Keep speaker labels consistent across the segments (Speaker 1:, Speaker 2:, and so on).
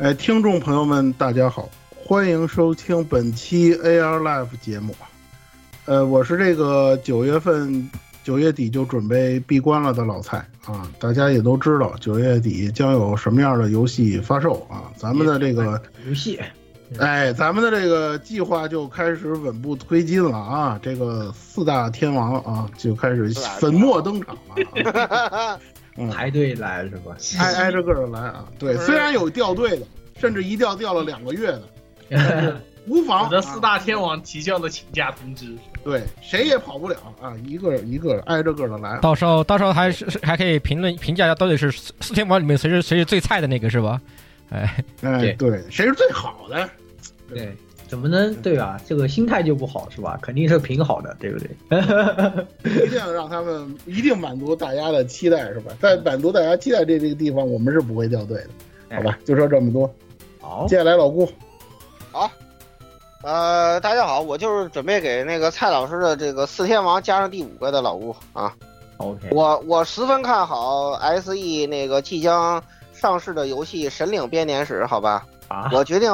Speaker 1: 哎，听众朋友们，大家好，欢迎收听本期 AR Live 节目。呃，我是这个九月份九月底就准备闭关了的老蔡啊，大家也都知道九月底将有什么样的游戏发售啊，咱们的这个
Speaker 2: 游戏，
Speaker 1: 哎，咱们的这个计划就开始稳步推进了啊！这个四大天王啊，就开始粉墨登场了、啊， 嗯
Speaker 3: 排队来是吧？
Speaker 1: 挨挨着个儿来啊。对，虽然有掉队的，甚至一掉掉了两个月的， 但是哎无妨。
Speaker 4: 我的四
Speaker 1: 啊、
Speaker 4: 大天王提交了请假通知，
Speaker 1: 对谁也跑不了啊，一个一个挨着个的来啊。
Speaker 5: 到时候到时候还是是还可以评论评价一下，到底是四四天王里面谁是谁是最菜的那个是吧？哎，
Speaker 1: 哎，对，谁是最好的？
Speaker 3: 对，怎么能对吧？这个心态就不好是吧？ 肯定是评好的，对不对？
Speaker 1: 一定让他们一定满足大家的期待，是吧？在满足大家期待这这个地方，我们是不会掉队的，好吧？就说这么多。
Speaker 3: 好，
Speaker 1: 接下来老顾，
Speaker 6: 呃，大家好，我就是准备给那个蔡老师的这个四天王加上第五个的老吴啊，
Speaker 3: OK，
Speaker 6: 我我十分看好 S E 那个即将上市的游戏《神领编年史》，好吧？
Speaker 3: 啊
Speaker 6: 我决定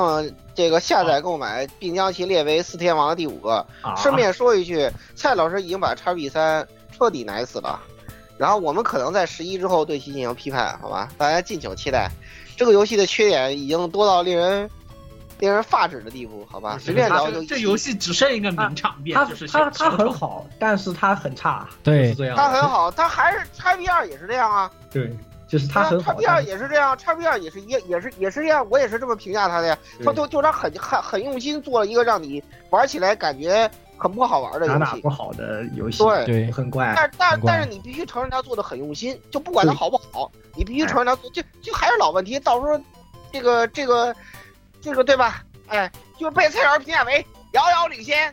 Speaker 6: 这个下载购买，并将其列为四天王的第五个。
Speaker 3: 啊，
Speaker 6: 顺便说一句，蔡老师已经把叉 B 三彻底奶死了，然后我们可能在十一之后对其进行批判，好吧？大家敬请期待。这个游戏的缺点已经多到令人令人发指的地步，好吧？随便聊就
Speaker 4: 啊这游戏只剩一个名场面
Speaker 3: 他，
Speaker 4: 就是
Speaker 3: 他
Speaker 4: 小
Speaker 3: 他很，好，但是他很差，就
Speaker 5: 对
Speaker 3: 是，这样的，
Speaker 6: 它很好，它还是叉 B 二也是这样啊。
Speaker 3: 对，就是他很好
Speaker 6: 叉，B 啊二
Speaker 3: 但
Speaker 6: 也是这样，叉 B 二也是一也是也是这样，我也是这么评价他的呀。他就就他很很很用心做了一个让你玩起来感觉很不好玩的
Speaker 3: 打
Speaker 6: 游
Speaker 3: 打
Speaker 6: 戏
Speaker 3: 不，好的游戏，
Speaker 6: 对
Speaker 5: 对
Speaker 3: 很怪，
Speaker 6: 但但
Speaker 5: 难怪
Speaker 6: 但是你必须承认他做的很用心，就不管他
Speaker 3: 对哎
Speaker 6: 好不好，你必须承认他做。就就还是老问题，到时候这个这个这个对吧？哎，就被蔡老师评价为遥遥领先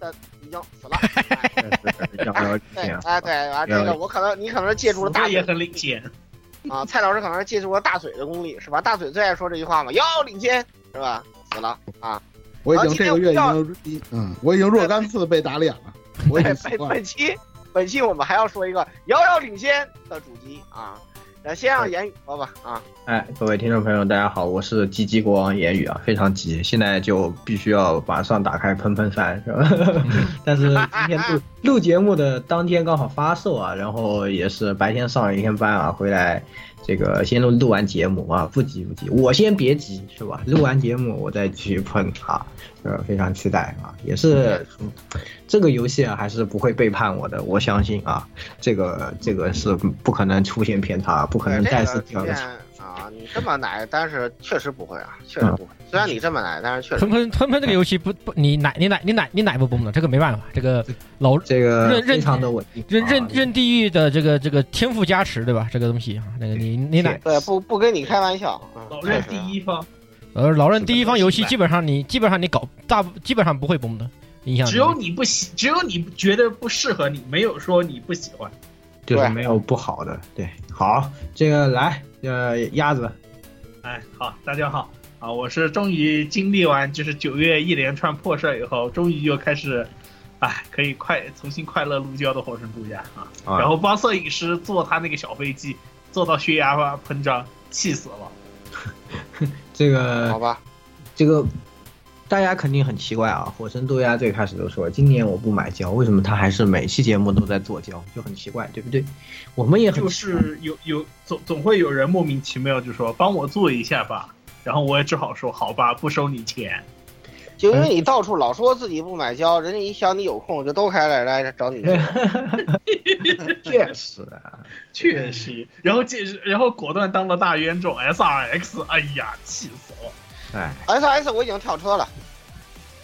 Speaker 6: 的已经死了。 哎
Speaker 3: 要不要这
Speaker 6: 对
Speaker 3: 样，？
Speaker 6: 哎对啊，这个我可能你可能是借助了大
Speaker 4: 他也很领先。
Speaker 6: 啊，蔡老师可能是借助了大嘴的功力，是吧？大嘴最爱说这句话嘛，遥遥领先，是吧？死了啊！
Speaker 1: 我已经这个月已经一嗯，我已经若干次被打脸了，我 已经
Speaker 6: 本
Speaker 1: 习惯了。
Speaker 6: 本期本期我们还要说一个遥遥领先的主机啊，呃，先让言语说吧啊，
Speaker 3: 哎，各位听众朋友，大家好，我是鸡鸡国王言语啊，非常急，现在就必须要马上打开喷喷三，是吧？
Speaker 6: 嗯
Speaker 3: 但是今天录录节目的当天刚好发售啊，然后也是白天上了一天班啊，回来这个先录录完节目啊，不急不急，我先别急是吧？录完节目我再去喷啊，呃，非常期待啊，也是嗯这个游戏啊还是不会背叛我的，我相信啊，这个这个是不可能出现偏差，不可能
Speaker 6: 对
Speaker 3: 再
Speaker 6: 这
Speaker 3: 次
Speaker 6: 个
Speaker 3: 掉
Speaker 6: 即
Speaker 3: 的
Speaker 6: 便。啊，你这么奶，但是确实不会啊，确实
Speaker 3: 嗯
Speaker 6: 不会。虽然你这么奶，但是确实
Speaker 5: 喷喷喷喷这个游戏不不，你奶你奶你奶你奶不崩的，这个没办法，这个老
Speaker 3: 这啊个
Speaker 5: 认认
Speaker 3: 非常的稳定，
Speaker 5: 认认
Speaker 3: 啊
Speaker 5: 认地狱的这个这个天赋加持对吧？这个东西啊，那个你你奶
Speaker 6: 对，不不跟你开玩笑啊，
Speaker 4: 老任第
Speaker 6: 一，
Speaker 4: 一方，
Speaker 5: 呃老任
Speaker 6: 是
Speaker 5: 第一方游戏
Speaker 6: 是
Speaker 5: 基本上你基本上你搞大部基本上不会崩的，影响
Speaker 4: 只有你不喜，只有你觉得不适合你，没有说你不喜欢。
Speaker 3: 就是没有不好的。对，好，这个来，呃，鸭子，
Speaker 4: 哎，好，大家好啊！我是终于经历完就是九月一连串破事儿以后，终于又开始，哎，可以快重新快乐路郊的火神度假啊！
Speaker 3: 啊
Speaker 4: 然后帮摄影师坐他那个小飞机，坐到悬崖喷张，气死了。
Speaker 3: 这个
Speaker 6: 好吧，
Speaker 3: 这个大家肯定很奇怪啊，火神豆芽最开始就说，今年我不买胶，为什么他还是每期节目都在做胶，就很奇怪，对不对？我们也很
Speaker 4: 就
Speaker 3: 奇
Speaker 4: 是有有总总会有人莫名其妙就说帮我做一下吧，然后我也只好说好吧，不收你钱。
Speaker 6: 就因为你到处老说自己不买胶，人家一想你有空就都开始来找 你。
Speaker 3: 确实啊，
Speaker 4: 确实，然后这然后果断当了大冤种 S R X，哎呀，气死我！
Speaker 3: 哎，
Speaker 6: S S 我已经跳车了，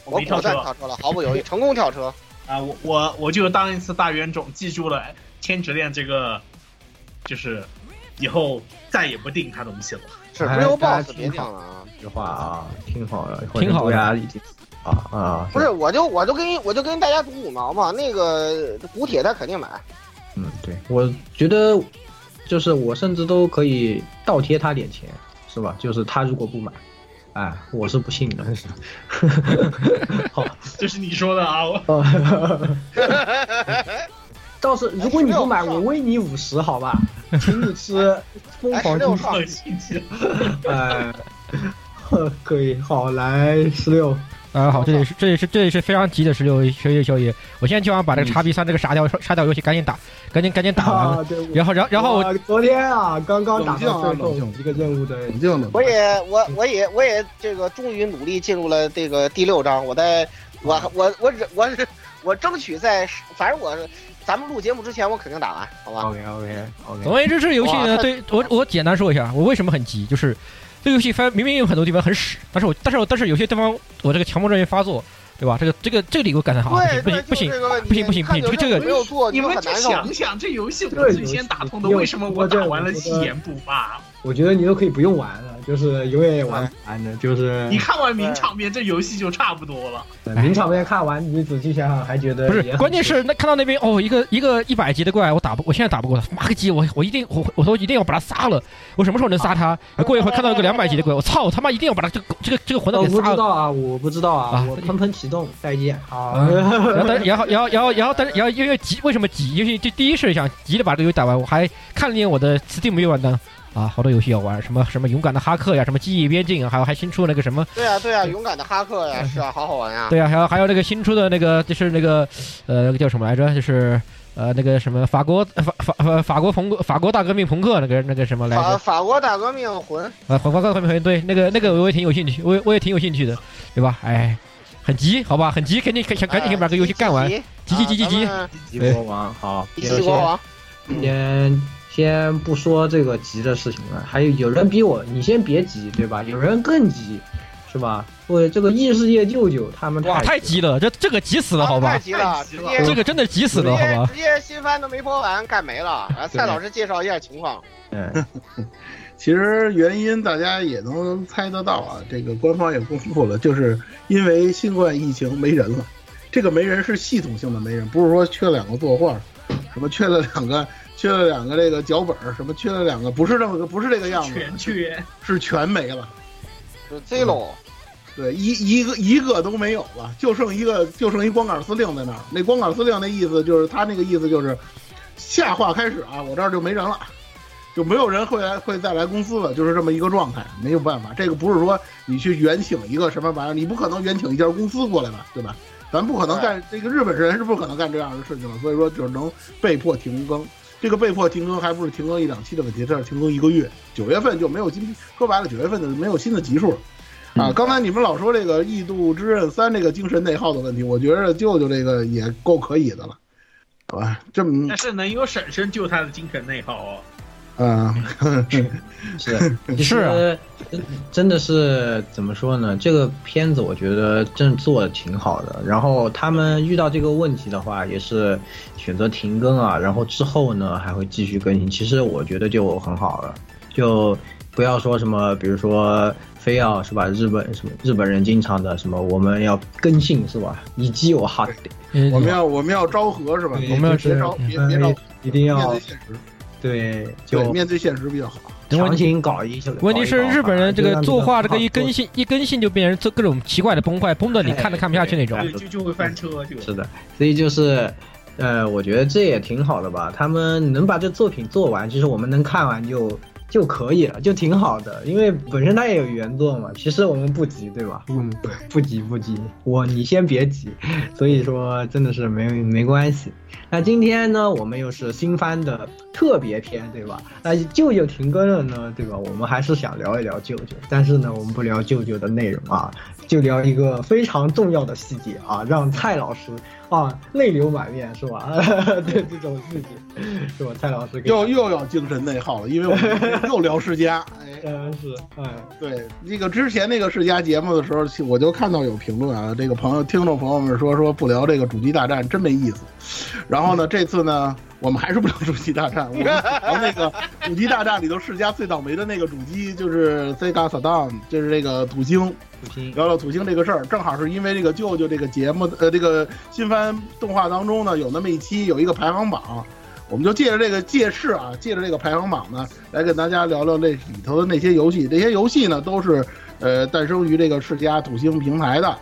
Speaker 6: 我
Speaker 4: 没
Speaker 6: 果
Speaker 4: 跳车
Speaker 6: 断跳车了，毫不犹豫，成功跳车。
Speaker 4: 啊，我我我就当一次大冤种，记住了天职恋这个，就是以后再也不定他东西了。
Speaker 6: 是
Speaker 3: 哎
Speaker 6: real
Speaker 3: 大家
Speaker 6: boss 别定了啊！
Speaker 3: 这话啊，听好了，火
Speaker 5: 挺
Speaker 3: 神
Speaker 5: 好的
Speaker 3: 豆芽已经啊啊，
Speaker 6: 不是，我就我就跟我就跟大家赌五毛嘛，那个古铁他肯定买。
Speaker 3: 嗯，对，我觉得就是我甚至都可以倒贴他点钱，是吧？就是他如果不买，哎，我是不信的。好，
Speaker 4: 这是你说的啊，我
Speaker 3: 哦，倒是如果你不买，
Speaker 6: 16
Speaker 3: 我喂你五十，好吧？请你吃疯狂
Speaker 6: 16
Speaker 3: 猪
Speaker 6: 上
Speaker 3: 肠。
Speaker 4: 放心去。
Speaker 3: 哎，呵可以，好，来十六。
Speaker 5: 啊，好，这里是这里是这里是非常急的十六宵夜宵夜，我现在就想把这个叉 B 三这个沙雕沙雕游戏赶紧打，赶紧赶紧打完
Speaker 3: 啊，
Speaker 5: 了。
Speaker 3: 对，我
Speaker 5: 然后，然后然后我
Speaker 3: 我昨天啊，刚刚打到最后
Speaker 1: 冷静啊冷静
Speaker 3: 一个任务的
Speaker 1: 冷静冷
Speaker 6: 我
Speaker 1: 静。
Speaker 6: 也我我也我也这个终于努力进入了这个第六章，我在我我我忍我忍我争取在，反正我咱们录节目之前我肯定打完，好吧？
Speaker 3: OK OK OK，
Speaker 5: 总而言之，这个游戏
Speaker 6: 哇
Speaker 5: 呢，对我我简单说一下，我为什么很急，就是这个游戏翻明明有很多地方很屎，但是我但是我但是有些地方我这个强迫症又发作，对吧？这个这个这里我感觉好
Speaker 6: 对，
Speaker 5: 啊不
Speaker 6: 对
Speaker 5: 行不行
Speaker 6: 就是这个问题
Speaker 5: 不行不行不行
Speaker 6: 看有
Speaker 5: 这个
Speaker 6: 没有做，
Speaker 4: 你
Speaker 6: 就
Speaker 4: 们
Speaker 6: 很
Speaker 4: 就
Speaker 6: 难受。
Speaker 4: 想想这游戏我最先打通的，为什么我打完了一言不发？
Speaker 3: 我觉得你都可以不用玩了，就是永远也玩不完的，就是
Speaker 4: 你看完名场面，这游戏就差不多了。
Speaker 3: 名场面看完，你仔细想想还觉得
Speaker 5: 不是
Speaker 3: 也，很
Speaker 5: 关键是那看到那边哦，一个一个一百级的怪，我打不，我现在打不过他，妈个鸡，我我一定我我说一定要把他杀了，我什么时候能杀他？过一会儿看到一个两百级的怪，我操，我他妈一定要把他这个这个这个混蛋
Speaker 3: 哦我
Speaker 5: 给
Speaker 3: 不
Speaker 5: 杀
Speaker 3: 知
Speaker 5: 了。
Speaker 3: 道啊，我不知道啊
Speaker 5: 啊，
Speaker 3: 我喷喷启动，再见。 好，
Speaker 5: 啊然后但是然后然后然后然后但是然后因为急，为什么急？因为就第一是想急着把这个游戏打完，我还看了一眼我的 Steam 预览单。啊，好多游戏要玩，什么什么勇敢的哈克呀，什么记忆边境啊，还有还新出那个什么，
Speaker 6: 对啊，对啊，勇敢的哈克呀，是啊，好好玩呀。
Speaker 5: 对呀、还有还有那个新出的那个就是那个，呃，那个叫什么来着？就是呃那个什么法国呃法法法法国朋克法国大革命朋克那个那个什么来着
Speaker 6: 法？法国大革命魂，
Speaker 5: 啊，黄花岗方面对那个那个我也挺有兴趣，我也我也挺有兴趣的，对吧？哎，很急，好吧，很急，赶紧赶想赶紧把这个游戏干完，
Speaker 6: 急
Speaker 5: 急急急急急！
Speaker 6: 哎啊
Speaker 3: 急国王好，
Speaker 6: 咱们急国王，
Speaker 3: 先先不说这个急的事情了，还有有人比我，你先别急，对吧？有人更急，是吧？我这个异世界舅舅他们
Speaker 5: 哇，太急了，这这个急死了，好
Speaker 6: 啊太
Speaker 5: 吧？
Speaker 6: 急了，
Speaker 4: 太急
Speaker 6: 直
Speaker 4: 了
Speaker 6: 接
Speaker 5: 这个真的急死了，好吧？
Speaker 6: 直接直接新番都没播完，干没了。然后蔡老师介绍一下情况，
Speaker 3: 嗯，
Speaker 1: 其实原因大家也能猜得到啊，这个官方也公布了，就是因为新冠疫情没人了。这个没人是系统性的没人，不是说缺两个作画，什么缺了两个，缺了两个这个脚本，什么缺了两个，不是这么个，不是这个样子，
Speaker 4: 全缺，
Speaker 1: 是全没了。
Speaker 6: 就 Zero，
Speaker 1: 对，一一个一个都没有了，就剩一个，就剩一光杆司令在那儿。那光杆司令那意思就是他那个意思就是，下话开始啊，我这儿就没人了，就没有人会来会再来公司了，就是这么一个状态，没有办法。这个不是说你去援请一个什么玩意儿，你不可能援请一家公司过来吧，对吧？咱不可能干这个日本人是不可能干这样的事情的，所以说只能被迫停更。这个被迫停更还不是停更一两期的问题，这是停更一个月。九月份就没有新，说白了九月份就没有新的集数了。啊，刚才你们老说这个《异度之刃三》这个精神内耗的问题，我觉着舅舅这个也够可以的了，好吧？这么
Speaker 4: 但是能有婶婶救他的精神内耗哦。
Speaker 1: 啊，
Speaker 3: 是
Speaker 5: 是啊
Speaker 3: 呃真的是怎么说呢？这个片子我觉得真做的挺好的。然后他们遇到这个问题的话，也是选择停更啊。然后之后呢，还会继续更新。其实我觉得就很好了，就不要说什么，比如说非要是吧？日本什么日本人经常的什么，我们要更新是吧？以及我哈得，
Speaker 5: 嗯
Speaker 1: 我们要我们要昭和是吧？
Speaker 3: 对
Speaker 5: 我们要
Speaker 1: 别昭别别昭和，
Speaker 3: 一定
Speaker 1: 面
Speaker 3: 要
Speaker 1: 对现实，
Speaker 3: 对，
Speaker 1: 对
Speaker 3: 就
Speaker 1: 面对现实比较好。
Speaker 3: 强行搞一些。
Speaker 5: 问题是
Speaker 3: 搞一搞
Speaker 5: 日本人这
Speaker 3: 反
Speaker 5: 个
Speaker 3: 正就
Speaker 5: 作
Speaker 3: 让
Speaker 5: 画
Speaker 3: 这
Speaker 5: 这
Speaker 3: 个
Speaker 5: 个一更新一更新就变成这各种奇怪的崩坏，崩的
Speaker 6: 哎
Speaker 5: 你看都看不下去那种。
Speaker 4: 对就就会翻车，就是
Speaker 3: 的，所以就是，呃，我觉得这也挺好的吧。他们能把这作品做完，其实我们能看完就就可以了，就挺好的。因为本身它也有原作嘛，其实我们不急，对吧？嗯， 不急不急，我你先别急。所以说真的是没没关系。那今天呢，我们又是新番的特别篇，对吧？那舅舅停更了呢，对吧？我们还是想聊一聊舅舅，但是呢，我们不聊舅舅的内容啊，就聊一个非常重要的细节啊，让蔡老师啊泪流满面是吧？ 对这种事情，是吧？蔡老师给
Speaker 1: 又又要精神内耗了，因为我们又聊世家。哎，
Speaker 3: 嗯是哎
Speaker 1: 对，那个之前那个世家节目的时候，我就看到有评论啊，这个朋友听众朋友们说说不聊这个主机大战真没意思。然后呢，这次呢，我们还是不聊主机大战，我们聊那个主机大战里头世家最倒霉的那个主机就是 Sega Saturn，就是这个土星。
Speaker 3: 不听
Speaker 1: 聊聊土星这个事儿，正好是因为这个舅舅这个节目，呃，这个新番动画当中呢，有那么一期有一个排行榜，我们就借着这个借势啊，借着这个排行榜呢，来跟大家聊聊那里头的那些游戏，这些游戏呢都是呃诞生于这个世嘉土星平台的。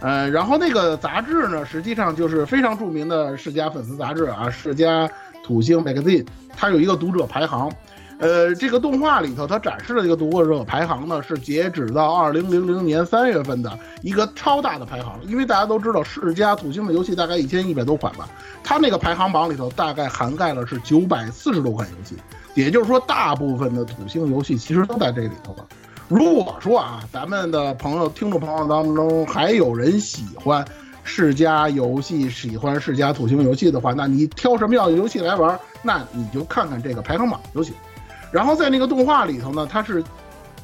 Speaker 1: 呃，然后那个杂志呢，实际上就是非常著名的世嘉粉丝杂志啊，世嘉土星 Magazine，它有一个读者排行，呃，这个动画里头，它展示的这个读者排行呢，是截止到二零零零年三月份的一个超大的排行。因为大家都知道，世嘉土星的游戏大概一千一百多款吧，它那个排行榜里头大概涵盖了是九百四十多款游戏，也就是说，大部分的土星游戏其实都在这里头了。如果说啊，咱们的朋友、听众朋友当中还有人喜欢世嘉游戏、喜欢世嘉土星游戏的话，那你挑什么样的游戏来玩儿，那你就看看这个排行榜就行。然后在那个动画里头呢，它是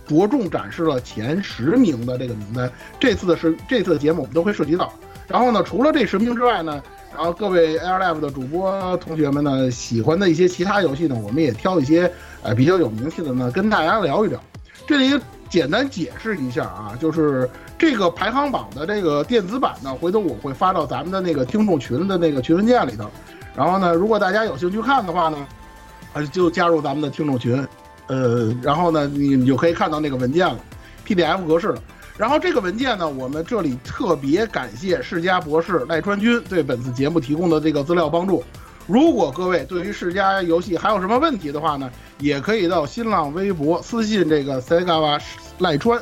Speaker 1: 着重展示了前十名的这个名单。这次的是这次的节目我们都会涉及到。然后呢，除了这十名之外呢，然后各位 Air Live 的主播同学们呢，喜欢的一些其他游戏呢，我们也挑一些呃比较有名气的呢，跟大家聊一聊。这里简单解释一下啊，就是这个排行榜的这个电子版呢，回头我会发到咱们的那个听众群的那个群文件里头。然后呢，如果大家有兴趣看的话呢，呃，就加入咱们的听众群，呃，然后呢，你你就可以看到那个文件了，PDF 格式了。然后这个文件呢，我们这里特别感谢世家博士赖川军对本次节目提供的这个资料帮助。如果各位对于世家游戏还有什么问题的话呢，也可以到新浪微博私信这个 Segawa 赖川，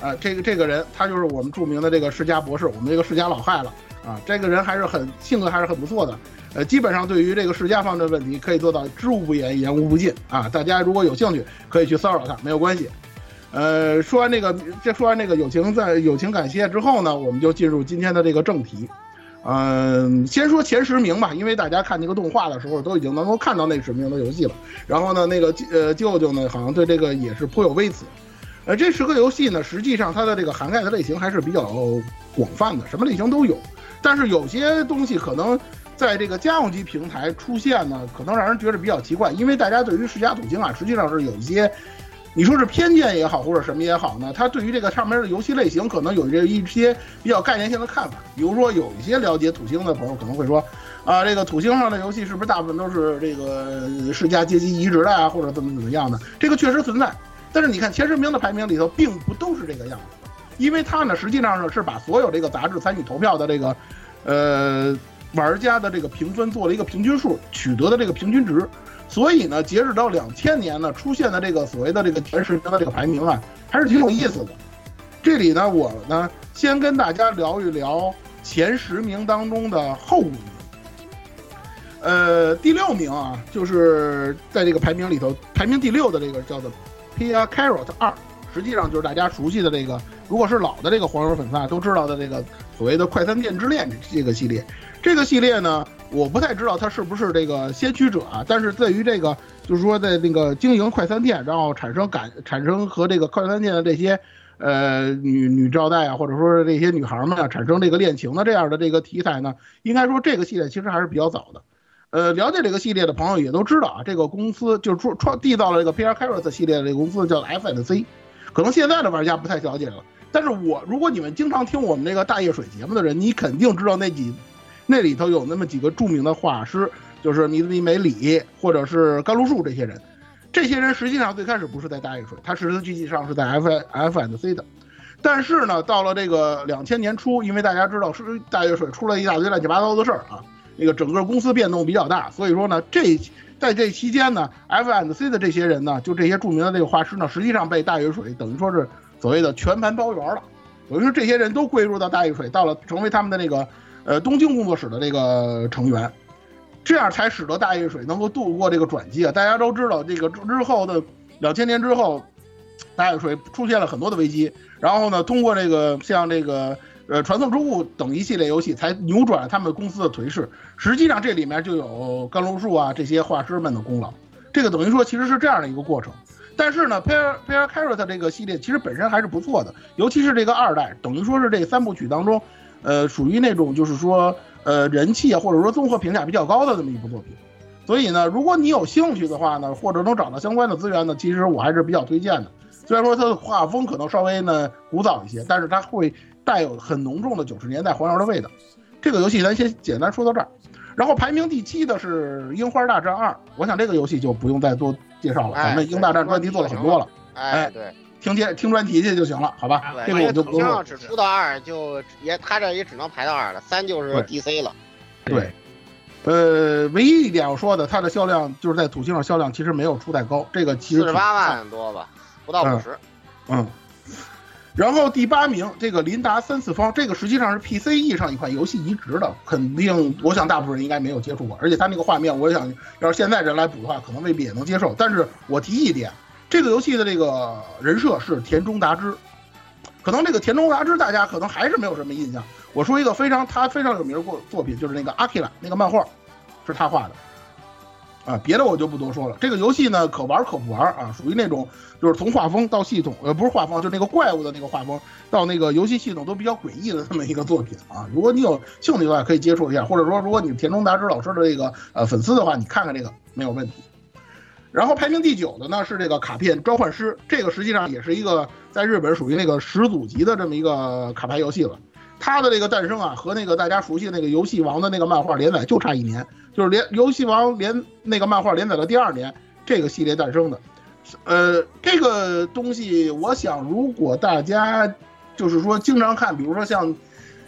Speaker 1: 啊、这个这个人他就是我们著名的这个世家博士，我们这个世家老害了啊，这个人还是很性格还是很不错的。呃，基本上对于这个世家方面的问题，可以做到知无不言，言无不尽啊。大家如果有兴趣，可以去骚扰他，没有关系。呃，说完这个，这说完这个友情在友情感谢之后呢，我们就进入今天的这个正题。嗯、先说前十名吧，因为大家看这个动画的时候都已经能够看到那十名的游戏了。然后呢，那个呃舅舅呢，好像对这个也是颇有微词。呃，这十个游戏呢，实际上它的这个涵盖的类型还是比较广泛的，什么类型都有。但是有些东西可能在这个家用机平台出现呢，可能让人觉得比较奇怪，因为大家对于世家土星啊，实际上是有一些，你说是偏见也好，或者什么也好呢，他对于这个上面的游戏类型，可能有这一些比较概念性的看法。比如说，有一些了解土星的朋友可能会说，啊，这个土星上的游戏是不是大部分都是这个呃世家阶级移植的啊，或者怎么怎么样的？这个确实存在，但是你看前十名的排名里头，并不都是这个样子。因为它呢，实际上呢是把所有这个杂志参与投票的这个，呃，玩家的这个评分做了一个平均数，取得的这个平均值。所以呢，截止到两千年呢，出现的这个所谓的这个前十名的这个排名啊，还是挺有意思的。这里呢，我呢先跟大家聊一聊前十名当中的后五名。呃，第六名啊，就是在这个排名里头，排名第六的这个叫做 Pia Carrot 二，实际上就是大家熟悉的这个，如果是老的这个黄油粉丝啊，都知道的这个所谓的快餐店之恋这个系列。这个系列呢，我不太知道它是不是这个先驱者啊，但是对于这个，就是说在那个经营快餐店，然后产生感产生和这个快餐店的这些呃女女招待啊，或者说是这些女孩们啊，产生这个恋情的这样的这个题材呢，应该说这个系列其实还是比较早的。呃，了解这个系列的朋友也都知道啊，这个公司就是创创缔造了这个 p r Carrots 系列的这个公司叫 FNC。可能现在的玩家不太了解了。但是我如果你们经常听我们那个大叶水节目的人，你肯定知道那几那里头有那么几个著名的画师，就是尼兹米梅里或者是甘露树这些人。这些人实际上最开始不是在大叶水，他实际上是在 F F N C 的。但是呢，到了这个两千年初，因为大家知道是大叶水出了一大堆乱七八糟的事儿啊，那个整个公司变动比较大，所以说呢，这在这期间呢，F N C 的这些人呢，就这些著名的这个画师呢，实际上被大叶水等于说是所谓的全盘包圆了，等于说这些人都归入到大叶水，到了成为他们的那个呃东京工作室的这个成员。这样才使得大叶水能够度过这个转机啊！大家都知道，这个之之后的两千年之后，大叶水出现了很多的危机，然后呢，通过这个像这个呃《传送之物》等一系列游戏，才扭转了他们公司的颓势。实际上，这里面就有甘露树啊这些画师们的功劳。这个等于说其实是这样的一个过程。但是呢 p a i r p a i r Carrot 这个系列其实本身还是不错的，尤其是这个二代，等于说是这三部曲当中，呃，属于那种就是说。呃人气啊，或者说综合评价比较高的这么一部作品。所以呢，如果你有兴趣的话呢，或者能找到相关的资源呢，其实我还是比较推荐的。虽然说它的画风可能稍微呢古早一些，但是它会带有很浓重的九十年代黄油的味道。这个游戏咱先简单说到这儿。然后排名第七的是《樱花大战二》，我想这个游戏就不用再多介绍了，
Speaker 6: 哎
Speaker 1: 咱们《樱大战》专题做了很多了，
Speaker 6: 哎，对，
Speaker 1: 听见听专题去就行了，好吧？
Speaker 6: 啊
Speaker 4: 哎
Speaker 1: 啊这个我就
Speaker 6: 头
Speaker 1: 不用
Speaker 6: 上只出到二，就也他这也只能排到二了，三就是
Speaker 1: 对
Speaker 6: DC 了。
Speaker 1: 对，呃，唯一一点要说的，它的销量就是在土星上销量其实没有初代高，这个其实
Speaker 6: 四十八万多吧，不到五十、
Speaker 1: 嗯。然后第八名，这个琳达三次方，这个实际上是 PCE 上一款游戏移植的，肯定我想大部分人应该没有接触过，而且它那个画面，我想要是现在人来补的话，可能未必也能接受。但是我提一点，这个游戏的这个人设是田中达之，可能这个田中达之大家可能还是没有什么印象。我说一个非常他非常有名的作作品，就是那个《阿基拉》那个漫画，是他画的。啊，别的我就不多说了。这个游戏呢，可玩可不玩啊，属于那种就是从画风到系统，呃，不是画风，就那个怪物的那个画风到那个游戏系统都比较诡异的这么一个作品啊。如果你有兴趣的话，可以接触一下，或者说如果你田中达之老师的这个呃粉丝的话，你看看这个没有问题。然后排名第九的呢是这个卡片召唤师，这个实际上也是一个在日本属于那个始祖级的这么一个卡牌游戏了。它的这个诞生啊，和那个大家熟悉的那个游戏王的那个漫画连载就差一年，就是连游戏王连那个漫画连载的第二年，这个系列诞生的。呃，这个东西，我想如果大家就是说经常看，比如说像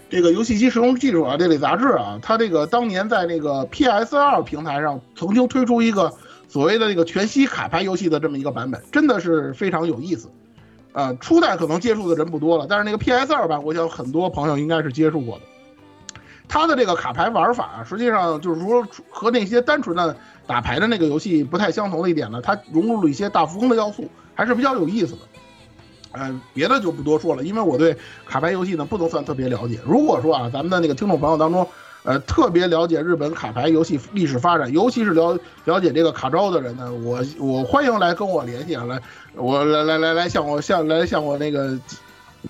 Speaker 1: 这个游戏机使用技术啊这类杂志啊，它这个当年在那个 PS 二平台上曾经推出一个所谓的这个全息卡牌游戏的这么一个版本，真的是非常有意思。呃，初代可能接触的人不多了，但是那个 PS 二版，我想很多朋友应该是接触过的。它的这个卡牌玩法、啊，实际上就是说和那些单纯的打牌的那个游戏不太相同的一点呢，它融入了一些大富翁的要素，还是比较有意思的。呃，别的就不多说了，因为我对卡牌游戏呢不能算特别了解。如果说啊，咱们的那个听众朋友当中，呃，特别了解日本卡牌游戏历史发展，尤其是了了解这个卡招的人呢，我我欢迎来跟我联系啊，来我来来来来向我向来向我那个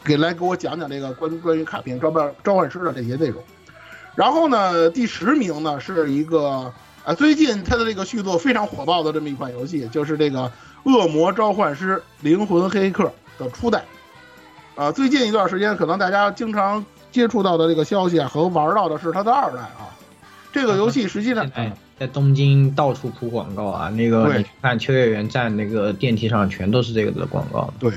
Speaker 1: 给来给我讲讲这个关于关于卡片召唤召唤师的这些内容。然后呢，第十名呢是一个啊，最近它的这个续作非常火爆的这么一款游戏，就是这个《恶魔召唤师：灵魂黑客》的初代。啊，最近一段时间可能大家经常接触到的这个消息啊，和玩到的是它的二代啊。这个游戏实际上
Speaker 3: 现，在哎在东京到处铺广告啊，那个
Speaker 1: 对
Speaker 3: 你看秋叶原站那个电梯上全都是这个的广告。
Speaker 5: 嗯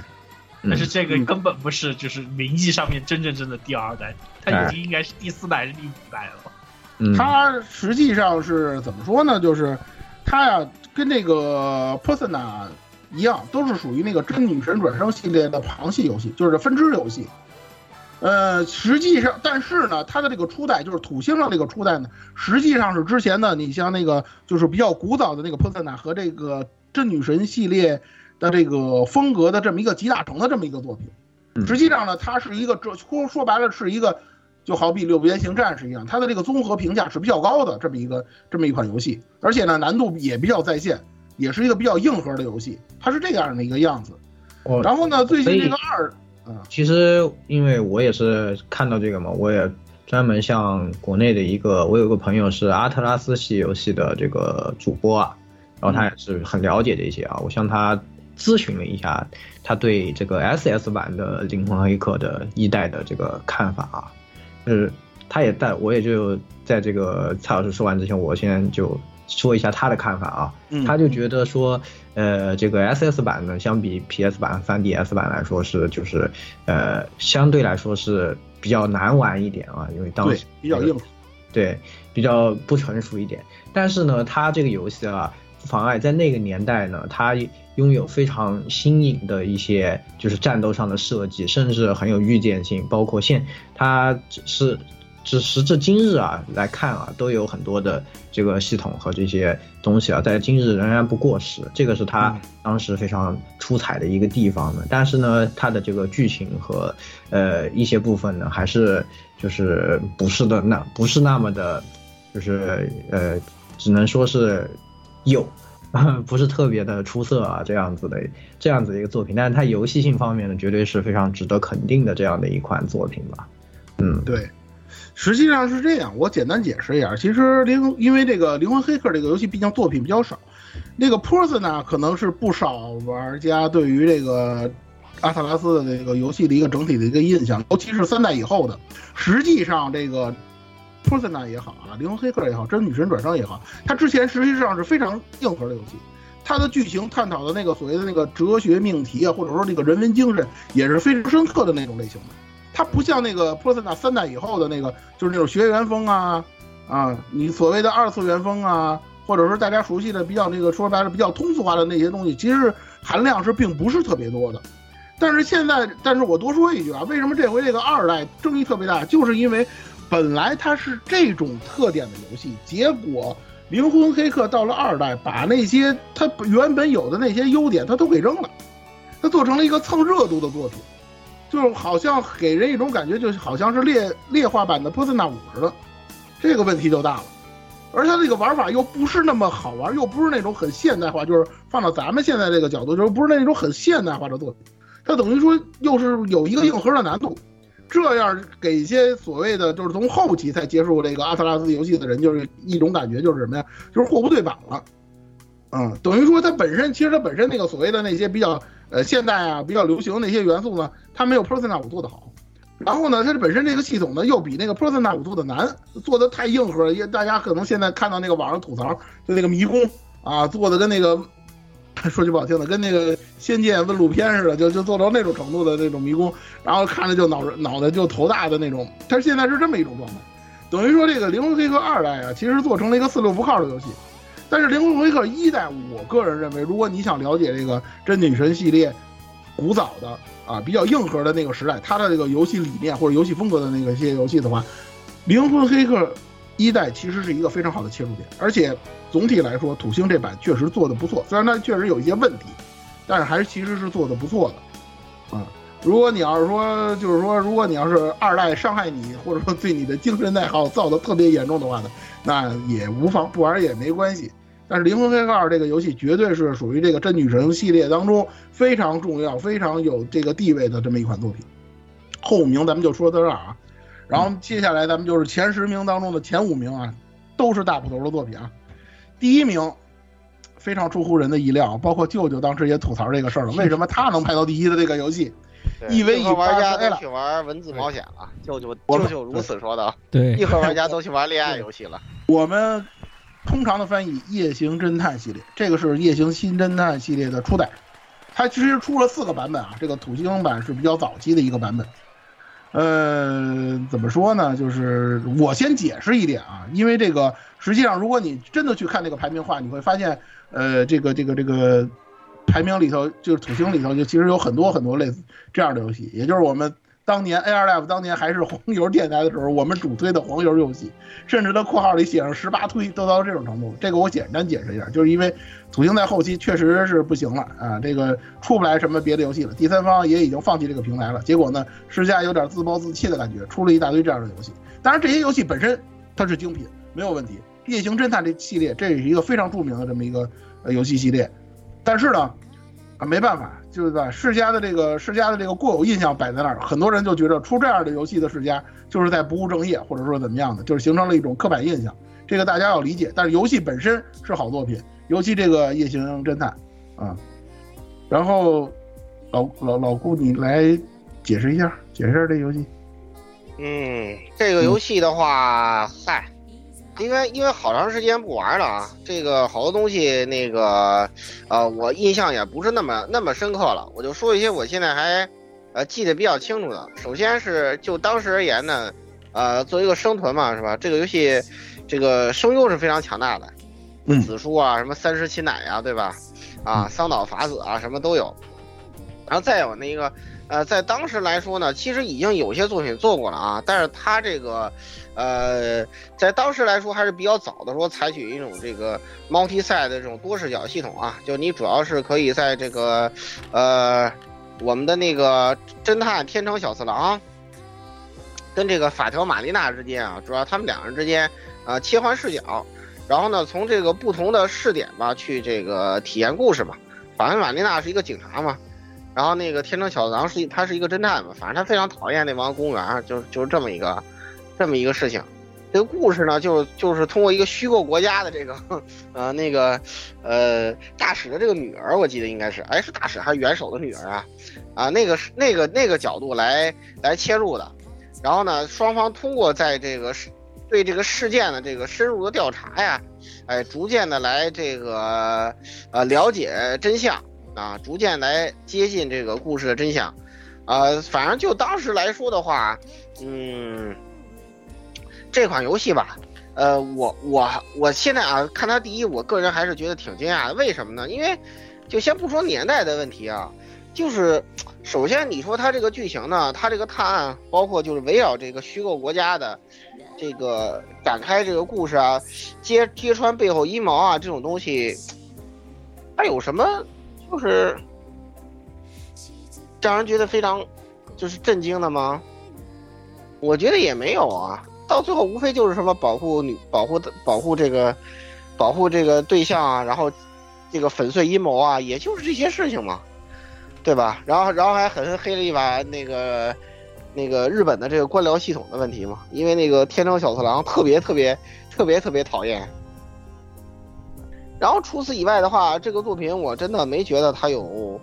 Speaker 4: 但是这个根本不是，就是名义上面真正正的第二代，它已经应该是第四代还是第五代了。
Speaker 3: 嗯，
Speaker 1: 它实际上是怎么说呢？就是它呀、跟那个 Persona 一样，都是属于那个真女神转生系列的旁系游戏，就是分支游戏。呃，实际上，但是呢，它的这个初代就是土星上这个初代呢，实际上是之前的你像那个就是比较古早的那个 Persona 和这个真女神系列的这个风格的这么一个集大成的这么一个作品。
Speaker 3: 嗯
Speaker 1: 实际上呢，它是一个这说说白了是一个就好比六边形战士一样，它的这个综合评价是比较高的这么一个这么一款游戏，而且呢难度也比较在线，也是一个比较硬核的游戏，它是这样的一个样子。
Speaker 3: 哦
Speaker 1: 然后呢，最
Speaker 3: 所
Speaker 1: 近
Speaker 3: 以
Speaker 1: 这个二，
Speaker 3: 其实因为我也是看到这个嘛，我也专门向国内的一个，我有个朋友是阿特拉斯系游戏的这个主播啊，然后他也是很了解这些啊，我向他咨询了一下他对这个 SS 版的《灵魂黑客》的一代的这个看法啊，就是他也在我也就在这个蔡老师说完之前，我先就说一下他的看法啊，
Speaker 1: 嗯
Speaker 3: 他就觉得说，呃，这个 SS 版呢，相比 PS 版、3DS 版来说是就是呃相对来说是比较难玩一点啊，因为当
Speaker 1: 对
Speaker 3: 时，
Speaker 1: 比较硬，
Speaker 3: 对，比较不成熟一点。但是呢，它这个游戏啊，不妨碍在那个年代呢，它拥有非常新颖的一些就是战斗上的设计，甚至很有预见性。包括现它只是，只时至今日啊来看啊，都有很多的这个系统和这些东西啊，在今日仍然不过时。这个是它当时非常出彩的一个地方呢。但是呢，它的这个剧情和呃一些部分呢，还是就是不是的那不是那么的，就是呃，只能说是有， 不是特别的出色啊，这样子的这样子的一个作品。但是它游戏性方面呢，绝对是非常值得肯定的这样的一款作品吧。嗯，
Speaker 1: 对，实际上是这样，我简单解释一下。其实灵，因为这个《灵魂黑客》这个游戏，毕竟作品比较少，那个 Person 呢，可能是不少玩家对于这个阿特拉斯的这个游戏的一个整体的一个印象，尤其是三代以后的。实际上，这个 Person 呢也好啊，《灵魂黑客》也好，《真女神转生》也好，它之前实际上是非常硬核的游戏。它的剧情探讨的那个所谓的那个哲学命题啊，或者说那个人文精神，也是非常深刻的那种类型的。它不像那个 Persona 三代以后的那个，就是那种学员风啊，啊，你所谓的二次元风啊，或者说大家熟悉的比较那个说白了比较通俗化的那些东西，其实含量是并不是特别多的。但是现在，但是我多说一句啊，为什么这回这个二代争议特别大，就是因为本来它是这种特点的游戏，结果《灵魂黑客》到了二代，把那些它原本有的那些优点，它都给扔了，它做成了一个蹭热度的作品。就是好像给人一种感觉，就是好像是劣劣化版的 Persona 五似的，这个问题就大了。而它这个玩法又不是那么好玩，又不是那种很现代化，就是放到咱们现在这个角度，就是不是那种很现代化的作品。它等于说又是有一个硬核的难度，这样给一些所谓的就是从后期才接触这个阿特拉斯游戏的人，就是一种感觉，就是什么呀？就是货不对版了。嗯，等于说它本身其实它本身那个所谓的那些比较呃现代啊比较流行的那些元素呢，它没有 Persona 五做的好。然后呢，它这本身这个系统呢又比那个 Persona 五做的难，做的太硬核了。也大家可能现在看到那个网上吐槽，就那个迷宫啊做的跟那个 说句不好听的，跟那个《仙剑问路篇》似的，就就做到那种程度的那种迷宫，然后看着就脑脑袋就头大的那种。它现在是这么一种状态，等于说这个《灵魂黑客二代》啊，其实做成了一个四六不靠的游戏。但是《灵魂回客》一代，我个人认为，如果你想了解这个真女神系列古早的啊比较硬核的那个时代，它的这个游戏理念或者游戏风格的那个一些游戏的话，《灵魂黑客》一代其实是一个非常好的切入点，而且总体来说，土星这版确实做的不错，虽然它确实有一些问题，但是还是其实是做的不错的，啊。如果你要是说，就是说，如果你要是二代伤害你，或者说对你的精神内耗造的特别严重的话呢，那也无妨，不玩也没关系。但是《灵魂黑客二》这个游戏绝对是属于这个真女神系列当中非常重要、非常有这个地位的这么一款作品。后五名咱们就说到这儿啊，然后接下来咱们就是前十名当中的前五名啊，都是大部头的作品啊。第一名非常出乎人的意料，包括舅舅当时也吐槽这个事儿了，为什么他能排到第一的这个游戏？
Speaker 6: 对
Speaker 1: 嗯一 V 一
Speaker 6: 硬核玩家
Speaker 1: 发 A
Speaker 6: 都
Speaker 1: 了
Speaker 6: 去玩文字冒险了，舅舅
Speaker 1: 我们
Speaker 6: 舅舅如此说的，
Speaker 5: 对
Speaker 6: 硬核玩家都去玩恋爱游戏了。
Speaker 1: 我们通常的翻译《夜行侦探》系列，这个是《夜行新侦探》系列的初代，它其实出了四个版本啊，这个土星版是比较早期的一个版本。呃，怎么说呢？就是我先解释一点啊，因为这个实际上，如果你真的去看这个排名的话，你会发现，呃，这个这个这个排名里头，就是土星里头，就其实有很多很多类似这样的游戏，也就是我们当年 AR Live 当年还是黄油电台的时候，我们主推的黄油游戏。甚至他括号里写上十八推，都到这种程度。这个我简单解释一下，就是因为土星在后期确实是不行了啊，这个出不来什么别的游戏了，第三方也已经放弃这个平台了。结果呢，世嘉有点自暴自弃的感觉，出了一大堆这样的游戏。当然，这些游戏本身它是精品，没有问题。夜行侦探这系列，这也是一个非常著名的这么一个呃游戏系列，但是呢，啊没办法，就是吧，世嘉的这个世嘉的这个固有印象摆在那儿，很多人就觉得出这样的游戏的世嘉就是在不务正业，或者说怎么样的，就是形成了一种刻板印象。这个大家要理解，但是游戏本身是好作品，尤其这个《夜行侦探》啊，然后老老老顾，你来解释一下，解释一下这游戏。
Speaker 6: 嗯，这个游戏的话，嗨，应该因为好长时间不玩了啊，这个好多东西那个，呃，我印象也不是那么那么深刻了，我就说一些我现在还呃记得比较清楚的。首先是就当时而言呢，呃，作为一个生存嘛，是吧？这个游戏这个声优是非常强大的，
Speaker 1: 嗯
Speaker 6: 紫苏啊，什么三十七奶呀、对吧？啊，桑岛法子啊，什么都有。然后再有那个，呃，在当时来说呢，其实已经有些作品做过了啊，但是它这个，呃，在当时来说还是比较早的说采取一种这个 multi side 的这种多视角系统啊，就你主要是可以在这个，呃，我们的那个侦探天成小次郎跟这个法条玛丽娜之间啊，主要他们两人之间啊、呃切换视角，然后呢从这个不同的视点吧去这个体验故事嘛。法条玛丽娜是一个警察嘛，然后那个天成小狼是一他是一个侦探嘛，反正他非常讨厌那帮公务员儿，就是就是这么一个这么一个事情。这个故事呢，就是就是通过一个虚构国家的这个 呃那个呃大使的这个女儿，我记得应该是哎是大使还是元首的女儿啊啊那个是那个那个角度来来切入的。然后呢，双方通过在这个事对这个事件的这个深入的调查呀，哎，逐渐的来这个呃了解真相。啊，逐渐来接近这个故事的真相。呃，反正就当时来说的话，嗯，这款游戏吧，呃，我我我现在啊，看它第一，我个人还是觉得挺惊讶的。为什么呢？因为就先不说年代的问题啊，就是首先你说它这个剧情呢，它这个探案，包括就是围绕这个虚构国家的这个展开这个故事啊，揭揭穿背后阴谋啊这种东西，它有什么？就是让人觉得非常就是震惊的吗？我觉得也没有啊，到最后无非就是什么保护女、保护保护这个、保护这个对象啊，然后这个粉碎阴谋啊，也就是这些事情嘛，对吧？然后然后还狠狠黑了一把那个那个日本的这个官僚系统的问题嘛，因为那个天成小次郎特别特别特别特别讨厌，然后除此以外的话，这个作品我真的没觉得它有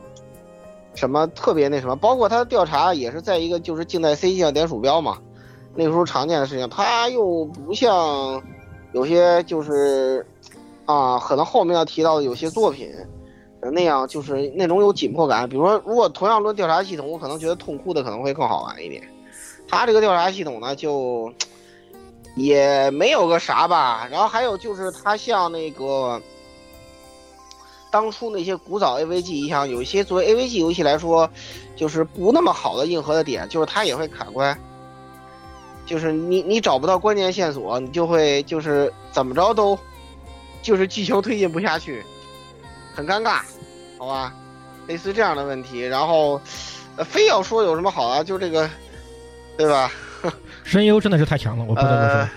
Speaker 6: 什么特别那什么，包括它的调查也是在一个就是静态 C 键点鼠标嘛，那个时候常见的事情，它又不像有些就是啊，可能后面要提到的有些作品。呃那样就是那种有紧迫感，比如说，如果同样论调查系统，我可能觉得痛哭的可能会更好玩一点。它这个调查系统呢，就也没有个啥吧。然后还有就是，它像那个当初那些古早 AVG 一样，有一些作为 AVG 游戏来说，就是不那么好的硬核的点，就是它也会卡关，就是你你找不到关键线索，你就会就是怎么着都，就是剧情推进不下去，很尴尬，好吧，类似这样的问题。然后，呃非要说有什么好啊，就这个，对吧？
Speaker 5: 声优真的是太强了，我不得不说
Speaker 6: 呃，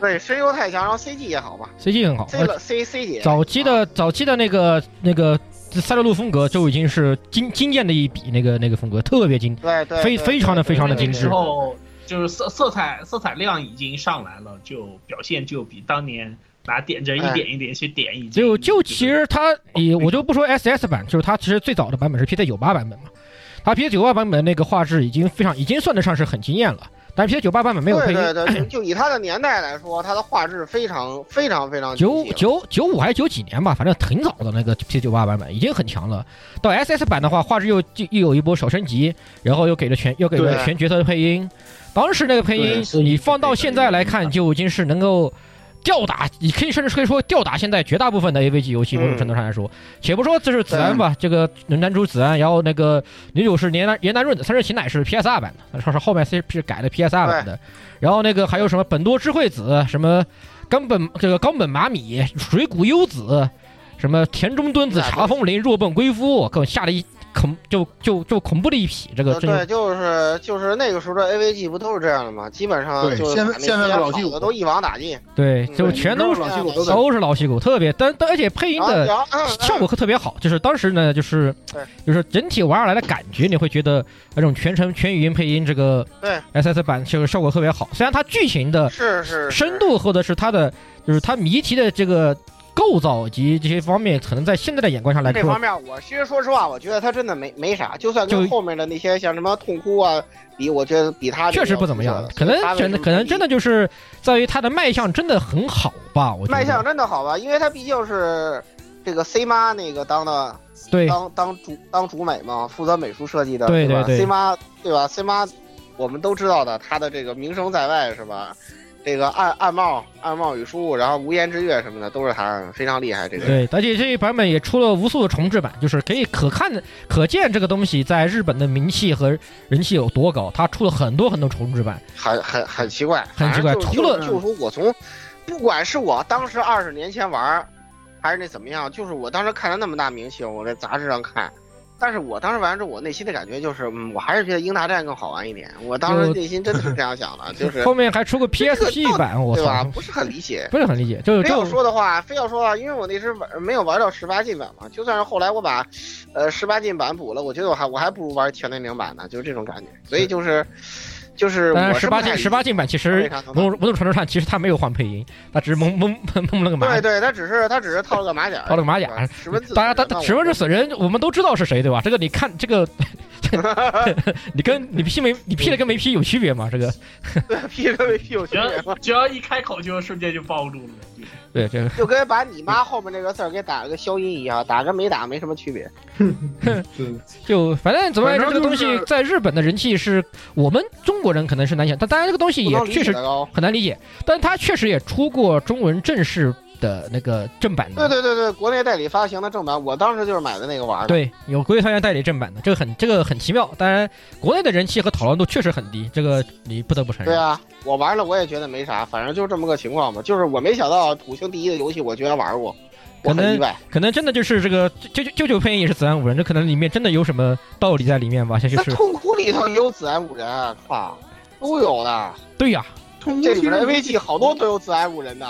Speaker 6: 对，声优太强，然后 CG 也好吧
Speaker 5: ，CG 很好。呃
Speaker 6: ，C 了 C C 姐啊
Speaker 5: 早期的早期的那个那个赛璐璐风格就已经是惊惊艳的一笔，那个那个风格特别精，
Speaker 6: 对对，
Speaker 5: 非
Speaker 6: 对
Speaker 5: 非常的非常的
Speaker 6: 对对
Speaker 5: 精
Speaker 6: 对
Speaker 5: 致
Speaker 4: 之。后就是色色彩色彩量已经上来了，就表现就比当年拿点阵一点一点去点已经
Speaker 5: 就就其实它，以我就不说 SS 版，就是它其实最早的版本是 PS 九八版本嘛，它 PS 九八版本那个画质已经非常，已经算得上是很惊艳了。但是 PS 九八版本没有配
Speaker 6: 对
Speaker 5: 音，
Speaker 6: 对对，就就以它的年代来说，它的画质非常非常非常
Speaker 5: 九
Speaker 6: 精细了
Speaker 5: 九九五还是九几年吧，反正挺早的那个 P 九八版本已经很强了。到 SS 版的话，画质又又又有一波小升级，然后又给了全又给了
Speaker 6: 对
Speaker 5: 全角色的配音。当时那个配音
Speaker 3: 对，是
Speaker 5: 你放到现在来
Speaker 3: 一
Speaker 5: 看，
Speaker 3: 个
Speaker 5: 就已经是能够吊打，你可以甚至可以说吊打现在绝大部分的 AVG 游
Speaker 6: 嗯
Speaker 5: 戏。某种程度上来说， 且不说这是子安吧，这个男主子安，然后那个女主是岩南岩南润，三十琴乃是 PSR 版的，说是后面 CP 改了 PSR 版的。然后那个还有什么本多智惠子，什么冈本这个冈本麻美、水谷优子，什么田中敦子、
Speaker 6: 那
Speaker 5: 茶风林、若本归夫，给我吓了一恐就就就恐怖的一匹。这个
Speaker 6: 呃
Speaker 5: 真
Speaker 6: 对，
Speaker 5: 是
Speaker 6: 就是就是那个时候的 AVG 不都是这样的吗？基本上
Speaker 1: 对
Speaker 6: 就是
Speaker 1: 现在
Speaker 6: 把那
Speaker 1: 现在的
Speaker 6: 些
Speaker 1: 老戏
Speaker 6: 好
Speaker 1: 骨
Speaker 6: 都一网打尽，
Speaker 5: 对，
Speaker 6: 嗯
Speaker 5: 就
Speaker 1: 对
Speaker 5: 全
Speaker 1: 你知道
Speaker 5: 都是哦
Speaker 1: 老戏骨都在
Speaker 5: 都是老戏骨，特别但但而且配音
Speaker 6: 然后
Speaker 5: 的
Speaker 6: 然后嗯嗯
Speaker 5: 效果特别好，就是当时呢，就是
Speaker 6: 对
Speaker 5: 就是整体玩下来的感觉，你会觉得那种全程全语音配音这个
Speaker 6: 对
Speaker 5: SS 版就是效果特别好，虽然它剧情的
Speaker 6: 是是是
Speaker 5: 深度或者是它的就是它谜题的这个构造及这些方面，可能在现在的眼光上来
Speaker 6: 这
Speaker 5: 说
Speaker 6: 方，面，我其实说实话，我觉得他真的没没啥，就算跟
Speaker 5: 就
Speaker 6: 后面的那些像什么痛哭啊比，我觉得比他这
Speaker 5: 确
Speaker 6: 个
Speaker 5: 实
Speaker 6: 要
Speaker 5: 不怎么样
Speaker 6: 出。色
Speaker 5: 可
Speaker 6: 所以他为
Speaker 5: 能真的，
Speaker 6: 什么
Speaker 5: 可能
Speaker 6: 第一
Speaker 5: 真的就是在于它的卖相真的很好吧？我觉得
Speaker 6: 卖相真的好吧，因为他毕竟是这个 C 妈那个当的
Speaker 5: 对
Speaker 6: 当当主当主美嘛，负责美术设计的，
Speaker 5: 对
Speaker 6: 吧
Speaker 5: 对对
Speaker 6: ？C 妈对吧？C 妈我们都知道的，她的这个名声在外是吧？这个暗暗帽、暗帽与书，然后无言之月什么的，都是她非常厉害。这个人
Speaker 5: 对，而且这一版本也出了无数的重制版，就是可以可看的、可见这个东西在日本的名气和人气有多高。它出了很多很多重制版，
Speaker 6: 很很很奇怪，
Speaker 5: 很奇怪
Speaker 6: 反正就
Speaker 5: 除
Speaker 6: 是
Speaker 5: 了
Speaker 6: 就是就是说我从，不管是我当时二十年前玩儿，还是那怎么样，就是我当时看他那么大名气，我在杂志上看。但是我当时玩完之后，我内心的感觉就是，嗯，我还是觉得英达战更好玩一点。我当时
Speaker 5: 就
Speaker 6: 内心真的是这样想 的，就是
Speaker 5: 后面还出个
Speaker 6: 这个
Speaker 5: PSP 版，我
Speaker 6: 对吧？
Speaker 5: 操，
Speaker 6: 不是很理解。
Speaker 5: 不是很理解。就
Speaker 6: 非要
Speaker 5: 就
Speaker 6: 说的话，非要说的话，因为我那时玩没有玩到十八禁版嘛，就算是后来我把，呃，十八禁版补了，我觉得我还我还不如玩全年龄版呢，就是这种感觉。所以就是，就是
Speaker 5: 当然
Speaker 6: 我
Speaker 5: 十
Speaker 6: 是
Speaker 5: 八
Speaker 6: 不太
Speaker 5: 禁
Speaker 6: 理解
Speaker 5: 十八禁版其实
Speaker 6: 非常能
Speaker 5: 某种某种程度上其实它没有换配音，它只是蒙蒙蒙蒙了个马
Speaker 6: 对对，他只是他只是套了个马甲，
Speaker 5: 套了个马甲
Speaker 6: 对吧十 分自
Speaker 5: 当然，他十分之损人，我们都知道是谁，对吧？这个你看，这个 你跟你 P 没你 P 了跟没 P 有区别吗？这个
Speaker 6: P 跟没 P 有区
Speaker 4: 只
Speaker 6: 别
Speaker 4: 要
Speaker 6: 吗？
Speaker 4: 只要一开口就瞬间就暴露了，
Speaker 5: 对这个
Speaker 6: 就跟把你妈后面这个字儿给打了个消音一样，打跟没打没什么区别。
Speaker 5: 就反正怎么来说，
Speaker 1: 反
Speaker 5: 这个
Speaker 1: 正就
Speaker 5: 东
Speaker 1: 是
Speaker 5: 西在日本的人气是我们中国人可能是难想，但当然这个东西
Speaker 6: 不
Speaker 5: 也
Speaker 6: 能理
Speaker 5: 确
Speaker 6: 解
Speaker 5: 实
Speaker 6: 的哦高。
Speaker 5: 很难理解，但它确实也出过中文正式的那个正版
Speaker 6: 对
Speaker 5: 的。
Speaker 6: 对对对，国内代理发行的正版，我当时就是买的那个玩儿的。
Speaker 5: 对，有国际商家代理正版的，这个很这个很奇妙。当然，国内的人气和讨论度确实很低，这个你不得不承
Speaker 6: 对
Speaker 5: 认。
Speaker 6: 啊，我玩了我也觉得没啥，反正就这么个情况吧。就是我没想到土星第一的游戏我居然玩过，我
Speaker 5: 可能
Speaker 6: 很意外。
Speaker 5: 可能真的就是这个舅舅舅舅配音也是子安五人，这可能里面真的有什么道理在里面吧？像就
Speaker 6: 那
Speaker 5: 是
Speaker 6: 痛苦里头也有子安五人啊，靠，都有的。
Speaker 5: 对呀、
Speaker 1: 通
Speaker 6: 这里面的 AVG 好多都有子安五人的。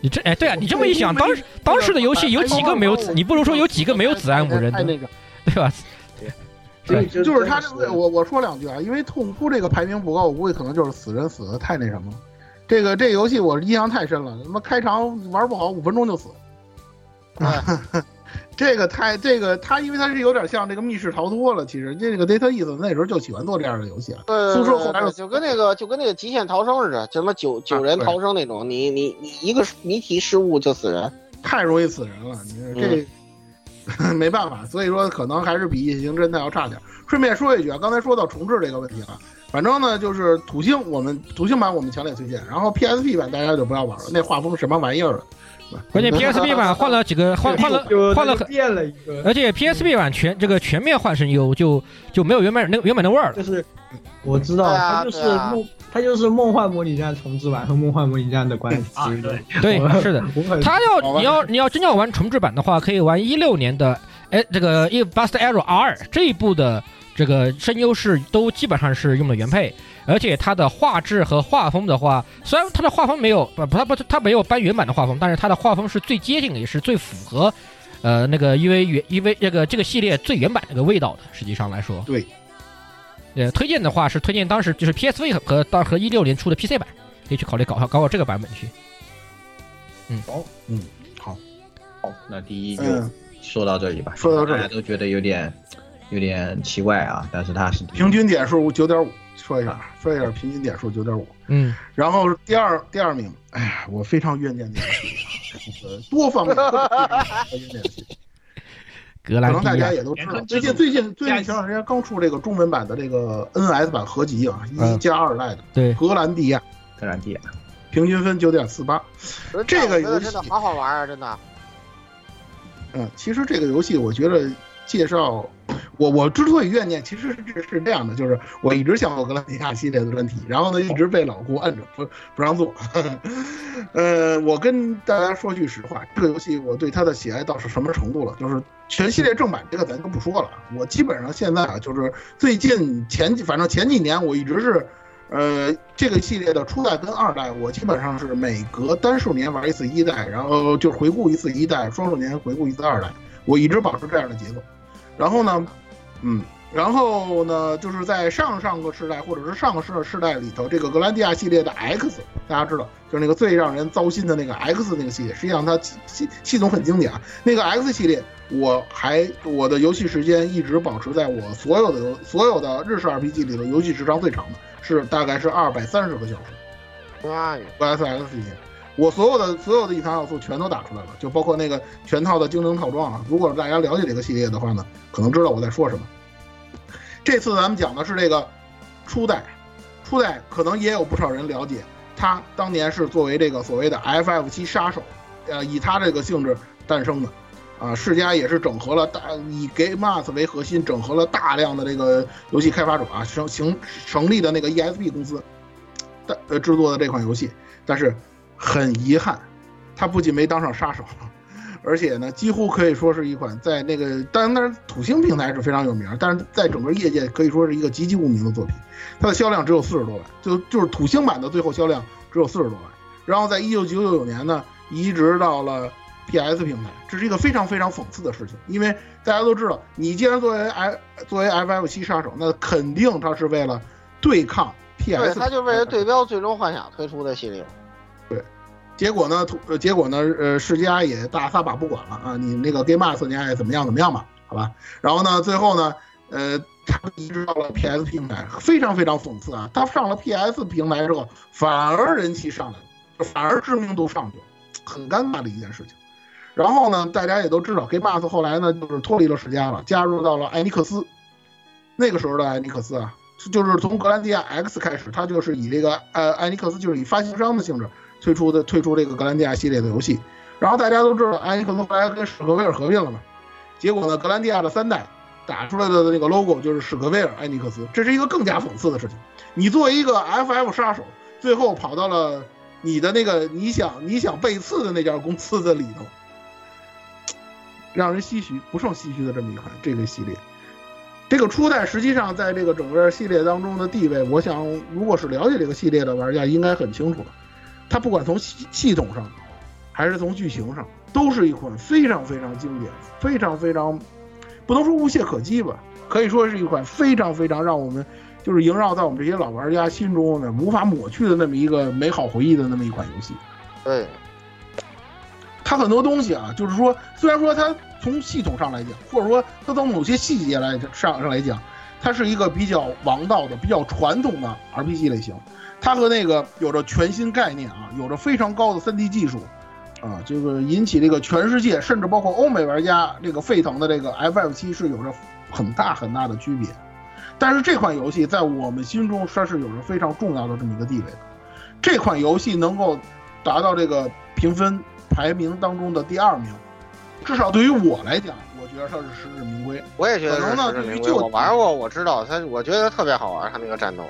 Speaker 5: 你这哎对啊，你这么一想，当时当时的游戏有几个没有子，你不如说有几个没有子安五人
Speaker 1: 太
Speaker 5: 的，
Speaker 1: 那个，
Speaker 5: 对吧？
Speaker 3: 所以
Speaker 1: 就是他这
Speaker 3: 这
Speaker 1: 个，我我说两句啊，因为痛哭这个排名不高，我估计可能就是死人死的太那什么了。这个这个游戏我印象太深了，他妈开场玩不好五分钟就死。哎这个太这个他，因为他是有点像这个密室逃脱了，其实这个 Data East 那时候就喜欢做这样的游戏了。
Speaker 6: 对，
Speaker 1: 宿舍后
Speaker 6: 对
Speaker 1: 来有
Speaker 6: 就跟那个就跟那个极限逃生似的，什么九九人
Speaker 1: 对
Speaker 6: 逃生那种，你你你一个谜题失误就死人。
Speaker 1: 太容易死人了，你这、 没办法，所以说可能还是比《夜行侦探》要差点儿。顺便说一句啊，刚才说到重置这个问题了，反正呢就是土星，我们土星版我们强烈推荐，然后 PSP 版大家就不要玩了，那画风什么玩意儿了。是吧
Speaker 5: 关键 PSP 版换了几个，换 换了换了很，
Speaker 3: 变了一个，
Speaker 5: 而且 PSP 版全这个全面换声优，就就没有原版那原版的味儿了。
Speaker 3: 就是我知道，
Speaker 6: 对啊
Speaker 3: 他就是
Speaker 6: 对啊
Speaker 3: 梦，他就是梦幻模拟战重置版和梦幻模拟战的关系。
Speaker 4: 啊对，
Speaker 5: 对，是的，
Speaker 3: 我很
Speaker 5: 他
Speaker 1: 好
Speaker 5: 要
Speaker 1: 吧
Speaker 5: 你要你要真要玩重置版的话，可以玩一六年的哎这个 i Bust Arrow R 这一部的这个声优是都基本上是用的原配，而且它的画质和画风的话，虽然它的画风没有不不它不它没有搬原版的画风，但是它的画风是最接近的，也是最符合。呃，那个因为原因为这个这个系列最原版那个味道的，实际上来说，
Speaker 1: 对，
Speaker 5: 呃，推荐的话是推荐当时就是 PSV 和和当和一六年出的 PC 版，可以去考虑搞搞搞这个版本去。
Speaker 3: 那第一就
Speaker 1: 嗯，
Speaker 3: 说到这里吧，
Speaker 1: 说到这里
Speaker 3: 大家都觉得有点有点奇怪啊，但是他是
Speaker 1: 平均点数九点五，说一下，啊说一下平均点数九点五。
Speaker 5: 嗯，
Speaker 1: 然后第二第二名，哎呀，我非常怨念这个游戏， 呃多方面都非常怨念这个游戏
Speaker 5: 格
Speaker 1: 可
Speaker 5: 兰啊
Speaker 1: 能大
Speaker 5: 蒂亚
Speaker 1: 家，也都知道，
Speaker 4: 言
Speaker 1: 最
Speaker 4: 之有
Speaker 1: 近
Speaker 4: 物
Speaker 1: 最近最
Speaker 4: 加
Speaker 1: 近
Speaker 4: 一
Speaker 1: 前段时间刚出这个中文版的这个 NS 版合集啊，一
Speaker 5: 嗯
Speaker 1: 加二代的
Speaker 5: 对，
Speaker 1: 格兰蒂亚，
Speaker 3: 格兰蒂亚，
Speaker 1: 平均分九点四八。这个
Speaker 6: 我觉得
Speaker 1: 游戏
Speaker 6: 真的好好玩啊，真的。
Speaker 1: 嗯，其实这个游戏我觉得介绍，我我之所以怨念，其实是是这样的，就是我一直想做格兰蒂亚系列的专题，然后呢一直被老胡摁着不不让做。 呃，我跟大家说句实话，这个游戏我对它的喜爱到是什么程度了？就是全系列正版这个咱就不说了，我基本上现在啊，就是最近前几，反正前几年我一直是。呃，这个系列的初代跟二代，我基本上是每隔单数年玩一次一代，然后就回顾一次一代，双数年回顾一次二代，我一直保持这样的节奏。然后呢，嗯，然后呢，就是在上上个世代或者是上个世世代里头，这个格兰蒂亚系列的 X 大家知道，就是那个最让人糟心的那个 X 那个系列，实际上它系系系统很经典啊。那个 X 系列，我还我的游戏时间一直保持在我所有的游所有的日式 RPG 里头，游戏时长最长的是大概是二百三十个小时。
Speaker 6: 妈呀，
Speaker 1: VSX 系列，我所有的所有的隐藏要素全都打出来了，就包括那个全套的精灵套装啊。如果大家了解这个系列的话呢，可能知道我在说什么。这次咱们讲的是这个初代，初代可能也有不少人了解，它当年是作为这个所谓的 FF 七杀手，呃，以它这个性质诞生的。啊，世嘉也是整合了大以 Game Mass 为核心，整合了大量的这个游戏开发者啊，成成成立的那个 ESP 公司，但呃制作的这款游戏，但是很遗憾，它不仅没当上杀手， 而且呢，几乎可以说是一款在那个当然土星平台是非常有名，但是在整个业界可以说是一个籍籍无名的作品。它的销量只有四十多万，就就是土星版的最后销量只有四十多万。然后在一九九九年呢，移植到了 PS 平台，这是一个非常非常讽刺的事情，因为大家都知道，你既然作为 F 作为 FF 七杀手，那肯定它是为了对抗 PS，
Speaker 6: 对，它就为了
Speaker 1: 平台
Speaker 6: 对标《最终幻想》推出的系列。
Speaker 1: 结果呢，土呃结果呢，呃，世嘉也大撒把不管了啊，你那个 Game Max 你爱怎么样怎么样吧，好吧。然后呢，最后呢，呃，它移植到了 PS 平台，非常非常讽刺啊，它上了 PS 平台之后，反而人气上来了，反而知名度上去了，很尴尬的一件事情。然后呢，大家也都知道，Game Max 后来呢，就是脱离了世嘉了，加入到了艾尼克斯。那个时候的艾尼克斯啊，就就是从格兰蒂亚 X 开始，它就是以这个呃艾尼克斯就是以发行商的性质。推出的推出这个格兰蒂亚系列的游戏。然后大家都知道，安妮克斯后来跟史克威尔合并了嘛。结果呢，格兰蒂亚的三代打出来的那个 logo 就是史克威尔艾尼克斯，这是一个更加讽刺的事情。你作为一个 FF 杀手，最后跑到了你的那个你想你想背刺的那家公司的里头，让人唏嘘，不胜唏嘘的这么一款这个系列。这个初代实际上在这个整个系列当中的地位，我想如果是了解这个系列的玩家应该很清楚了。它不管从系系统上，还是从剧情上，都是一款非常非常经典、非常非常不能说无懈可击吧，可以说是一款非常非常让我们就是萦绕在我们这些老玩家心中呢无法抹去的那么一个美好回忆的那么一款游戏。
Speaker 6: 对，
Speaker 1: 它很多东西啊，就是说，虽然说它从系统上来讲，或者说它从某些细节来上上来讲，它是一个比较王道的、比较传统的 RPG 类型，它和那个有着全新概念啊，有着非常高的 3D 技术，啊，这个引起这个全世界甚至包括欧美玩家这个沸腾的这个 FF 七是有着很大很大的区别。但是这款游戏在我们心中它是有着非常重要的这么一个地位的。这款游戏能够达到这个评分排名当中的第二名，至少对于我来讲，我觉得它是实至名归。
Speaker 6: 我也觉得
Speaker 1: 可能呢
Speaker 6: 是实至名
Speaker 1: 对于
Speaker 6: 归。
Speaker 1: 就
Speaker 6: 我玩过，我知道它，我觉得特别好玩，它那个战斗。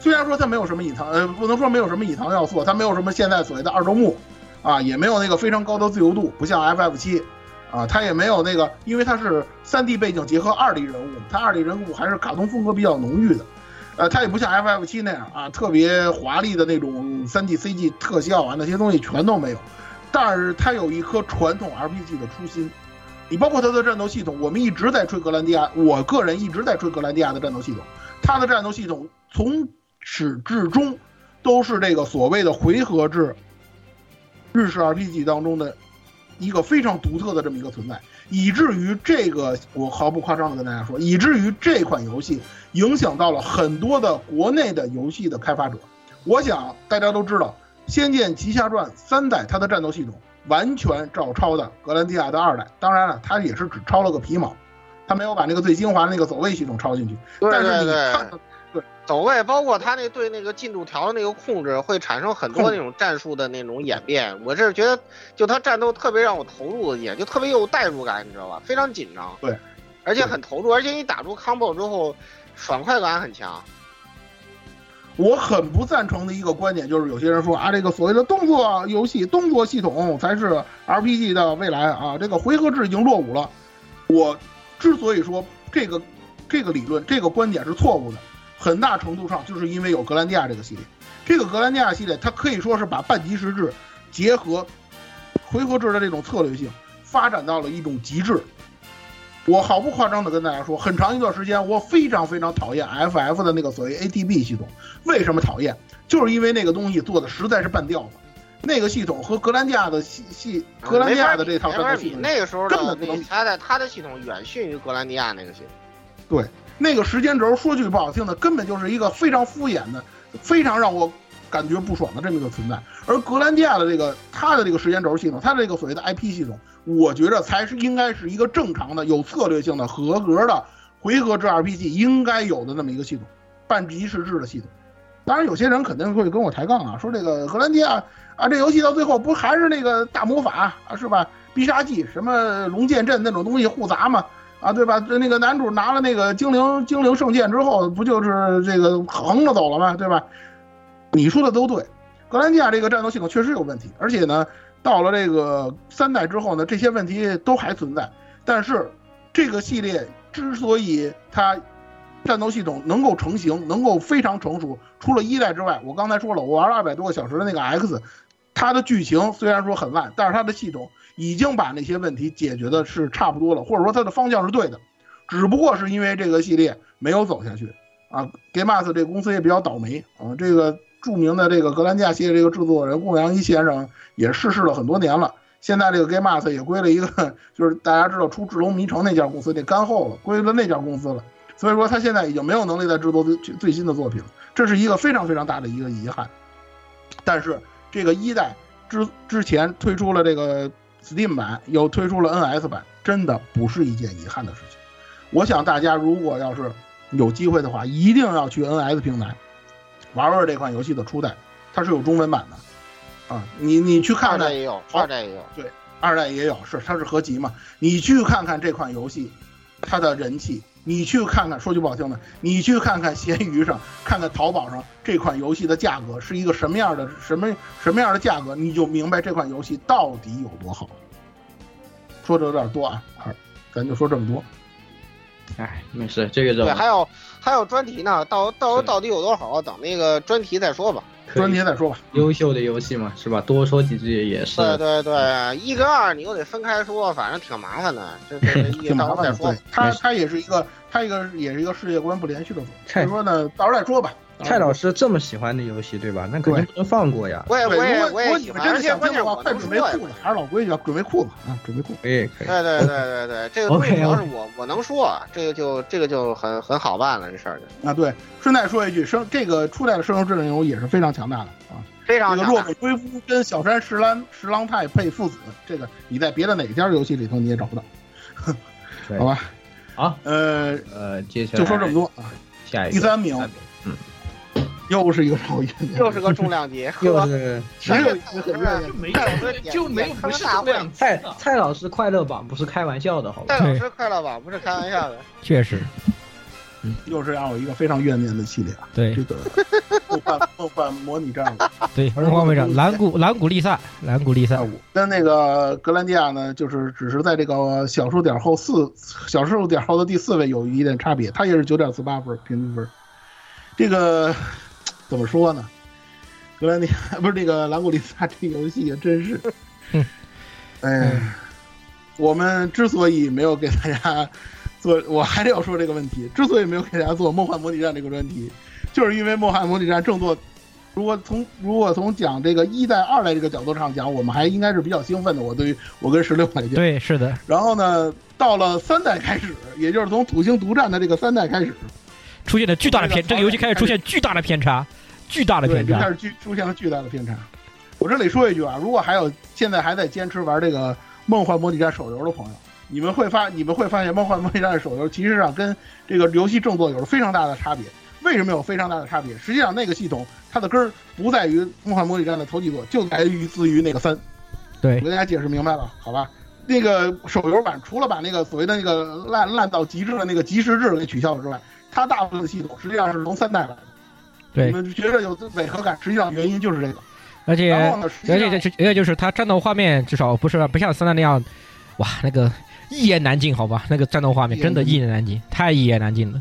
Speaker 1: 虽然说它没有什么隐藏，呃，不能说没有什么隐藏要素，它啊没有什么现在所谓的二周目，啊，也没有那个非常高的自由度，不像 FF 七，啊，它也没有那个，因为它是三 D 背景结合二 D 人物，它二 D 人物还是卡通风格比较浓郁的，呃，它也不像 FF 七那样啊，特别华丽的那种三 D CG 特效啊，那些东西全都没有，但是它有一颗传统 RPG 的初心。你包括它的战斗系统，我们一直在吹格兰蒂亚，我个人一直在吹格兰蒂亚的战斗系统，它的战斗系统从始至终都是这个所谓的回合制日式 RPG 当中的一个非常独特的这么一个存在，以至于这个我毫不夸张的跟大家说，以至于这款游戏影响到了很多的国内的游戏的开发者。我想大家都知道，《仙剑奇侠传》三代它的战斗系统完全照抄的格兰蒂亚的二代，当然了，它也是只抄了个皮毛，它没有把那个最精华的那个走位系统抄进去。
Speaker 6: 对
Speaker 1: 但是
Speaker 6: 对
Speaker 1: 你看
Speaker 6: 对
Speaker 1: 到。
Speaker 6: 走位，包括他那对那个进度条的那个控制，会产生很多那种战术的那种演变。我这是觉得，就他战斗特别让我投入的一点，就特别有代入感，你知道吧？非常紧张，
Speaker 1: 对，
Speaker 6: 而且很投入，而且你打出 combo 之后，爽快感很强。
Speaker 1: 我很不赞成的一个观点就是，有些人说啊，这个所谓的动作游戏、动作系统才是 RPG 的未来啊，这个回合制已经落伍了。我之所以说这个这个理论、这个观点是错误的，很大程度上就是因为有格兰蒂亚这个系列。这个格兰蒂亚系列，它可以说是把半即时制结合回合制的这种策略性发展到了一种极致。我毫不夸张的跟大家说，很长一段时间我非常非常讨厌 FF 的那个所谓 ATB 系统。为什么讨厌？就是因为那个东西做的实在是半吊子。那个系统和格兰蒂亚的系系格兰蒂亚的这套
Speaker 6: 没
Speaker 1: 战
Speaker 6: 法
Speaker 1: 斗
Speaker 6: 比
Speaker 1: 系，统，
Speaker 6: 哎那个时候
Speaker 1: 根
Speaker 6: 的
Speaker 1: 本不能
Speaker 6: 那
Speaker 1: 比
Speaker 6: 他的他的系统远逊于格兰迪亚那个系统。
Speaker 1: 那个时间轴，说句不好听的，根本就是一个非常敷衍的、非常让我感觉不爽的这么一个存在。而格兰蒂亚的这个它的这个时间轴系统，它的这个所谓的 IP 系统，我觉着才是应该是一个正常的、有策略性的、合格的回合制 RPG 应该有的那么一个系统，半即时制的系统。当然，有些人肯定会跟我抬杠啊，说这个格兰蒂亚啊，这游戏到最后不还是那个大魔法啊，是吧？必杀技什么龙剑阵那种东西互砸吗？啊，对吧？这那个男主拿了那个精灵精灵圣剑之后，不就是这个横着走了吗？对吧？你说的都对，格兰蒂亚这个战斗系统确实有问题，而且呢，到了这个三代之后呢，这些问题都还存在。但是这个系列之所以它战斗系统能够成型，能够非常成熟，除了一代之外，我刚才说了，我玩了二百多个小时的那个 X，它的剧情虽然说很烂，但是它的系统已经把那些问题解决的是差不多了，或者说它的方向是对的，只不过是因为这个系列没有走下去啊。GameUs 这个公司也比较倒霉啊，这个著名的这个格兰蒂亚系列这个制作人宫本洋一先生也逝世了很多年了。现在这个 GameUs 也归了一个，就是大家知道出《智龙迷城》那家公司，那干后了，归了那家公司了。所以说他现在已经没有能力再制作最最新的作品了，这是一个非常非常大的一个遗憾。但是这个一代之之前推出了这个 Steam 版，又推出了 NS 版，真的不是一件遗憾的事情。我想大家如果要是有机会的话，一定要去 NS 平台玩玩这款游戏的初代，它是有中文版的啊，你你去
Speaker 6: 二
Speaker 1: 看看
Speaker 6: 代也有，
Speaker 1: 好
Speaker 6: 二代也有。
Speaker 1: 二代也有，是它是合集嘛？你去看看这款游戏，它的人气，你去看看，说句不好听的，你去看看闲鱼上，看看淘宝上这款游戏的价格是一个什么样的什么什么样的价格，你就明白这款游戏到底有多好。说的有点多啊，啊 咱就说这么多。
Speaker 3: 哎，没事，这个就
Speaker 6: 对，还有还有专题呢，到到时候
Speaker 3: 是
Speaker 6: 到底有多好，等那个专题再说吧。
Speaker 3: 可
Speaker 1: 专
Speaker 3: 以
Speaker 1: 题再说吧。
Speaker 3: 优秀的游戏嘛，是吧？多说几句也是。
Speaker 6: 对对对，一跟二你又得分开说，反正挺麻烦的。这这这一
Speaker 1: 挺麻
Speaker 6: 到时候再
Speaker 1: 烦的，
Speaker 6: 说
Speaker 1: 对。它它也是一个，它一个也是一个世界观不连续的作品。所
Speaker 3: 蔡
Speaker 1: 以说呢，到时候再说吧。
Speaker 3: 蔡老师这么喜欢的游戏，对吧？那肯定不能放过呀。
Speaker 6: 我也
Speaker 1: 对，
Speaker 6: 哎我也
Speaker 1: 如
Speaker 6: 我
Speaker 1: 果如果
Speaker 6: 也
Speaker 1: 你
Speaker 6: 喜
Speaker 1: 们
Speaker 6: 欢，
Speaker 1: 真
Speaker 6: 而
Speaker 1: 的
Speaker 6: 且
Speaker 1: 想
Speaker 6: 关
Speaker 1: 听
Speaker 6: 键
Speaker 1: 的话，
Speaker 6: 我
Speaker 1: 快
Speaker 6: 都
Speaker 1: 准备
Speaker 6: 说呀。
Speaker 1: 裤子，还是老规矩啊，准备裤子啊，准备裤子。
Speaker 3: 可以可以。
Speaker 6: 对对对对对，这个东
Speaker 3: OK，
Speaker 6: 西主要
Speaker 3: OK
Speaker 6: 是我我能说，这个就这个就很很好办了，这事儿就
Speaker 1: 啊，对，顺带说一句，生这个初代的生成质内容也是非常强大的啊。
Speaker 6: 非
Speaker 1: 这
Speaker 6: 常
Speaker 1: 个
Speaker 6: 想
Speaker 1: 若
Speaker 6: 打。
Speaker 1: 本归夫跟小山十郎十郎太配父子，这个你在别的哪家游戏里头你也找不到，
Speaker 3: 对
Speaker 1: 好吧？
Speaker 3: 好，
Speaker 1: 呃，
Speaker 3: 呃，接下来
Speaker 1: 就说这么多啊。
Speaker 3: 下一个
Speaker 1: 第三名
Speaker 3: 下一个
Speaker 1: 又是一个超越，
Speaker 6: 又是个重量级，呵
Speaker 3: 又
Speaker 6: 吧？
Speaker 3: 是
Speaker 1: 只有一个很
Speaker 6: 啊
Speaker 1: 厉害的
Speaker 6: 蔡老
Speaker 4: 就没
Speaker 6: 师
Speaker 4: 有就没有不是这样子
Speaker 3: 蔡
Speaker 4: 的。
Speaker 3: 蔡老师快乐榜不是开玩笑的，好吧
Speaker 6: 戴？老师快乐吧，不是开玩笑的。
Speaker 5: 确实，
Speaker 1: 又是让我一个非常怨念的系列啊。
Speaker 5: 对
Speaker 1: 这个梦幻梦幻模拟战舞
Speaker 5: 对，梦幻会长，蓝谷蓝谷丽萨，蓝谷丽萨
Speaker 1: 战，舞，跟那个格兰蒂亚呢，就是只是在这个小数点后四小数点后的第四位有一点差别，它也是九点四八分平均分。这个怎么说呢？格兰蒂亚 不是那个兰古丽萨这游戏也真是，哎，我们之所以没有给大家做，我还是要说这个问题，之所以没有给大家做《梦幻模拟战》这个专题，就是因为《梦幻模拟战》正做。如果从如果从讲这个一代、二代这个角度上讲，我们还应该是比较兴奋的。我对于我跟石榴来讲，
Speaker 5: 对，是的，
Speaker 1: 然后呢，到了三代开始，也就是从土星独占的这个三代开始，
Speaker 5: 出现了巨大的偏，
Speaker 1: 我们
Speaker 5: 这个游戏开始出现巨大的偏差，巨大的
Speaker 1: 对，
Speaker 5: 偏
Speaker 1: 就开
Speaker 5: 差，
Speaker 1: 始巨出现了巨大的偏差。我这里说一句啊，如果还有现在还在坚持玩这个《梦幻模拟战》手游的朋友，你们会发你们会发现，《梦幻模拟战》手游其实上跟这个游戏正作有着非常大的差别。为什么有非常大的差别？实际上，那个系统它的根儿不在于《梦幻模拟战》的头几座，就来于自于那个三。
Speaker 5: 对
Speaker 1: 我给大家解释明白了，好吧？那个手游版除了把那个所谓的那个烂烂到极致的那个即时制给取消了之外，它大部分的系统实际上是从三代来的。
Speaker 5: 对
Speaker 1: 你们觉得有违和感，实际上原因就是这个。
Speaker 5: 而且
Speaker 1: 然后呢，实
Speaker 5: 而
Speaker 1: 际上
Speaker 5: 且这而且就是它战斗画面至少不是不像三代那样，哇，那个一言难尽，好吧，那个战斗画面真的一言难尽，太一言难尽了。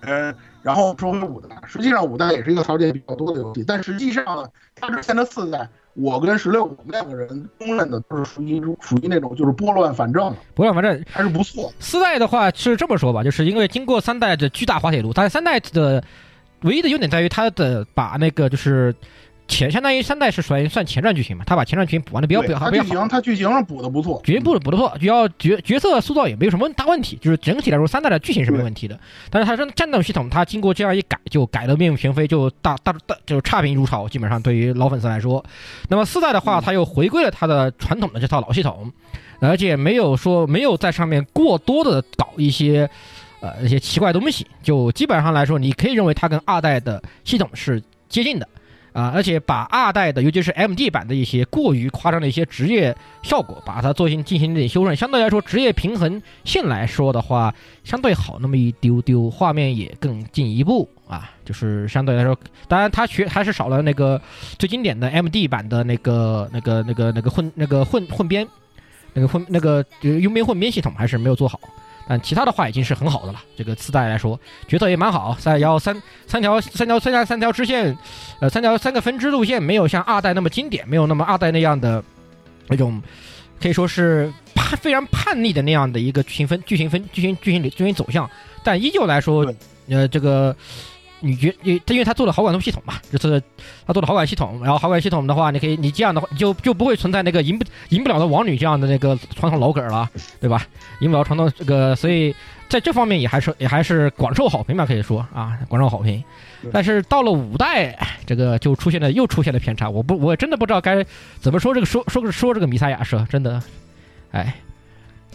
Speaker 1: 呃，然后说回五代，实际上五代也是一个槽点比较多的游戏，但实际上呢它之前的四代，我跟十六我们两个人公认的都是属于一种属于那种就是拨乱反正的，
Speaker 5: 不过反正
Speaker 1: 还是不错的。
Speaker 5: 四代的话是这么说吧，就是因为经过三代的巨大滑铁卢，但是三代的唯一的优点在于它的把那个就是前相当于三代是属于算前传剧情嘛，它把前传剧情补完的比较比
Speaker 1: 对
Speaker 5: 较
Speaker 1: 它
Speaker 5: 比较
Speaker 1: 剧
Speaker 5: 好。
Speaker 1: 情它剧情上补的不错，
Speaker 5: 角部不错，主要角角色塑造也没有什么大问题，就是整体来说三代的剧情是没问题的。但是它说战斗系统，它经过这样一改，就改得面目全非，就大大大就差评如潮，基本上对于老粉丝来说。那么四代的话，它又回归了它的传统的这套老系统，而且没有说没有在上面过多的搞一些。呃，一些奇怪的东西，就基本上来说，你可以认为它跟二代的系统是接近的，啊、而且把二代的，尤其是 MD 版的一些过于夸张的一些职业效果，把它做进进行一点修正，相对来说职业平衡性来说的话，相对好那么一丢丢，画面也更进一步啊，就是相对来说，当然它学还是少了那个最经典的 MD 版的那个那个那个那个混那个混混编，那个混那个呃佣兵混编系统还是没有做好。但其他的话已经是很好的了。这个四代来说，角色也蛮好。三幺三三条三条虽然三条支线，呃，三条三个分支路线没有像二代那么经典，没有那么二代那样的那种可以说是叛非常叛逆的那样的一个剧情分剧情分剧情剧情里剧情走向，但依旧来说
Speaker 1: 对，
Speaker 5: 呃，这个你觉因因为他做了好感度系统嘛，就是他做了好感系统，然后好感系统的话，你可以你这样的话你就就不会存在那个赢不赢不了的王女这样的那个传统老梗了，对吧？赢不了传统这个，所以在这方面也还是也还是广受好评吧，可以说啊，广受好评
Speaker 1: 对。
Speaker 5: 但是到了五代，这个就出现了又出现了偏差，我不我真的不知道该怎么说这个说说说这个弥赛亚社，真的，哎，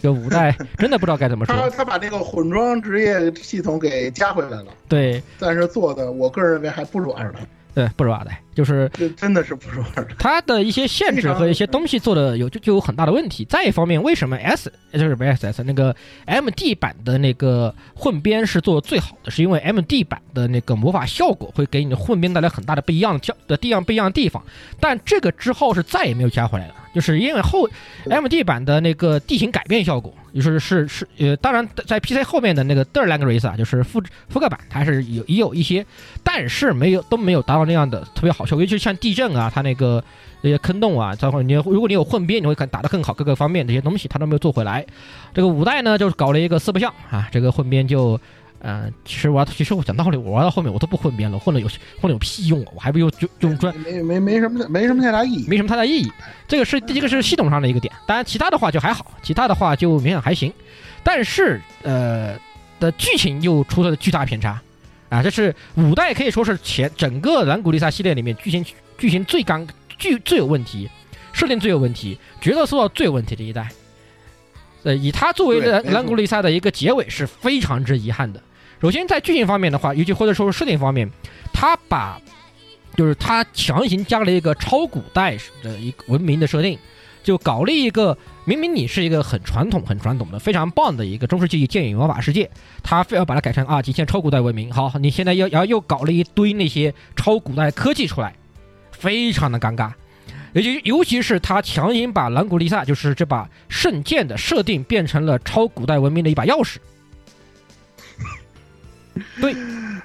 Speaker 5: 这五代真的不知道该怎 么
Speaker 1: 它
Speaker 5: 说。
Speaker 1: 它把这个混装职业系统给加回来了，
Speaker 5: 对
Speaker 1: 但是做的我个人认为还不如二代，
Speaker 5: 对，呃不如二代，就是
Speaker 1: 这真的是不如二代。
Speaker 5: 它的一些限制和一些东西做的有就就有很大的问题。再一方面，为什么 S 呃就是不是 SS 那个 MD 版的那个混编是做的最好的？是因为 MD 版的那个魔法效果会给你的混编带来很大的不一样的效呃的地样不一样的地方，但这个之后是再也没有加回来了，就是因为后 MD 版的那个地形改变效果。就是是是呃，当然在 PC 后面的那个 Third Language 啊，就是复制复刻版，它是有也有一些，但是没有都没有达到那样的特别好效果，尤其是像地震啊，它那个这些坑洞啊，包括你如果你有混编，你会看打得更好，各个方面这些东西他都没有做回来。这个五代呢，就是搞了一个四不像啊，这个混编就。嗯，其实玩，其实我讲道理，我玩到后面我都不混编了，混了有混了有屁用啊！我还不如就用专
Speaker 1: 没没没什么没什么太大意义。
Speaker 5: 没什么太大意义。这个是这个是系统上的一个点，当然其他的话就还好，其他的话就勉强还行。但是呃的剧情又出了巨大偏差啊，这是五代可以说是前整个蓝古丽萨系列里面剧情剧情最刚剧最有问题，设定最有问题，角色塑造最有问题的一代。呃，以它作为
Speaker 1: 对
Speaker 5: 蓝
Speaker 1: 没错
Speaker 5: 蓝古丽萨的一个结尾是非常之遗憾的。首先在剧情方面的话，尤其或者说是设定方面，它把就是它强行加了一个超古代的一个文明的设定，就搞了一个明明你是一个很传统、很传统的非常棒的一个中世纪剑与魔法世界，他非要把它改成啊极限超古代文明。好，你现在又然后又搞了一堆那些超古代科技出来，非常的尴尬。尤其尤其是他强行把兰古丽萨，就是这把圣剑的设定变成了超古代文明的一把钥匙。对，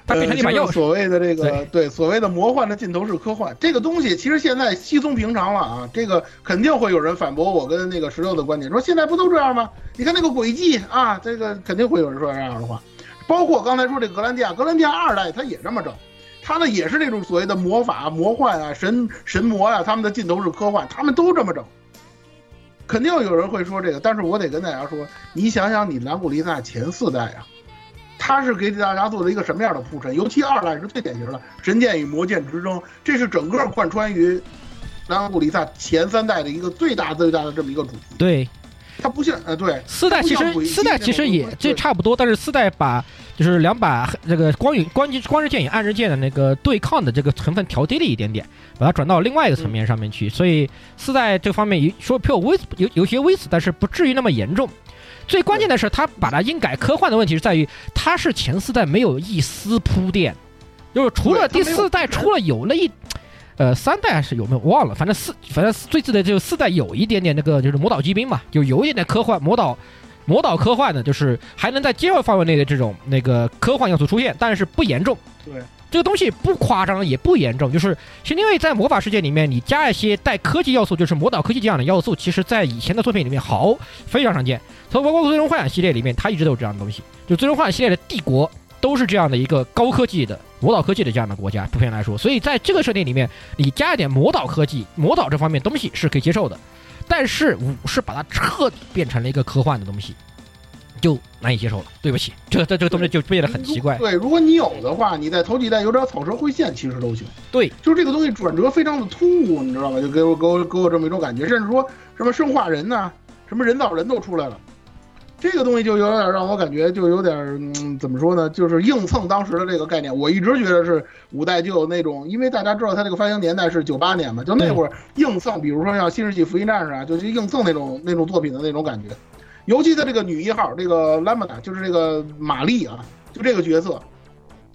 Speaker 5: 它变成了一 把
Speaker 1: 呃就是
Speaker 5: 钥匙。
Speaker 1: 所谓的这个对所谓的魔幻的尽头是科幻，这个东西其实现在稀松平常了啊。这个肯定会有人反驳我跟那个石榴的观点，说现在不都这样吗？你看那个轨迹啊，这个肯定会有人说这样的话。包括刚才说这格兰蒂亚，格兰蒂亚二代它也这么整，它呢也是那种所谓的魔法、魔幻啊、神神魔啊，他们的尽头是科幻，他们都这么整。肯定有人会说这个，但是我得跟大家说，你想想你兰古丽萨前四代啊，它是给大家做了一个什么样的铺陈？尤其二代是最典型的神剑与魔剑之争，这是整个贯穿于兰古丽萨前三代的一个最大最大的这么一个主题。
Speaker 5: 对，
Speaker 1: 它不像呃对，
Speaker 5: 四代其
Speaker 1: 它不像
Speaker 5: 实
Speaker 1: 轨迹
Speaker 5: 四代其实也
Speaker 1: 那种
Speaker 5: 这
Speaker 1: 对
Speaker 5: 差不多，但是四代把就是两把黑这个光与光光之剑与暗之剑的那个对抗的这个成分调低了一点点，把它转到另外一个层面上面去，所以四代这方面有说颇有微词有有些微词，但是不至于那么严重。最关键的是，他把它硬改科幻的问题是在于，它是前四代没有一丝铺垫，就是除了
Speaker 1: 对
Speaker 5: 第
Speaker 1: 它没有
Speaker 5: 四代除了有了一。呃，三代还是有没有我忘了，反正四，反正最记得就是四代有一点点那个就是魔导机兵嘛，就有一点点科幻魔导魔导科幻呢，就是还能在接受范围内的这种那个科幻要素出现，但是不严重。
Speaker 1: 对，
Speaker 5: 这个东西不夸张也不严重，就是是因为在魔法世界里面，你加一些带科技要素，就是魔导科技这样的要素，其实在以前的作品里面好非常常见。从包括最终幻想系列里面，它一直都有这样的东西。就最终幻想系列的帝国都是这样的一个高科技的魔导科技的这样的国家，普遍来说，所以在这个设定里面，你加一点魔导科技、魔导这方面东西是可以接受的。但是五是把它彻底变成了一个科幻的东西，就难以接受了。对不起，这这这个东西就变得很奇怪。
Speaker 1: 对，如果你有的话，你在头几代有点草蛇灰线，其实都行。
Speaker 5: 对，
Speaker 1: 就是这个东西转折非常的突兀，你知道吧？就给我给我给我这么一种感觉，甚至说什么生化人呐、什么人造人都出来了。这个东西就有点让我感觉，就有点、嗯、怎么说呢？就是硬蹭当时的这个概念。我一直觉得是五代就有那种，因为大家知道它这个发行年代是九八年嘛，就那会儿硬蹭，比如说像《新世纪福音战士》啊，就去硬蹭那种那种作品的那种感觉。尤其他这个女一号，这
Speaker 5: 嗯
Speaker 1: 个拉玛达，就是这个玛丽啊，就这个角色，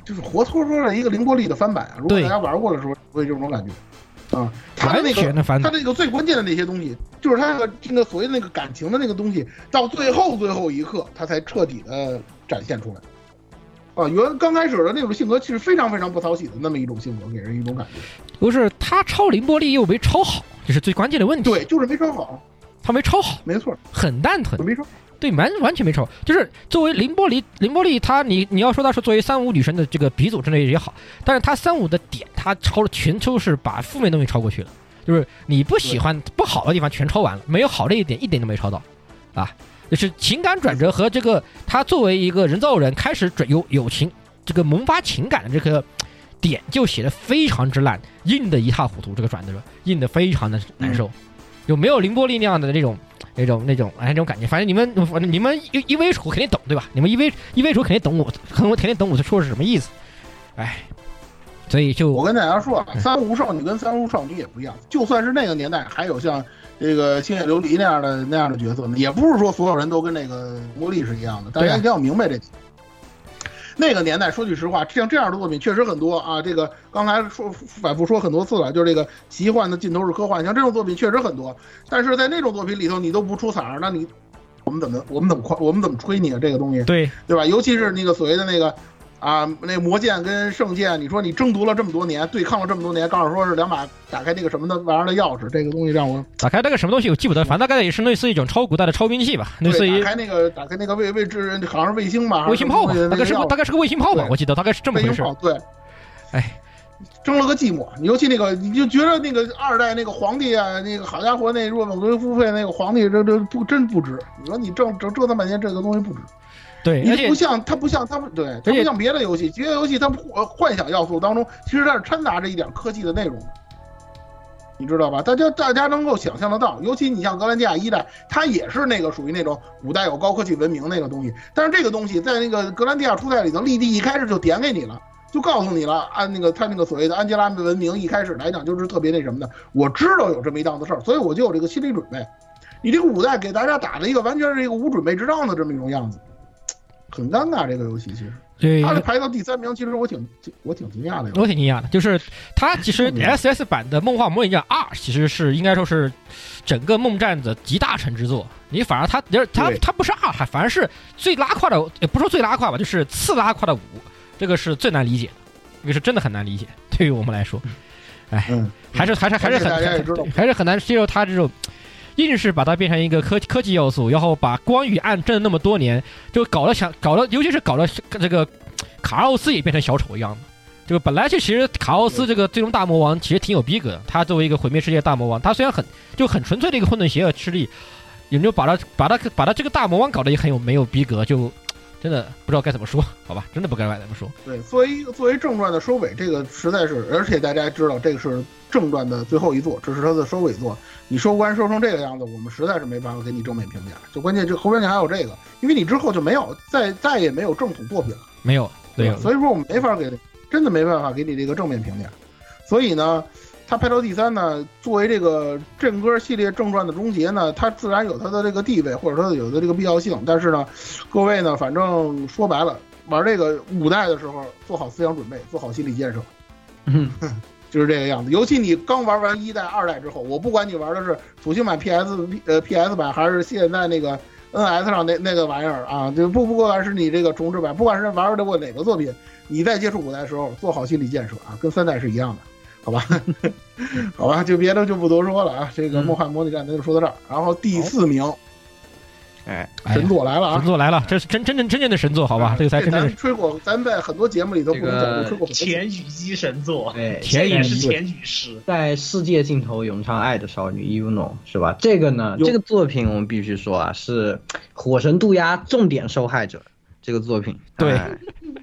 Speaker 1: 就是活脱脱的一个凌波丽的翻版啊。如果
Speaker 5: 对
Speaker 1: 大家玩过的时候，会有这种感觉啊。他的
Speaker 5: 完
Speaker 1: 那个
Speaker 5: 全的反
Speaker 1: 他
Speaker 5: 转，
Speaker 1: 这个最关键的那些东西，就是他那个那个所谓的那个感情的那个东西，到最后最后一刻，他才彻底的展现出来。啊，原刚开始的那种性格其实非常非常不讨喜的那么一种性格，给人一种感觉。
Speaker 5: 不是他超凌波丽又没超好，这是最关键的问题。
Speaker 1: 对，就是没穿好，
Speaker 5: 他没超好，
Speaker 1: 没错，
Speaker 5: 很蛋疼。
Speaker 1: 没穿。
Speaker 5: 对，完完全没超，就是作为凌波丽，凌波丽她你你要说她是作为三五女神的这个鼻祖之类也好，但是她三五的点，她超了全都是把负面东西超过去了，就是你不喜欢不好的地方全超完了，没有好的一点一点都没超到，啊，就是情感转折和这个她作为一个人造人开始转有友情这个萌发情感的这个点就写的非常之烂，硬的一塌糊涂，这个转折硬的非常的难受，有没有凌波丽那样的那种那种那种哎那种感觉，反正你们反正你们一一微楚肯定懂对吧？你们一微一微楚肯定懂我，肯定肯定懂我说的是什么意思，哎，所以就嗯
Speaker 1: 我跟大家说啊，三无少女跟三无少女也不一样，就算是那个年代，还有像这个星野琉璃那样的那样的角色呢，也不是说所有人都跟那个魔力是一样的，大
Speaker 5: 对
Speaker 1: 家
Speaker 5: 啊
Speaker 1: 一定要明白这点。那个年代，说句实话，像这样的作品确实很多啊。这个刚才说反复说很多次了，就是这个奇幻的尽头是科幻，像这种作品确实很多。但是在那种作品里头，你都不出彩儿，那你我们怎么我们怎么夸我们怎么吹你啊？这个东西，
Speaker 5: 对
Speaker 1: 对吧？尤其是那个所谓的那个啊，那魔剑跟圣剑，你说你争夺了这么多年，对抗了这么多年，告诉说是两把打开那个什么的玩意儿的钥匙，这个东西让我
Speaker 5: 打开那个什么东西我记不得，反正大概也是类似一种超古代的超兵器吧，类
Speaker 1: 嗯
Speaker 5: 似
Speaker 1: 对
Speaker 5: 于
Speaker 1: 打开那个打开那个卫卫置，好像是卫星吧，还
Speaker 5: 卫
Speaker 1: 是
Speaker 5: 星
Speaker 1: 什么
Speaker 5: 炮吧
Speaker 1: 东西的，
Speaker 5: 大
Speaker 1: 那
Speaker 5: 概
Speaker 1: 个
Speaker 5: 是
Speaker 1: 钥匙
Speaker 5: 大概是个卫星炮吧
Speaker 1: 对，
Speaker 5: 我记得大概是这么
Speaker 1: 卫
Speaker 5: 回
Speaker 1: 星
Speaker 5: 事。
Speaker 1: 炮，对，
Speaker 5: 哎。
Speaker 1: 争了个寂寞，尤其那个，你就觉得那个二代那个皇帝啊，那个好家伙，那若猛敦夫费那个皇帝，这这不真不值。你说你折折折腾半天，这个东西不值。
Speaker 5: 对，而
Speaker 1: 你
Speaker 5: 且
Speaker 1: 不像它不像它不对，它
Speaker 5: 而且
Speaker 1: 不像别的游戏，别的游戏它幻呃幻想要素当中，其实它是掺杂着一点科技的内容的，你知道吧？大家大家能够想象得到，尤其你像格兰蒂亚一代，它也是那个属于那种古代有高科技文明那个东西，但是这个东西在那个格兰蒂亚初代里头，立地一开始就点给你了。就告诉你了，按那个他那个所谓的安吉拉文明一开始来讲就是特别那什么的，我知道有这么一档子事儿，所以我就有这个心理准备。你这个五代给大家打了一个完全是一个无准备之仗的这么一种样子，很尴尬这个游戏其实。
Speaker 5: 对，
Speaker 1: 他排到第三名，其实我挺我挺惊讶的有。
Speaker 5: 我挺惊讶的，就是它其
Speaker 1: 嗯
Speaker 5: 实 S S 版的《梦幻魔影战二》其实是应该说是整个梦战的集大成之作。你反而它它
Speaker 1: 对
Speaker 5: 它不是二，它反而是最拉胯的，也不说最拉胯吧，就是次拉胯的五，这个是最难理解的，这个是真的很难理解，对于我们来说，哎，
Speaker 1: 嗯
Speaker 5: 还是还是还是很
Speaker 1: 大家也
Speaker 5: 很
Speaker 1: 知道
Speaker 5: 还是很难接受它这种。硬是把它变成一个科科技要素，然后把光与暗震那么多年，就搞得想搞得，尤其是搞得这个卡奥斯也变成小丑一样的。这个本来就其实卡奥斯这个最终大魔王其实挺有逼格的，他作为一个毁灭世界大魔王，他虽然很就很纯粹的一个混沌邪恶势力，也就把他把他把他这个大魔王搞得也很有没有逼格，就真的不知道该怎么说，好吧，真的不该该怎么说。
Speaker 1: 对，作为作为正传的收尾，这个实在是，而且大家知道这个是正传的最后一作，这是它的收尾作。你收官收成这个样子，我们实在是没办法给你正面评价。就关键这后边你还有这个，因为你之后就没有再再也没有正统作品了。
Speaker 5: 没有，没
Speaker 1: 对
Speaker 5: 有
Speaker 1: 吧，所以说我们没法给，真的没办法给你这个正面评价。所以呢，他排到第三呢，作为这个振歌系列正传的终结呢，它自然有它的这个地位，或者说有它的这个必要性。但是呢，各位呢，反正说白了，玩这个五代的时候，做好思想准备，做好心理建设。
Speaker 3: 嗯，
Speaker 1: 就是这个样子。尤其你刚玩完一代、二代之后，我不管你玩的是土星版 PS、呃 PS 版，还是现在那个 NS 上那那个玩意儿啊，就不不管是你这个重置版，不管是玩儿的过哪个作品，你在接触古代的时候做好心理建设啊，跟三代是一样的，好吧？ 好吧，就别的就不多说了啊。这
Speaker 5: 嗯
Speaker 1: 个《梦幻模拟战》咱就说到这儿，然后第四名，
Speaker 6: 哎，
Speaker 1: 神作来了
Speaker 5: 神
Speaker 1: 啊！
Speaker 5: 作来了，这是真真正真正的神作，好吧？这个才
Speaker 1: 这
Speaker 5: 真
Speaker 1: 咱
Speaker 5: 正
Speaker 1: 们吹过，咱们在很多节目里头不同角度吹过很多次。
Speaker 4: 前雨姬神作，
Speaker 3: 对，
Speaker 5: 前
Speaker 4: 也
Speaker 5: 雨
Speaker 4: 是
Speaker 5: 姬
Speaker 4: 前雨师，
Speaker 3: 在世界尽头咏唱爱的少女 Uno 是吧？这个呢，
Speaker 1: 有
Speaker 3: 这个作品我们必须说啊，是火神渡鸦重点受害者。这个作品，
Speaker 5: 对
Speaker 3: 哎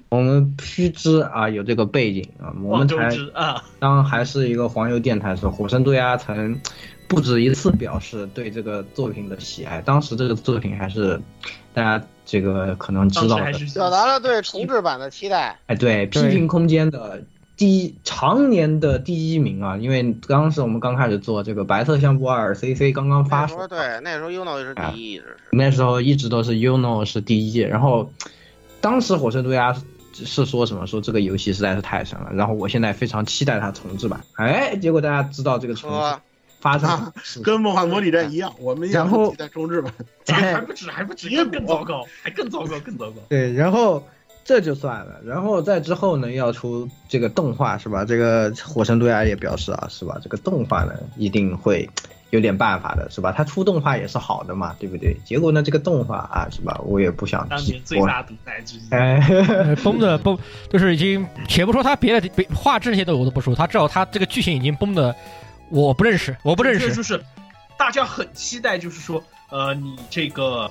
Speaker 3: 我们须知啊，有这个背景啊，我
Speaker 4: 望
Speaker 3: 们
Speaker 4: 周
Speaker 3: 才
Speaker 4: 知啊，
Speaker 3: 当还是一个黄油电台的时候，火神渡鸦曾不止一次表示对这个作品的喜爱。当时这个作品还是大家这个可能
Speaker 4: 当
Speaker 3: 知
Speaker 4: 时
Speaker 3: 道
Speaker 4: 还
Speaker 3: 的，
Speaker 4: 是
Speaker 6: 表达了对重置版的期待。
Speaker 3: 哎，对，批评空间的第一常年的第一名啊，因为当时我们刚开始做这个白色相簿二 CC 刚
Speaker 6: 那
Speaker 3: 刚发
Speaker 6: 时
Speaker 3: 售
Speaker 6: 候，对，那时候 UNO 是第一，这是
Speaker 3: 那时候一直都是 UNO 是第一，然后当时火神渡鸦是说什么说这个游戏实在是太神了，然后我现在非常期待它重置版，哎，结果大家知道这个重置
Speaker 6: 说
Speaker 3: 发生
Speaker 1: 啊
Speaker 3: 了是
Speaker 1: 跟《梦幻模拟战》一样，我们也
Speaker 3: 然后
Speaker 1: 很期待重置版。
Speaker 4: 还不
Speaker 3: 哎
Speaker 4: 止，还不止，更更糟糕，还更糟糕，更糟糕。
Speaker 3: 对，然后这就算了，然后再之后呢，要出这个动画是吧？这个火神渡鸦也表示啊，是吧？这个动画呢一定会有点办法的，是吧？他出动画也是好的嘛，对不对？结果呢，这个动画啊，是吧？我也不想
Speaker 4: 当
Speaker 3: 提
Speaker 4: 年最
Speaker 3: 我
Speaker 4: 大毒奶之一，
Speaker 3: 哎，
Speaker 5: 呃崩的崩，就是已经且不说他别的别画质那些都我都不说，他至少他这个剧情已经崩的，我不认识，我不认
Speaker 4: 就是
Speaker 5: 识。
Speaker 4: 就是大家很期待，就是说，呃，你这个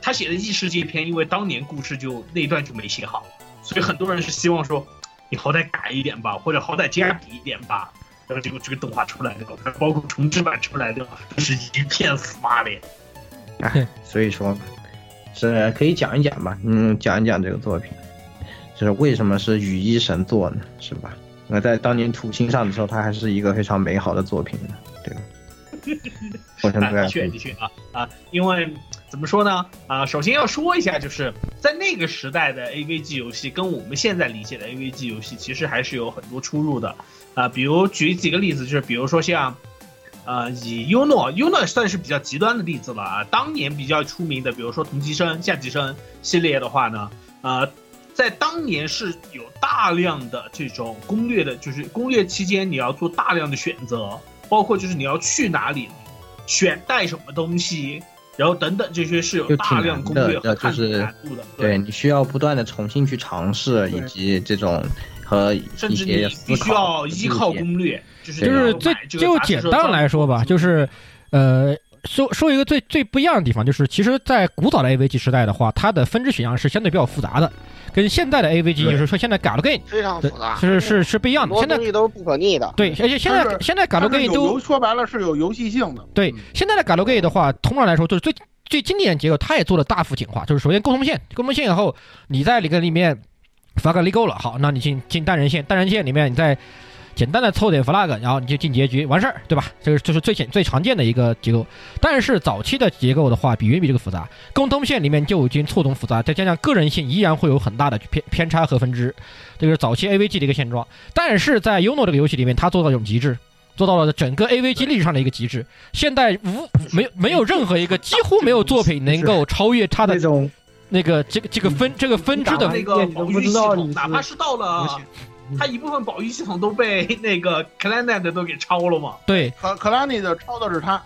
Speaker 4: 他写的异世界篇，因为当年故事就那一段就没写好，所以很多人是希望说，你好歹改一点吧，或者好歹加补一点吧。然后结果这个动画出来的，包括重制版出来的，都是一片死骂脸。
Speaker 3: 所以说是可以讲一讲吧，嗯，讲一讲这个作品，就是为什么是羽衣神作呢？是吧？那在当年土星上的时候，它还是一个非常美好的作品呢，对吧？火神
Speaker 4: 啊，
Speaker 3: 渡鸦
Speaker 4: 的确的确啊啊，因为怎么说呢啊，首先要说一下，就是在那个时代的 AVG 游戏跟我们现在理解的 AVG 游戏其实还是有很多出入的啊。比如举几个例子，就是比如说像。呃，以 UNO UNO 算是比较极端的例子了啊。当年比较出名的，比如说同级生、下级生系列的话呢，呃，在当年是有大量的这种攻略的，就是攻略期间你要做大量的选择，包括就是你要去哪里，选带什么东西，然后等等这些是有
Speaker 3: 就
Speaker 4: 大
Speaker 3: 挺
Speaker 4: 量攻
Speaker 3: 难的
Speaker 4: 略和
Speaker 3: 就
Speaker 4: 探索
Speaker 3: 是
Speaker 4: 难度的，
Speaker 3: 对，你需要不断的重新去尝试，
Speaker 1: 对
Speaker 3: 以及这种和
Speaker 4: 甚
Speaker 3: 一
Speaker 4: 至你
Speaker 3: 些
Speaker 4: 必
Speaker 3: 思
Speaker 4: 须
Speaker 3: 考
Speaker 4: 要
Speaker 3: 的
Speaker 4: 依
Speaker 3: 细
Speaker 4: 靠
Speaker 3: 节
Speaker 4: 攻略，就是
Speaker 3: 对
Speaker 5: 就是
Speaker 4: 你要
Speaker 5: 最
Speaker 4: 啊买这个
Speaker 5: 就
Speaker 4: 杂志
Speaker 5: 简
Speaker 4: 社
Speaker 5: 单来说吧，就是呃，说说一个最最不一样的地方，就是其实，在古早的 AVG 时代的话，它的分支选项是相对比较复杂的，跟现在的 AVG 就是说现在 g a l g a m
Speaker 6: 非常复杂，
Speaker 5: 是是是不一样
Speaker 6: 很多
Speaker 5: 的。现在
Speaker 6: 东西都是不可逆的。
Speaker 5: 对，而且现在
Speaker 1: 但是
Speaker 5: 现在 g a l
Speaker 1: 它是
Speaker 5: g a
Speaker 1: 有
Speaker 5: m 都
Speaker 1: 游说白了是有游戏性的。
Speaker 5: 对
Speaker 1: 嗯，
Speaker 5: 现在的 Galgame 的话，通常来说就是最最经典的结构，它也做了大幅简化，就是首先沟通线，沟通线以后你在里个里面 flag 立够了，好，那你进进单人线，单人线里面你再简单的凑点 flag，然后你就进结局完事儿，对吧？这个就是最简最常见的一个结构。但是早期的结构的话，比远比这个复杂，沟通线里面就已经错综复杂，再加上个人性依然会有很大的偏偏差和分支，这个是早期 AVG 的一个现状。但是在 UNO 这个游戏里面，它做到一种极致。做到了整个 AVG 历史上的一个极致，现在无没有没有任何一个几乎没有作品能够超越它的
Speaker 3: 那种
Speaker 5: 那个这个这个分这个分支
Speaker 4: 打
Speaker 5: 的
Speaker 4: 那个
Speaker 3: 你都
Speaker 4: 保
Speaker 3: 不
Speaker 4: 育
Speaker 3: 知
Speaker 4: 系
Speaker 3: 道你
Speaker 4: 统，
Speaker 3: 是
Speaker 4: 哪怕是到了，
Speaker 5: 嗯
Speaker 4: 它一部分保育系统都被 那个 Clanet 都给抄了嘛。
Speaker 5: 对，
Speaker 1: 克克拉尼的抄的是他，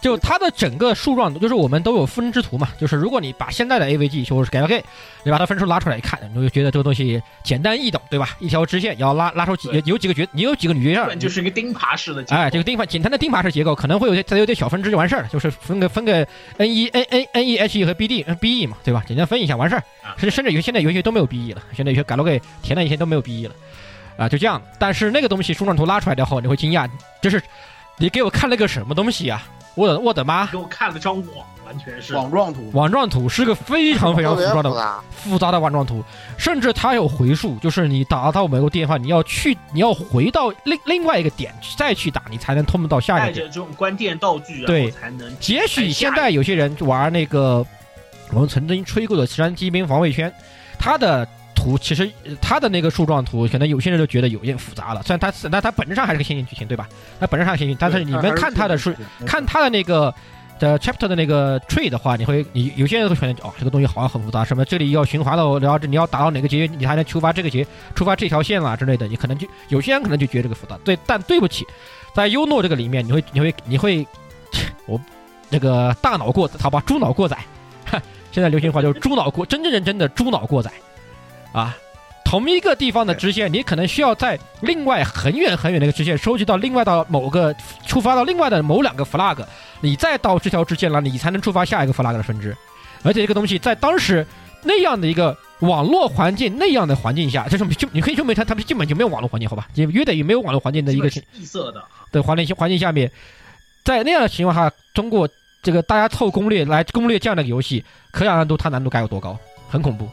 Speaker 5: 就它的整个树状，就是我们都有分支图嘛，就是如果你把现在的 AVG 就是改了 K，你把它分数拉出来一看，你就觉得这个东西简单易懂，对吧？一条直线，然后拉拉出几
Speaker 4: 对
Speaker 5: 有几个啊角，你有几个女角
Speaker 4: 基
Speaker 5: 色
Speaker 4: 本，就是一个钉耙式的结构。
Speaker 5: 哎，这个钉耙简单的钉耙式结构可能会有些再有点小分支就完事儿了，就是分个分个 N 一 N N N E H E 和 B D B E 嘛，对吧？简单分一下完事儿
Speaker 4: 啊。
Speaker 5: 甚至甚至有些现在有些都没有 B E 了，现在有些改了给填了一些都没有 B E 了，啊，就这样。但是那个东西树状图拉出来之后，你会惊讶，就是你给我看了个什么东西啊？我的我的妈！
Speaker 4: 给我看了张网，完全是
Speaker 1: 网状图。
Speaker 5: 网状图是个非常非
Speaker 6: 特
Speaker 5: 常复
Speaker 6: 别
Speaker 5: 杂的
Speaker 6: 复杂，
Speaker 5: 复杂的网状图，甚至它有回数，就是你打到某个地方，你要去你要回到另另外一个点再去打，你才能通到下一
Speaker 4: 带
Speaker 5: 个点。
Speaker 4: 着这种关键道具，然
Speaker 5: 对
Speaker 4: 后才能
Speaker 5: 也许现在有些人玩那个我们曾经吹过的《山机兵防卫圈》，它的图其实呃它的那个树状图，可能有些人就觉得有点复杂了。虽然它但它本质上还是个线性剧情，对吧？它本质上是线性，但是你们看它的树，看它的那个。的 chapter 的那个 tree 的话，你会你有些人会选择哦，这个东西好像很复杂，什么这里要循环到，然后这你要达到哪个结局，你才能触发这个结，触发这条线啦之类的，你可能就有些人可能就觉得这个复杂，对，但对不起，在 u n o 这个里面，你会你会你会，我那个大脑过好吧，猪脑过载，哼现在流行话就是猪脑过，真正认真的猪脑过载，啊。同一个地方的支线，你可能需要在另外很远很远的一个支线收集到另外到某个触发到另外的某两个 flag，你再到这条支线了，你才能触发下一个 flag 的分支。而且这个东西在当时那样的一个网络环境那样的环境下，就是就你可以说明它他们基本就没有网络环境，好吧？也约等于没有网络环境的一个
Speaker 4: 基本是闭塞的，
Speaker 5: 的环境环境下面，在那样的情况下，通过这个大家凑攻略来攻略这样的游戏，可想而知它难度该有多高，很恐怖。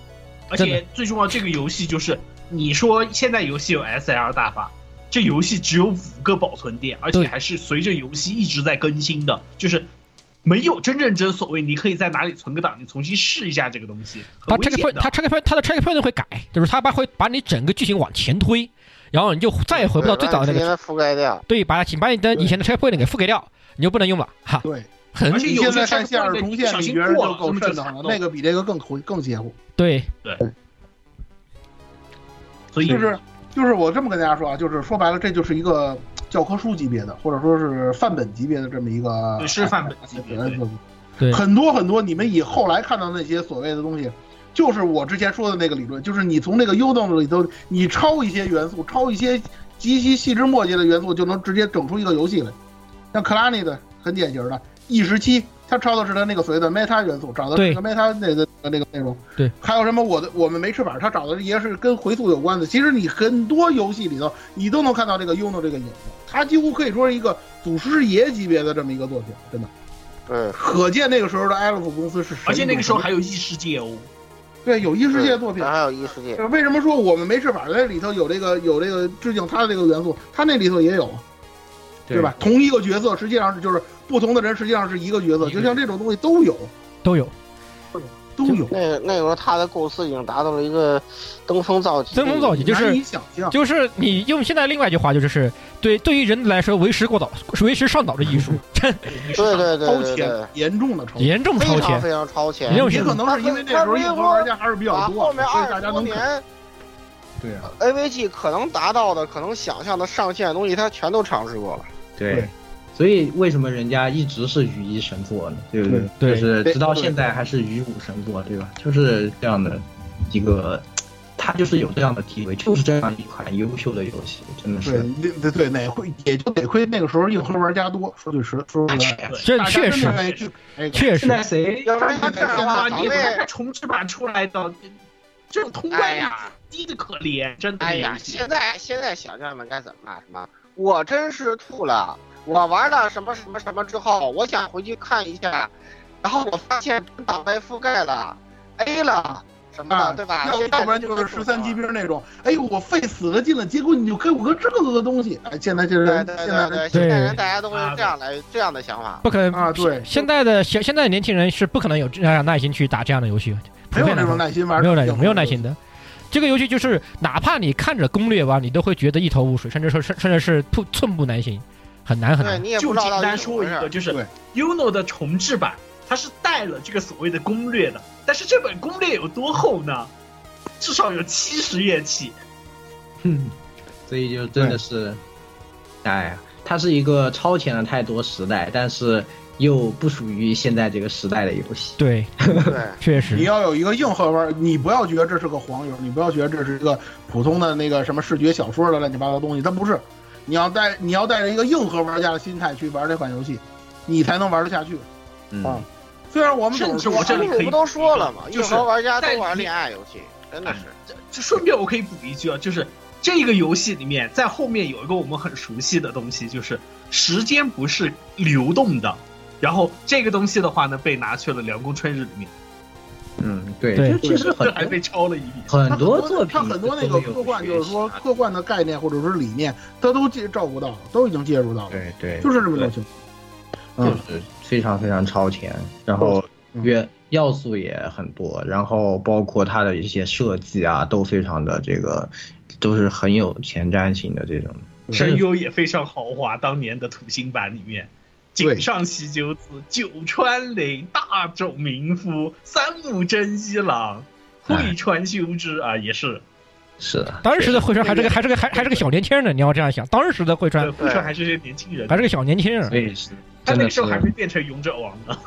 Speaker 4: 而
Speaker 5: 真的
Speaker 4: 且最重要，这个游戏就是你说现在游戏有 SL 大法，这游戏只有五个保存点，而且
Speaker 5: 对
Speaker 4: 还是随着游戏一直在更新的，就是没有真正真所谓你可以在哪里存个档，你重新试一下这个东西，很
Speaker 5: 它
Speaker 4: 危
Speaker 5: check
Speaker 4: 险
Speaker 5: point，
Speaker 4: 的
Speaker 5: 它。check point，它的 check point 会改，就是它把会把你整个剧情往前推，然后你就再也回不到最早的
Speaker 6: 对
Speaker 5: 那
Speaker 6: 把你之前
Speaker 5: 个，
Speaker 6: 的覆盖掉。
Speaker 5: 对，把请把你的以前的 check point 给覆盖掉，你就不能用了，哈，
Speaker 1: 对，
Speaker 5: 很
Speaker 4: 而且
Speaker 1: 你
Speaker 4: 有
Speaker 1: 现
Speaker 4: 些
Speaker 1: 在看《夏尔重线》，你觉得就够瘆得慌，那个比这个更苦更邪乎。
Speaker 5: 对，
Speaker 4: 所以
Speaker 1: 就是就是我这么跟大家说啊，就是说白了，这就是一个教科书级别的，或者说是范本级别的这么一个呃
Speaker 4: 对是范本级别对
Speaker 5: 对
Speaker 1: 很多很多，你们以后来看到那些所谓的东西。就是我之前说的那个理论，就是你从那个 Udon 里头，你抄一些元素，抄一些极其细枝末节的元素，就能直接整出一个游戏来。像克拉尼的很典型的 E 十七，他抄的是他那个所谓的 Meta 元素，找的
Speaker 5: 对
Speaker 1: 是那个 Meta 那个那个内容。
Speaker 5: 对，
Speaker 1: 还有什么我的我们没翅膀，他找的也是跟回溯有关的。其实你很多游戏里头，你都能看到这个 Uno 这个影子，它几乎可以说是一个祖师爷级别的这么一个作品，真的。
Speaker 6: 对，
Speaker 1: 可见那个时候的 Elf 公司是什么
Speaker 4: 而且那个时候
Speaker 1: 程度
Speaker 4: 还有异世界哦，
Speaker 1: 对有异 世界作品
Speaker 6: 然。后还有异世界，
Speaker 1: 呃为什么说我们没翅膀那里头有这个有这个致敬他的这个元素，他那里头也有，对吧？同一个角色实际上是就是不同的人实际上是一个角色，
Speaker 5: 一个
Speaker 1: 就像这种东西都有
Speaker 5: 都有
Speaker 1: 都有，
Speaker 6: 那那时候他的构思已经达到了一个登峰造极。
Speaker 5: 登峰造极，就
Speaker 1: 难
Speaker 5: 是
Speaker 1: 以想象。
Speaker 5: 就是你用现在另外一句话就是对对于人来说为时过早，为时尚早的艺术， 真
Speaker 6: 对对对
Speaker 1: 超
Speaker 6: 对
Speaker 1: 前
Speaker 6: 对，
Speaker 1: 严重的超前，
Speaker 5: 严重超
Speaker 6: 非常
Speaker 5: 前，
Speaker 6: 非常超前
Speaker 5: 严。重
Speaker 1: 也可能是因为那时候硬核玩家还是比较
Speaker 6: 啊，
Speaker 1: 多，
Speaker 6: 后
Speaker 1: 所
Speaker 6: 面
Speaker 1: 以
Speaker 6: 二
Speaker 1: 大
Speaker 6: 十
Speaker 1: 家
Speaker 6: 多
Speaker 1: 能看
Speaker 6: 年
Speaker 3: 对啊，
Speaker 6: AVG 可能达到的、可能想象的上限的东西，他全都尝试过了。
Speaker 3: 对
Speaker 1: 对。
Speaker 3: 所以为什么人家一直是羽翼神作呢？对不对？
Speaker 5: 对
Speaker 3: 就是
Speaker 1: 对
Speaker 3: 直到现在还是羽武神作，对吧？就是这样的一个，他就是有这样的地位，就是这样一款优秀的游戏，真的
Speaker 1: 对
Speaker 3: 是。
Speaker 1: 对对对，哪会也就得亏那个时候硬核玩家多，说句实说实在，
Speaker 5: 这
Speaker 1: 大家
Speaker 5: 确
Speaker 1: 真的
Speaker 5: 实
Speaker 1: 愿意去哎
Speaker 5: 确实
Speaker 3: 现在谁
Speaker 6: 要不然他这样的话，
Speaker 4: 哇，
Speaker 6: 咱
Speaker 4: 你
Speaker 6: 们
Speaker 4: 还重置版出来的，这种通
Speaker 6: 哎
Speaker 4: 关呀
Speaker 6: 呀，
Speaker 4: 低的可怜，真的。
Speaker 6: 哎呀，现在现在想想们该怎么办？什么？我真是吐了！我玩了什么什么什么之后，我想回去看一下，然后我发现挡被覆盖了，A 了什么
Speaker 1: 啊，
Speaker 6: 的，对吧？
Speaker 1: 要
Speaker 6: 现在
Speaker 1: 要不然就是十三
Speaker 6: 啊
Speaker 1: 级兵那种，哎呦，我费死了劲了，结果你就给我个这个东西，哎，现在这
Speaker 6: 对。
Speaker 1: 人
Speaker 6: 对对
Speaker 1: 现
Speaker 6: 对
Speaker 1: 在
Speaker 6: 对，
Speaker 1: 这
Speaker 6: 现在人
Speaker 5: 对
Speaker 6: 大家都会这样来这样的想 法。
Speaker 5: 不可能
Speaker 1: 啊对
Speaker 5: 现在的现现在的年轻人是不可能有这样的耐心去打这样的游戏，
Speaker 1: 没
Speaker 5: 普
Speaker 1: 有
Speaker 5: 遍
Speaker 1: 那
Speaker 5: 来说
Speaker 1: 种耐心玩，
Speaker 5: 没有耐心，没有耐心。的。这个游戏就是，哪怕你看着攻略吧，你都会觉得一头雾水，甚至说甚甚至是寸寸步难行，很难很
Speaker 6: 对
Speaker 5: 难。
Speaker 6: 你也不
Speaker 4: 就
Speaker 6: 知道
Speaker 4: 简
Speaker 6: 到底怎
Speaker 4: 单
Speaker 6: 么
Speaker 4: 说
Speaker 6: 回
Speaker 4: 一
Speaker 6: 事
Speaker 4: 个，
Speaker 6: 儿。
Speaker 4: 就是
Speaker 1: 对
Speaker 4: Uno 的重置版，它是带了这个所谓的攻略的，但是这本攻略有多厚呢？至少有七十页起，
Speaker 3: 哼，所以就真的是，哎呀，它是一个超前了太多时代，但是又不属于现在这个时代的游戏。
Speaker 5: 对，
Speaker 6: 对，
Speaker 5: 确
Speaker 1: 你
Speaker 5: 实，
Speaker 1: 要有一个硬核玩，你不要觉得这是个黄油，你不要觉得这是一个普通的那个什么视觉小说的乱七八糟东西，它不是。你要带你要带着一个硬核玩家的心态去玩这款游戏，你才能玩得下去。
Speaker 3: 嗯
Speaker 1: 啊，虽然我们
Speaker 4: 甚
Speaker 1: 总
Speaker 4: 至
Speaker 1: 是
Speaker 4: 我
Speaker 1: 说
Speaker 4: 这里
Speaker 6: 我
Speaker 4: 可以
Speaker 6: 们不都说了嘛，
Speaker 4: 就是
Speaker 6: 硬核玩家
Speaker 4: 在哎
Speaker 6: 都玩
Speaker 4: 你
Speaker 6: 恋爱游戏，真的是。
Speaker 4: 就顺便我可以补一句啊，就是这个游戏里面在后面有一个我们很熟悉的东西，就是时间不是流动的。然后这个东西的话呢，被拿去了《凉宫春日》里面，
Speaker 3: 嗯，对，
Speaker 5: 对
Speaker 3: 就 其实很
Speaker 4: 这 还被抄了一笔。
Speaker 3: 很多
Speaker 1: 它
Speaker 3: 作品
Speaker 1: 它很多那个科幻，就是说
Speaker 3: 啊
Speaker 1: 科幻的概念或者是理念，它都介照顾到了，都已经介入到了，
Speaker 3: 啊对对，
Speaker 1: 就是这么种情况。
Speaker 3: 就
Speaker 1: 嗯
Speaker 3: 是非常非常超前，然后元要素也很多，然后包括它的一些设计啊，都非常的这个，都是很有前瞻性的这种。
Speaker 4: 声优也非常豪华，当年的土星版里面，
Speaker 1: 对
Speaker 4: 井上喜久子、久川绫、大冢明夫、三木真一郎、
Speaker 3: 哎
Speaker 4: 惠川修之啊，也是
Speaker 3: 是的，
Speaker 5: 当时的惠川还是个还是个还还是个小年轻人呢，你要这样想，当时的惠川
Speaker 4: 对惠川还是些年轻人
Speaker 5: 还，是个小年轻人
Speaker 3: 所，以是
Speaker 4: 他
Speaker 3: 真
Speaker 4: 那
Speaker 3: 的
Speaker 4: 个时
Speaker 3: 是
Speaker 4: 候还没变成勇者王呢。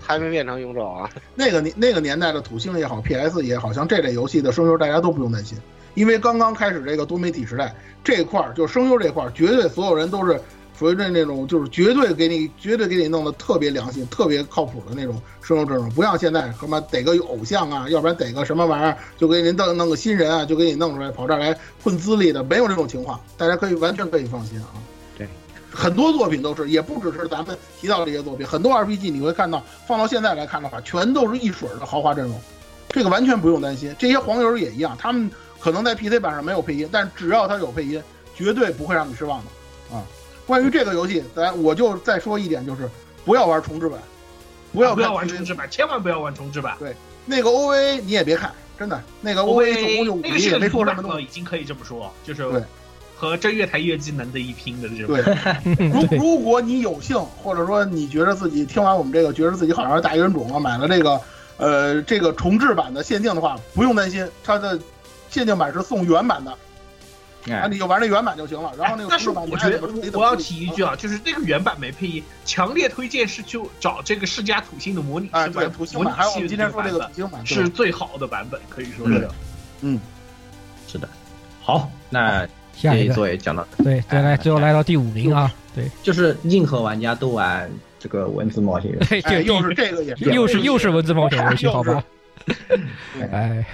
Speaker 6: 还没变成勇者啊，
Speaker 1: 那个年那个年代的土星也好，PS 也好像这类游戏的声优大家都不用担心，因为刚刚开始这个多媒体时代这块儿，就声优这块儿，绝对所有人都是属于那那种就是绝对给你绝对给你弄得特别良心、特别靠谱的那种声优阵容，不像现在什么逮个偶像啊，要不然逮个什么玩意儿就给您弄弄个新人啊，就给你弄出来跑这儿来混资历的，没有这种情况，大家可以完全可以放心啊。很多作品都是，也不只是咱们提到这些作品，很多 RPG 你会看到，放到现在来看的话，全都是一水儿的豪华阵容，这个完全不用担心。这些黄油也一样，他们可能在 PC 版上没有配音，但只要它有配音，绝对不会让你失望的啊。关于这个游戏，咱我就再说一点，就是不要玩重置版，不
Speaker 4: 不
Speaker 1: 要
Speaker 4: 不要
Speaker 1: 看
Speaker 4: 玩
Speaker 1: TV
Speaker 4: 重置版，千万不要玩重置版。
Speaker 1: 那个 OVA 你也别看，真的那个 OVA 总共就五
Speaker 4: 那个是
Speaker 1: 集，也
Speaker 4: 个
Speaker 1: 没说
Speaker 4: 零版
Speaker 1: 什么东
Speaker 4: 了，
Speaker 1: 西。
Speaker 4: 已经可以这么说，就是
Speaker 1: 对
Speaker 4: 和真月台月姬难得一拼的这种
Speaker 1: 对。 如
Speaker 5: 对
Speaker 1: 如果你有幸，或者说你觉得自己听完我们这个，觉得自己好像是大冤种啊了，买了这个，呃，这个重置版的限定的话，不用担心，它的限定版是送原版的，啊，
Speaker 3: 哎，
Speaker 1: 你就玩那原版就行了。然后那
Speaker 4: 哎
Speaker 1: 个
Speaker 4: 但是
Speaker 1: 重置版你
Speaker 4: 我觉
Speaker 1: 爱怎
Speaker 4: 得
Speaker 1: 么处理，
Speaker 4: 我要提一句啊，就是那个原版没配音，强烈推荐是去找这个世嘉土星的模拟器
Speaker 1: 啊，
Speaker 4: 版、
Speaker 1: 对，土星
Speaker 4: 模拟
Speaker 1: 版，还有我
Speaker 4: 器
Speaker 1: 们
Speaker 4: 的
Speaker 1: 今天说这
Speaker 4: 版
Speaker 1: 个
Speaker 4: 本
Speaker 1: 土星版对
Speaker 4: 是最好的版本，可以说
Speaker 5: 嗯
Speaker 4: 是。
Speaker 3: 好，那
Speaker 5: 下
Speaker 3: 这
Speaker 5: 一
Speaker 3: 一
Speaker 5: 个
Speaker 3: 座也讲到，
Speaker 5: 对对来，最后来到第五名啊，对，
Speaker 3: 就是硬核玩家都玩这个文字冒险游戏，
Speaker 5: 嘿
Speaker 1: 哎，
Speaker 5: 这
Speaker 1: 又
Speaker 5: 又
Speaker 1: 是这个也是
Speaker 5: 又是又是文字冒险游戏，
Speaker 1: 又是
Speaker 5: 好吧？
Speaker 1: 对
Speaker 5: 哎，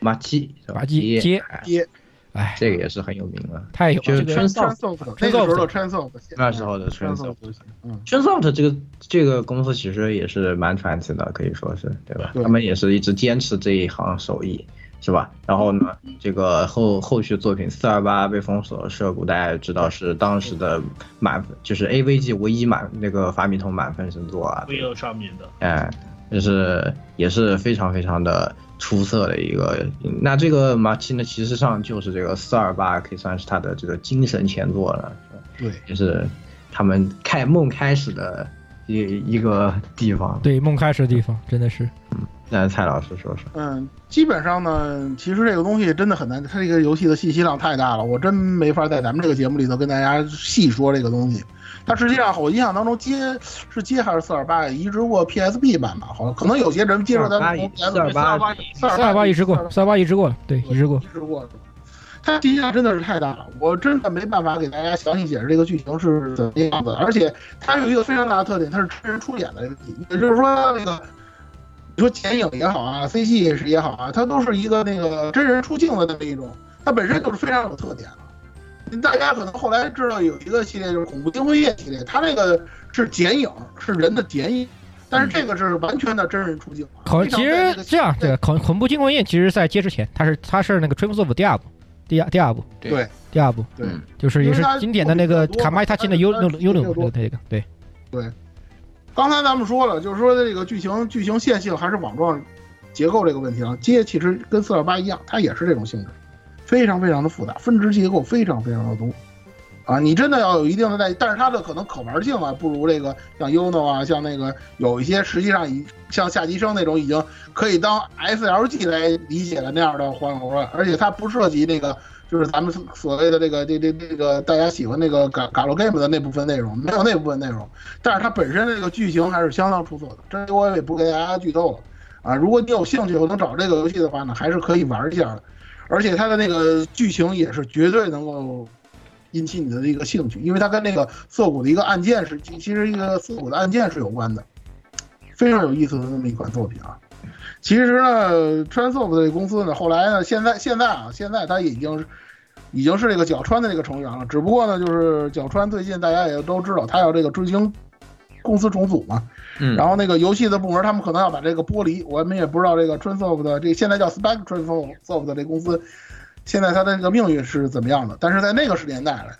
Speaker 3: 马基是吧
Speaker 5: 马基
Speaker 3: 街
Speaker 5: 街，
Speaker 3: 哎
Speaker 5: 哎，
Speaker 3: 这个也是很有名的。
Speaker 5: 太有
Speaker 3: 就
Speaker 5: 这
Speaker 3: 是
Speaker 5: 个
Speaker 3: 春
Speaker 1: 穿
Speaker 3: 少
Speaker 1: 送的，那个时候的穿送的，
Speaker 3: 那时候的
Speaker 1: 穿
Speaker 3: 春
Speaker 1: 送
Speaker 3: 少
Speaker 1: 的，嗯，
Speaker 3: Sunsoft 这个这个公司其实也是蛮传奇的，可以说是对吧？
Speaker 1: 对
Speaker 3: 他们也是一直坚持这一行手艺，是吧？然后呢，这个后后续作品四二八被封锁，涉谷大家也知道是当时的满分，就是 AVG 唯一满那个法米通满分神作啊，
Speaker 4: VO 上面 的，
Speaker 3: 哎，就是也是非常非常的出色的一个。嗯那这个马奇呢，其实上就是这个四二八可以算是他的这个精神前作了，是吧
Speaker 1: 对，
Speaker 3: 就是他们开梦开始的一一个地方。
Speaker 5: 对梦开始的地方，真的是
Speaker 3: 那蔡老师说说，
Speaker 1: 嗯，基本上呢，其实这个东西真的很难，它这个游戏的信息量太大了，我真没法在咱们这个节目里头跟大家细说这个东西。它实际上，我印象当中接是接还是四二八移植过 PSP 版吧？好像可能有些人接触咱们从
Speaker 3: 428
Speaker 1: PS
Speaker 3: 八
Speaker 4: 八
Speaker 1: 四
Speaker 5: 四二八移植过，四二八移植过了，对，移植过
Speaker 1: 一，直过是吧它信息量真的是太大了，我真的没办法给大家详细解释这个剧情是怎么样的。而且它有一个非常大的特点，它是真人出演的，也就是说那个。你说剪影也好啊，CG 也是也好啊，它都是一个那个真人出镜的那么一种，它本身就是非常有特点的。大家可能后来知道有一个系列就是《恐怖惊魂夜》系列，它那个是剪影，是人的剪影，但是这个是完全的真人出镜啊。
Speaker 5: 恐
Speaker 1: 非常
Speaker 5: 其
Speaker 1: 在
Speaker 5: 实
Speaker 1: 那个
Speaker 5: 这样，对恐恐怖惊魂夜，其实在接之前，它是它是那个 t r i m s o f 第二部，第二第二部，
Speaker 1: 对
Speaker 5: 第二部，
Speaker 1: 对，
Speaker 5: 就是也是经典的那个卡麦他亲的幽幽幽灵那个那个对，
Speaker 1: 刚才咱们说了，就是说这个剧情剧情线性还是网状结构这个问题上，街其实跟四二八一样，它也是这种性质，非常非常的复杂，分支结构非常非常的多。啊，你真的要有一定的耐，但是它的可能可玩性啊，不如这个像 UNO 啊，像那个有一些实际上已像夏吉生那种已经可以当 SLG 来理解的那样的黄油了，而且它不涉及那个就是咱们所谓的这个这这这个大家喜欢那个嘎嘎罗 game 的那部分内容，没有那部分内容。但是它本身这个剧情还是相当出色的，这我也不给大家剧透了啊。如果你有兴趣，能找这个游戏的话呢，还是可以玩一下的，而且它的那个剧情也是绝对能够引起你的一个兴趣，因为它跟那个涩谷的一个案件是，其其实一个涩谷的案件是有关的，非常有意思的那么一款作品啊。其实呢，川 s o 这个公司呢，后来呢，现在现在啊，现在它已经是已经是这个角川的这个成员了，只不过呢，就是角川最近大家也都知道，他要这个追星公司重组嘛，
Speaker 3: 嗯
Speaker 1: 然后那个游戏的部门他们可能要把这个剥离，我们也不知道这个 Transoft 的这现在叫 Spectrum 的这公司，现在它的这个命运是怎么样的？但是在那个时年代来，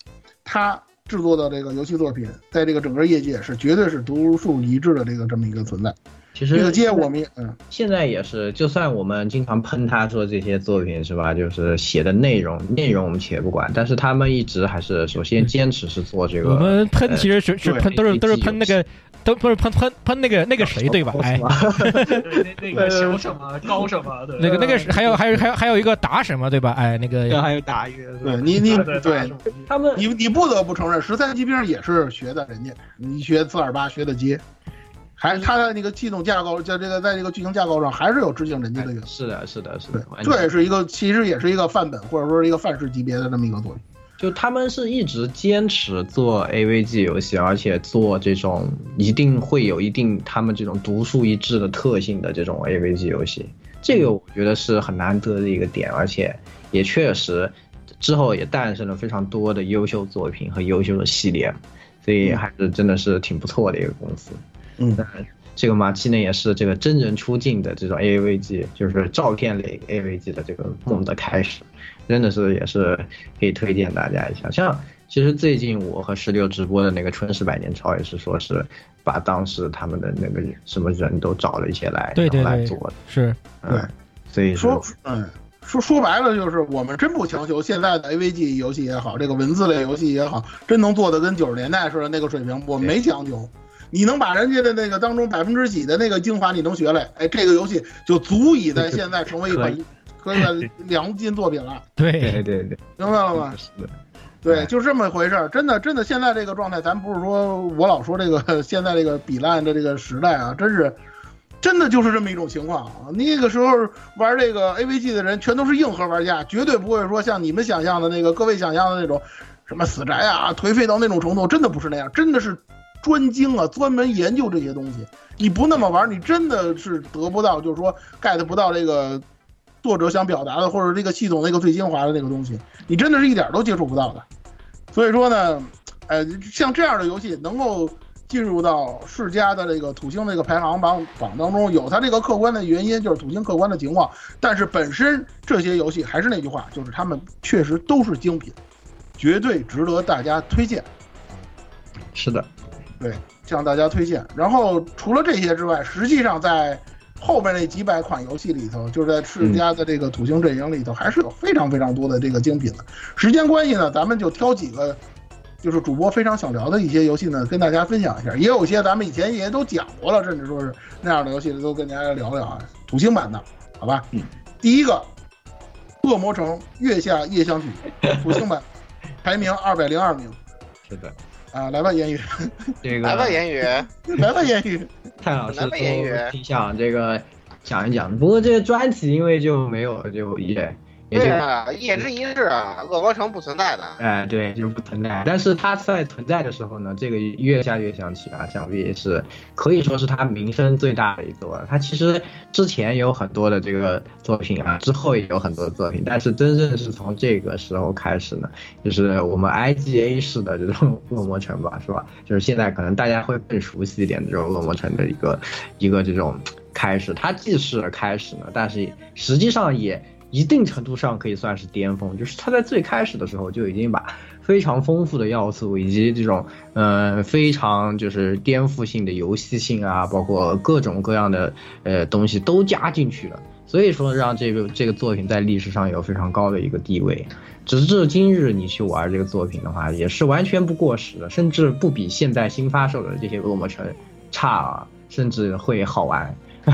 Speaker 1: 它制作的这个游戏作品，在这个整个业界是绝对是独树一帜的这个这么一个存在。
Speaker 3: 其
Speaker 1: 这个
Speaker 3: 实
Speaker 1: 界我们也嗯，
Speaker 3: 现在也是，就算我们经常喷他说这些作品是吧，就是写的内容，内容我们且不管，但是他们一直还是首先坚持是做这个。呃
Speaker 5: 我们喷其实是是
Speaker 3: 对
Speaker 5: 喷都是都是
Speaker 3: APG
Speaker 5: 喷那个，都不是喷喷喷那个那个谁对 吧？哎，
Speaker 4: 对那那个小什么高什么的，
Speaker 5: 呃那个那个是还有还有还有还有一个打什么对吧？哎，那个
Speaker 3: 还有打月，
Speaker 1: 对你你
Speaker 5: 嗯
Speaker 4: 对
Speaker 1: 对，
Speaker 3: 他们
Speaker 1: 你你不得不承认，十三级兵也是学的人家，你学四二八学的接，还他的那个系统架构，在这个在这个剧情架构上还是有致敬人家的元素。
Speaker 3: 哎是的，是的，是
Speaker 1: 对
Speaker 3: 的，完，全
Speaker 1: 这也是一个其实也是一个范本或者说是一个范式级别的这么一个作品。
Speaker 3: 就他们是一直坚持做 AVG 游戏，而且做这种一定会有一定他们这种独树一帜的特性的这种 AVG 游戏，这
Speaker 5: 嗯
Speaker 3: 个我觉得是很难得的一个点，而且也确实之后也诞生了非常多的优秀作品和优秀的系列，所
Speaker 5: 嗯
Speaker 3: 以还是真的是挺不错的一个公司。
Speaker 1: 嗯
Speaker 3: 那这个马奇呢也是这个真人出镜的这种 AVG，就是照片类 AVG 的这
Speaker 5: 嗯
Speaker 3: 个梦的开始。真的是也是可以推荐大家一下。像其实最近我和十六直播的那个《春十百年超》也是说是把当时他们的那个什么人都找了一些来
Speaker 5: 对对
Speaker 3: 然后来
Speaker 5: 对
Speaker 3: 做的，
Speaker 5: 是
Speaker 3: 嗯，所以
Speaker 1: 说
Speaker 3: 说
Speaker 1: 嗯。说说白了就是，我们真不强求现在的 AVG 游戏也好，这个文字类游戏也好，真能做的跟九十年代似的那个水平，我们没强求。你能把人家的那个当中百分之几的那个精华你能学来，哎，这个游戏就足以 在现在成为一款可以的良心作品了，
Speaker 5: 对
Speaker 3: 对对对，
Speaker 1: 明白了吗？
Speaker 3: 是的，
Speaker 1: 对，就这么回事儿。真的，真的，现在这个状态，咱不是说我老说这个 现在这个比烂的这个时代啊，真是，真的就是这么一种情况啊。那个时候玩这个 AVG 的人，全都是硬核玩家，绝对不会说像你们想象的那个各位想象的那种什么死宅啊、颓废到那种程度，真的不是那样，真的是专精啊，专门研究这些东西。你不那么玩，你真的是得不到，就是说 get 不到这个作者想表达的，或者这个系统那个最精华的那个东西，你真的是一点儿都接触不到的。所以说呢，呃，像这样的游戏能够进入到世嘉的这个土星这个排行榜榜当中，有它这个客观的原因，就是土星客观的情况。但是本身这些游戏还是那句话，就是他们确实都是精品，绝对值得大家推荐，
Speaker 3: 是的，
Speaker 1: 向大家推荐。然后除了这些之外，实际上在后边那几百款游戏里头，就是在世嘉的这个土星阵营里头，还是有非常非常多的这个精品的。时间关系呢，咱们就挑几个，就是主播非常想聊的一些游戏呢，跟大家分享一下。也有一些咱们以前也都讲过了，甚至说是那样的游戏都跟大家聊聊啊。土星版的，好吧？
Speaker 3: 嗯。
Speaker 1: 第一个，《恶魔城月下夜香曲》，土星版，排名二百零二名
Speaker 3: 是的，
Speaker 1: 啊！来吧，言语，
Speaker 3: 这个
Speaker 6: 来吧，言语，
Speaker 1: 来吧，言语。
Speaker 3: 蔡老师
Speaker 6: 南北演员
Speaker 3: 都挺想这个讲一讲，不过这个专题因为就没有就也也就
Speaker 6: 对啊，夜之一日啊，恶魔城不存在的。
Speaker 3: 哎，对，就是不存在。但是它在存在的时候呢，这个月下月想起啊，想必也是可以说是它名声最大的一座了。它其实之前有很多的这个作品啊，之后也有很多作品，但是真正是从这个时候开始呢，就是我们 IGA 式的这种恶魔城吧，是吧？就是现在可能大家会更熟悉一点这种恶魔城的一个一个这种开始。它既是开始呢，但是实际上也一定程度上可以算是巅峰，就是它在最开始的时候就已经把非常丰富的要素以及这种呃非常就是颠覆性的游戏性啊，包括各种各样的呃东西都加进去了。所以说，让这个这个作品在历史上有非常高的一个地位，直至今日你去玩这个作品的话，也是完全不过时的，甚至不比现在新发售的这些恶魔城差啊，甚至会好玩。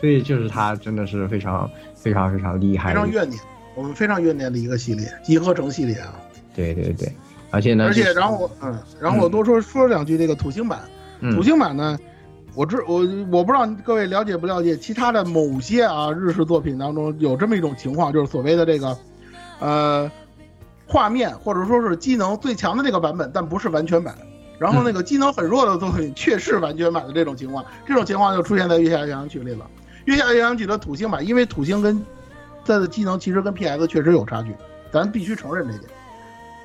Speaker 3: 所以就是它真的是非常非常非常厉害
Speaker 1: 非
Speaker 3: 的
Speaker 1: 常
Speaker 3: 一个，
Speaker 1: 怨念，我们非常怨念的一个系列，集合城系列啊。
Speaker 3: 对对对，而且呢，
Speaker 1: 而
Speaker 3: 就
Speaker 1: 且，
Speaker 3: 是
Speaker 1: 然后我，嗯，然后我多说说两句这个土星版。
Speaker 3: 嗯
Speaker 1: 土星版呢，我知我我不知道各位了解不了解，其他的某些啊日式作品当中有这么一种情况，就是所谓的这个，呃，画面或者说是机能最强的那个版本，但不是完全版。然后那
Speaker 3: 嗯
Speaker 1: 个机能很弱的作品却是完全版的这种情况，这种情况就出现在《月下鸳鸯曲》里了。《月下鸳鸯曲》的土星版，因为土星跟它的机能其实跟 PS 确实有差距，咱必须承认这点。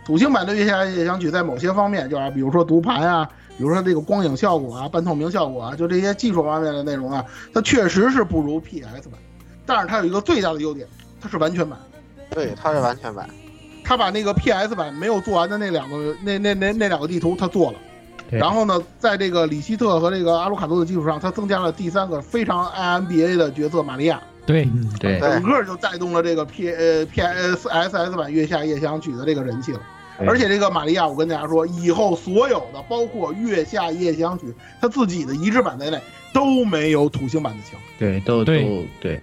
Speaker 1: 土星版的《月下夜想曲》在某些方面，就是比如说读盘啊，比如说这个光影效果啊、半透明效果啊，就这些技术方面的内容啊，它确实是不如 PS 版，但是它有一个最大的优点，它是完全版。
Speaker 6: 对，它是完全版。
Speaker 1: 它把那个 PS 版没有做完的那两个那那那那两个地图，它做了。然后呢，在这个里希特和这个阿鲁卡多的基础上，他增加了第三个非常 IMBA 的角色玛利亚，
Speaker 5: 对，
Speaker 3: 嗯，对，
Speaker 6: 对
Speaker 1: 整个就带动了这个 P 呃 PS SS 版《月下夜想曲》的这个人气了。
Speaker 2: 对
Speaker 1: 而且这个玛利亚，我跟大家说，以后所有的，包括《月下夜想曲》他自己的移植版在内，都没有土星版的强，
Speaker 3: 对，都
Speaker 5: 对
Speaker 3: 都对，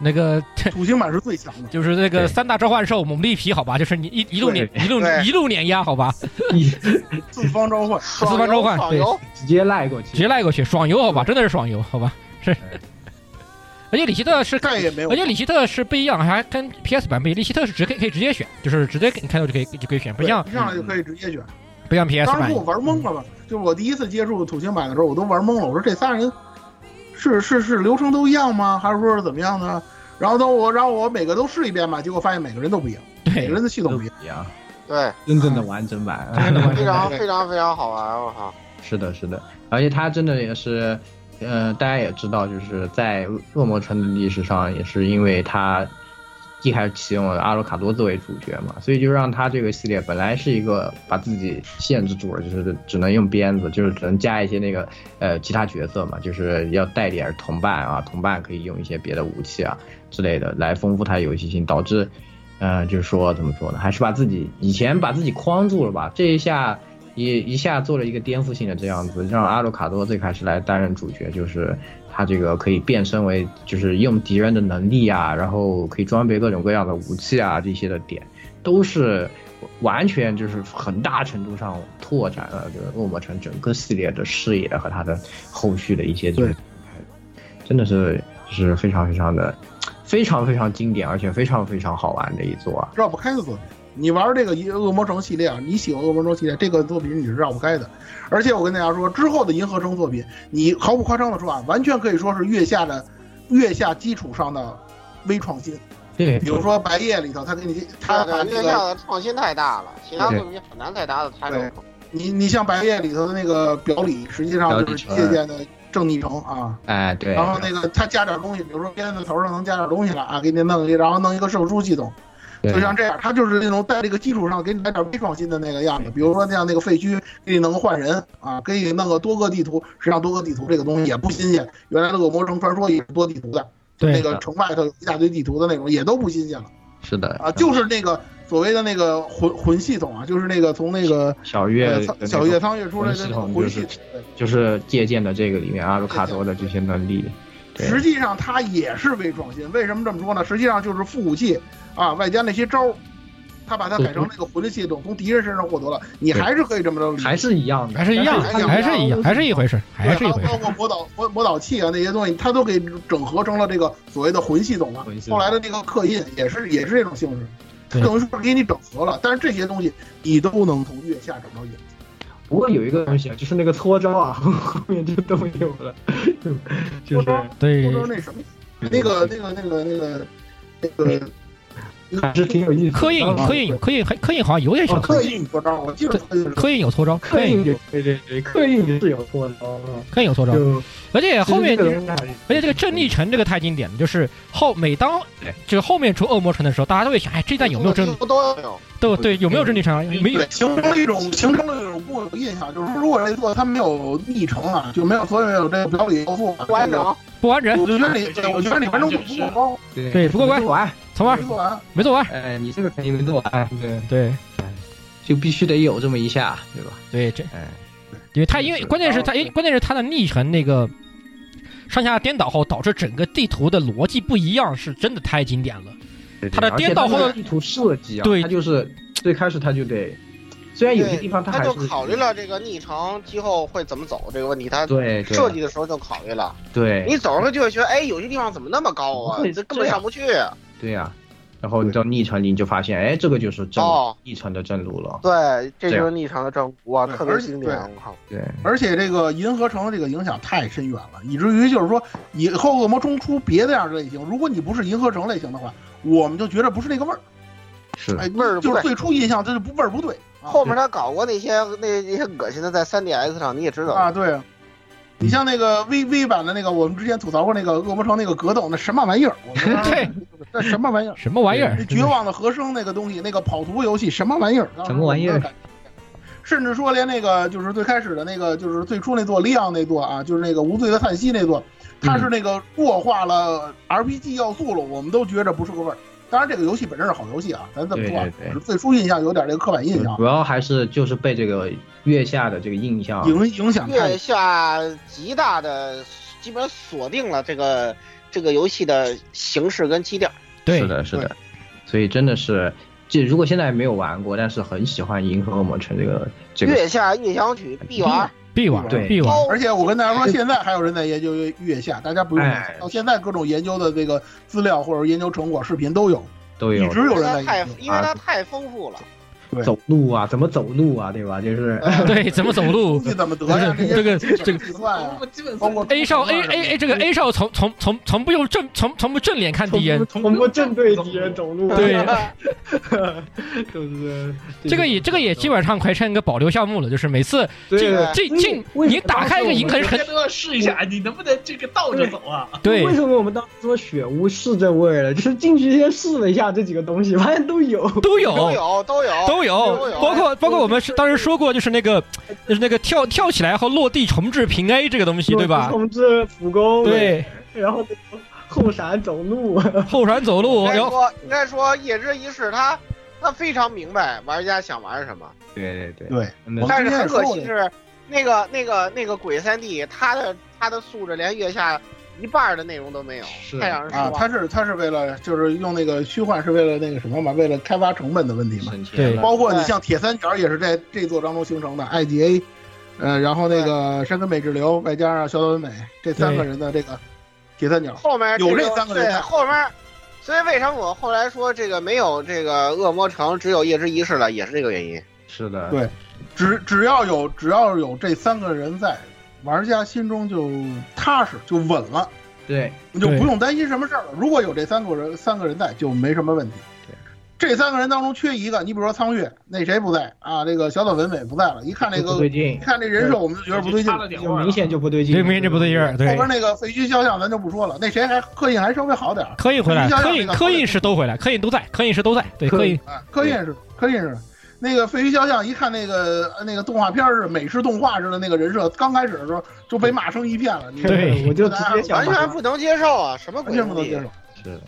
Speaker 5: 那个
Speaker 1: 土星版是最强的。
Speaker 5: 就是那
Speaker 3: 对
Speaker 5: 个三大召唤兽猛力皮，好吧，就是你一一路碾一路
Speaker 6: 对
Speaker 5: 一路碾压，好吧，
Speaker 1: 四方召唤，
Speaker 6: 爽
Speaker 5: 方
Speaker 6: 游
Speaker 5: 召唤
Speaker 6: 爽
Speaker 5: 对
Speaker 6: 游，
Speaker 3: 直接赖过去，
Speaker 5: 直接赖过去，爽游好吧，真的是爽游好吧，是。而且里希特是
Speaker 1: 再也没有
Speaker 5: 而且里希特是不一样，还跟 PS 版不一样，里希特是直可以可以直接选，就是直接给你开头就可以就可以选，不
Speaker 1: 对
Speaker 5: 像
Speaker 1: 一上来就可以直接选。
Speaker 5: 不像 PS
Speaker 1: 当
Speaker 5: 版
Speaker 1: 时我。玩懵了吧？就是我第一次接触土星版的时候，我都玩懵了。我说这仨人是是是流程都一样吗？还是说是怎么样呢？然后等我，然后我每个都试一遍吧，结果发现每个人都不一样，每
Speaker 5: 对
Speaker 1: 个，人的系统
Speaker 3: 都
Speaker 1: 不一
Speaker 3: 不
Speaker 1: 样。
Speaker 3: 一样，
Speaker 6: 对，
Speaker 3: 真正的完整版，
Speaker 6: 非常非常非常好玩，我靠，
Speaker 3: 是的，是的，而且他真的也是，呃，大家也知道，就是在恶魔城的历史上，也是因为他一开始启用了阿鲁卡多作为主角嘛，所以就让他这个系列本来是一个把自己限制住了，就是只能用鞭子，就是只能加一些那个呃其他角色嘛，就是要带点同伴啊，同伴可以用一些别的武器啊之类的来丰富它的游戏性，导致。呃，就是说怎么说呢，还是把自己以前把自己框住了吧，这一下一一下做了一个颠覆性的这样子，让阿鲁卡多最开始来担任主角，就是他这个可以变身为，就是用敌人的能力啊，然后可以装备各种各样的武器啊，这些的点都是完全就是很大程度上拓展了这个恶魔城整个系列的视野和它的后续的一些这个
Speaker 1: 对
Speaker 3: 真的是就是非常非常的。非常非常经典，而且非常非常好玩的一座啊！
Speaker 1: 绕不开的作品。你玩这个《恶魔城》系列啊，你喜欢《恶魔城》系列这个作品，你是绕不开的。而且我跟大家说，之后的《银河城》作品，你毫不夸张的说啊，完全可以说是月下的 月下基础上的微创新。
Speaker 3: 对
Speaker 1: 比如说《白夜》里头，他给你 他把
Speaker 6: 对
Speaker 1: 这
Speaker 6: 对，月
Speaker 1: 个
Speaker 6: 下的创新太大了，其他作品很难再达到他这种。
Speaker 1: 你你像《白夜》里头的那个表里，实际上就是借鉴的正逆城啊。
Speaker 3: 哎，对，
Speaker 1: 然后那个他加点东西，比如说鞭子头上能加点东西了啊，给你弄一，然后弄一个圣书系统，
Speaker 3: 对
Speaker 1: 就像这样，他就是那种在这个基础上给你来点微创新的那个样子，比如说像那个废墟给你弄个换人啊，给你弄个多个地图，实际上多个地图这个东西也不新鲜，原来的恶魔城传说也是多地图的，就那
Speaker 5: 对
Speaker 1: 个城外头有一大堆地图的那种也都不新鲜了
Speaker 3: 是的
Speaker 1: 啊，就是那个所谓的那个魂魂系统啊，就是那个从那个
Speaker 3: 小
Speaker 1: 呃
Speaker 3: 月
Speaker 1: 苍小月苍月出来的那个
Speaker 3: 魂
Speaker 1: 魂
Speaker 3: 系
Speaker 1: 系
Speaker 3: 统
Speaker 1: 统。
Speaker 3: 就是借鉴的这个里面阿鲁卡多的这些能力，对
Speaker 1: 实际上它也是微创新。为什么这么说呢？实际上就是副武器啊，外加那些招儿，它把它改成那个魂系统，从敌人身上获得了，你
Speaker 3: 对
Speaker 1: 还是可以这么着理解，
Speaker 3: 还是一样的，
Speaker 5: 还是一样，
Speaker 1: 还是一样
Speaker 5: 还是一样，还是一回事，
Speaker 1: 对
Speaker 5: 还是一回
Speaker 1: 还
Speaker 5: 事
Speaker 1: 有。包括魔导魔魔导器啊那些东西，它都给整合成了这个所谓的魂系统了
Speaker 3: 魂系。统
Speaker 1: 后来的那个刻印也是也是这种性质。它
Speaker 5: 对
Speaker 1: 等于说是给你整合了，但是这些东西你都能从月下找到影子。
Speaker 3: 不过有一个东西啊，就是那个搓招啊， 后面就都没有了，就是
Speaker 5: 对
Speaker 1: 说，说那什么，那个那个那个那个那个
Speaker 3: 还 是挺有意思的。
Speaker 5: 刻印刻印刻印还刻印好像有点小
Speaker 1: 哦
Speaker 5: 搓
Speaker 1: 刻，印多招，我记得刻印是
Speaker 5: 刻印有搓招，
Speaker 3: 刻
Speaker 5: 刻
Speaker 3: 印
Speaker 5: 印
Speaker 3: 有，对对对，刻印是有搓招啊，
Speaker 5: 刻印有搓招，
Speaker 3: 就
Speaker 5: 而且后面就是而且这个
Speaker 3: 正
Speaker 5: 正逆城这个太经典了，就是后每当
Speaker 3: 对
Speaker 5: 就是后面出恶魔城的时候，大家都会想，哎，这段有没有正
Speaker 6: 不都有？
Speaker 5: 对对有没有正逆城啊？没有
Speaker 1: 对，形成了一种形成了一种固有的印象，就是如果这座它没有历程啊，就没有所有这个表里要素啊，
Speaker 6: 不完整
Speaker 1: 这，个
Speaker 5: 不完整，
Speaker 1: 我就觉得你，对我觉得你完整度不够啊高，
Speaker 5: 对不过关
Speaker 3: 没做完，
Speaker 5: 从玩
Speaker 1: 没做完。
Speaker 5: 没做完，
Speaker 3: 哎，你这个肯定没做
Speaker 5: 哎
Speaker 3: 完，对，
Speaker 5: 对
Speaker 3: 就必须得有这么一下，对吧？
Speaker 5: 对这
Speaker 3: 哎，
Speaker 5: 因为他因为关
Speaker 1: 啊
Speaker 5: 键是他因为关键是他的逆城那个上下颠倒后，导致整个地图的逻辑不一样，是真的太经典了。它的颠倒
Speaker 3: 或
Speaker 5: 或
Speaker 3: 者
Speaker 5: 者
Speaker 3: 地图设计啊，
Speaker 5: 对
Speaker 3: 它就是最开始它就得，虽然有些地方它
Speaker 6: 他
Speaker 3: 还是
Speaker 6: 就考虑了这个逆程今后会怎么走这个问题，他
Speaker 3: 对对啊
Speaker 6: 设计的时候就考虑了。
Speaker 3: 对
Speaker 6: 你走上去就会觉得，哎，有些地方怎么那么高啊
Speaker 3: 不会？
Speaker 6: 这根本上不去。
Speaker 3: 对啊呀、然后你到逆城里你就发现，哎，这个就是正、
Speaker 6: 哦
Speaker 3: 逆城的正路了。
Speaker 6: 对，这
Speaker 3: 对
Speaker 6: 就是逆程的正骨啊，
Speaker 1: 对啊
Speaker 6: 特
Speaker 1: 而
Speaker 6: 别
Speaker 1: 且
Speaker 6: 经典。我靠，
Speaker 3: 对，
Speaker 1: 而且这个银河城的这个影响太深远了，以至于就是说以后恶魔冲出别的样的类型，如果你不是银河城类型的话，我们就觉得不是那个味儿，
Speaker 3: 是
Speaker 1: 哎，
Speaker 6: 味儿
Speaker 1: 就
Speaker 6: 不对
Speaker 1: 是最初印象它就不味儿不对啊
Speaker 6: 后面他搞过那些那那些恶心的，在 3DS 上你也知道，
Speaker 1: 啊，对。你像那个 V V 版的那个，我们之前吐槽过那个恶魔城那个格斗，那什么玩意儿？我们
Speaker 5: 对，
Speaker 1: 那什么玩意儿？
Speaker 3: 哎
Speaker 5: 什么玩意儿
Speaker 1: 那？绝望的和声那个东西，那个跑图游戏什么玩意儿？
Speaker 3: 什么玩意
Speaker 1: 当时我们的
Speaker 3: 儿
Speaker 1: 感觉？甚至说连那个就是最开始的那个就是最初那座利昂那座啊，就是那个无罪的叹息那座，它是那个弱化了 RPG 要素了，我们都觉着不是个味儿。当然，这个游戏本身是好游戏啊，咱这么说啊，
Speaker 3: 对对对
Speaker 1: 只是最初印象有点这个刻板印象
Speaker 3: 主要还是就是被这个月下的这个印象
Speaker 1: 影影响太
Speaker 6: 月下极大的基本上锁定了这个这个游戏的形式跟基调。
Speaker 5: 对
Speaker 3: 是的，是的，所以真的是，这如果现在没有玩过，但是很喜欢《银河恶魔城》这个这个，
Speaker 6: 月下印象曲必玩，
Speaker 5: 必玩
Speaker 3: 对
Speaker 5: 必玩，
Speaker 6: 高
Speaker 1: 而且我跟大家说，现在还有人在研究月下，大家不用担心
Speaker 3: 哎
Speaker 1: 到现在各种研究的这个资料或者研究成果、视频都有，
Speaker 3: 都
Speaker 1: 一
Speaker 3: 有
Speaker 1: 直
Speaker 6: 因
Speaker 1: 有
Speaker 6: 为
Speaker 1: 人
Speaker 6: 它
Speaker 1: 在
Speaker 6: 太
Speaker 1: 研究。
Speaker 6: 因
Speaker 3: 啊
Speaker 6: 为它太丰富了。
Speaker 1: 对
Speaker 3: 走路啊，怎么走路啊，对吧？ 就是
Speaker 5: 对，怎么走路
Speaker 1: 东西怎么得呀？
Speaker 5: 这个
Speaker 1: 这些
Speaker 5: 这个
Speaker 1: 计算啊，
Speaker 4: 基本
Speaker 1: 包括
Speaker 5: ？A 少 A A A 这个 A 少从从从从不用正从从不正脸看敌人，
Speaker 3: 从不正对敌人走路，
Speaker 5: 对，
Speaker 3: 就是
Speaker 5: 这个也这个也基本上快成一个保留项目了，就是每次进
Speaker 3: 对
Speaker 5: 进进，你打开一个银河
Speaker 4: 大
Speaker 5: 很
Speaker 4: 家都要试一下，你能不能这个倒着走啊？
Speaker 5: 对
Speaker 3: 为什么我们当时说雪屋是这味儿了？就是进去先试了一下这几个东西，发现都有。
Speaker 5: 都有
Speaker 6: 都有都有
Speaker 5: 都有
Speaker 6: 都有，
Speaker 5: 包括包括我们是当时说过，就是那个就是那个跳跳起来后落地重置平 A 这个东西，对吧？
Speaker 3: 统治辅攻，，
Speaker 5: 对，
Speaker 3: 然后后闪走路，
Speaker 5: 后闪走路，
Speaker 6: 应该
Speaker 5: 然后
Speaker 6: 说应该说夜之一世他他非常明白玩家想玩什么，
Speaker 3: 对对对
Speaker 1: 对，
Speaker 3: 嗯
Speaker 6: 但是很可
Speaker 1: 啊
Speaker 6: 惜是那个那个那个鬼三 D 他的他的素质连月下一半的内容都没有，
Speaker 3: 是
Speaker 6: 太让人失
Speaker 1: 啊，
Speaker 6: 望。
Speaker 1: 他是他是为了就是用那个虚幻是为了那个什么嘛，为了开发成本的问题嘛。
Speaker 3: 省钱
Speaker 5: 对
Speaker 3: 了
Speaker 1: 包括你
Speaker 6: 对
Speaker 1: 像铁三角也是在这座当中形成的 IGA，呃，然后那个山根美智流，外加上小岛文美这三个人的这个铁三角，
Speaker 6: 后面
Speaker 1: 有
Speaker 6: 这
Speaker 1: 这三个人啊
Speaker 6: 对
Speaker 1: 才
Speaker 6: 后面。所以为什么我后来说这个没有这个恶魔城，只有夜之一世了，也是这个原因。
Speaker 3: 是的，
Speaker 1: 对只只要有只要有这三个人在，玩家心中就踏实就稳了，
Speaker 3: 对
Speaker 1: 你就
Speaker 5: 对
Speaker 1: 不用担心什么事儿了。如果有这三个人三个人在，就没什么问题。这三个人当中缺一个，你比如说苍月，那谁不在啊？这个小岛文美不在了，一看这
Speaker 3: 不
Speaker 1: 个
Speaker 3: 对劲
Speaker 1: 一，看这人设，我们就觉得不对劲
Speaker 4: 差。了点味
Speaker 3: 就
Speaker 4: 儿
Speaker 3: 明显就不对劲，
Speaker 5: 对面这不对劲儿，
Speaker 1: 后
Speaker 5: 对，
Speaker 1: 边那个废墟肖像咱就不说了，那谁还刻印还稍微好点儿，
Speaker 5: 科印回来，
Speaker 1: 你想想
Speaker 5: 科印
Speaker 1: 那个
Speaker 5: 科印是都回来，科印都在，科印是都在，对，科印
Speaker 1: 啊，科印是科印是，那个废墟肖像一看那个呃那个动画片儿似的，美式动画似的那个人设，刚开始的时候就被骂声一片了，你
Speaker 5: 对
Speaker 3: 我就直接想
Speaker 6: 完
Speaker 3: 把它
Speaker 6: 全不能接受啊！什么
Speaker 1: 完
Speaker 6: 鬼
Speaker 1: 全啊不
Speaker 6: 东
Speaker 1: 能接
Speaker 6: 西？
Speaker 1: 受。
Speaker 3: 是的，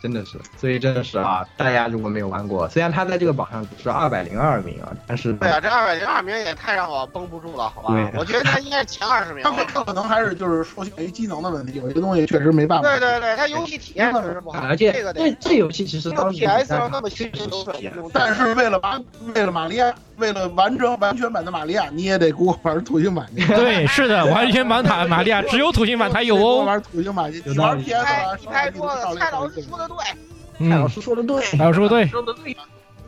Speaker 3: 真的是，所以真的是啊，大家如果没有玩过，虽然他在这个榜上只是二百零二名啊，但是
Speaker 6: 对啊，这二百零二名也太让我绷不住了，好吧
Speaker 3: 对？
Speaker 6: 我觉得他应该是前二十名
Speaker 1: 他。可他可能还是就是受限于机能的问题，有些东西确实没办法。
Speaker 6: 对对对，他游戏体验确实不好，
Speaker 3: 嗯而且
Speaker 6: 这个
Speaker 3: 这
Speaker 6: 得。
Speaker 3: 这游戏其实
Speaker 6: 这
Speaker 3: 当
Speaker 6: 个
Speaker 3: 时
Speaker 6: PS
Speaker 1: 啊
Speaker 6: 上那么虚实都
Speaker 3: 是
Speaker 6: 是，
Speaker 1: 但是为了马为了玛利亚，为了完整完全版的玛利亚，你也得给我玩土星版去。
Speaker 5: 对，是的，完全满塔玛利亚只有土星版才有
Speaker 1: 你得给我
Speaker 5: 哦。
Speaker 1: 玩土星版去，
Speaker 3: 有
Speaker 1: 你
Speaker 3: 道
Speaker 1: 玩
Speaker 3: 理
Speaker 1: PS
Speaker 6: 哎
Speaker 1: 啊，，
Speaker 6: 你拍桌子，蔡老师
Speaker 1: 说
Speaker 6: 说的对，
Speaker 3: 蔡老
Speaker 5: 嗯，
Speaker 3: 师说的对，
Speaker 5: 老师说对，
Speaker 4: 说的对，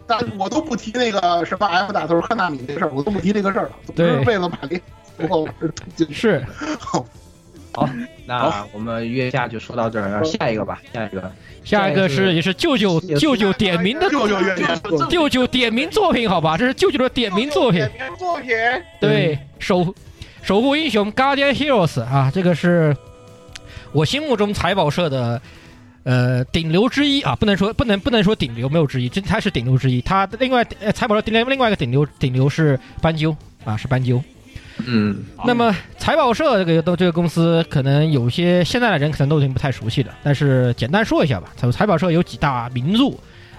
Speaker 1: 但是我都不提那个什么 F 打头汉纳米这事儿，我都不提这个事儿了。总之
Speaker 5: 对
Speaker 1: 为了玛丽，我 就是
Speaker 3: 那我们月下就说到这儿，然后下一个吧，下一个
Speaker 5: 下一个是也是舅舅
Speaker 3: 也是
Speaker 5: 舅舅点名的
Speaker 1: 又有怨念。
Speaker 5: 舅舅点名作品，好吧，这是舅舅的点名作品。
Speaker 6: 点名作品，
Speaker 5: 对，守守护英雄 Guardian Heroes 啊，这个是我心目中财宝社的呃顶流之一啊，不能说不能不能说顶流没有之一，这它是顶流之一。它另外呃财宝社另另外一个顶流顶流是斑鸠啊，是斑鸠。
Speaker 3: 嗯，
Speaker 5: 那么财宝社这个都这个公司，可能有些现在的人可能都已经不太熟悉了，但是简单说一下吧。财财宝社有几大名著，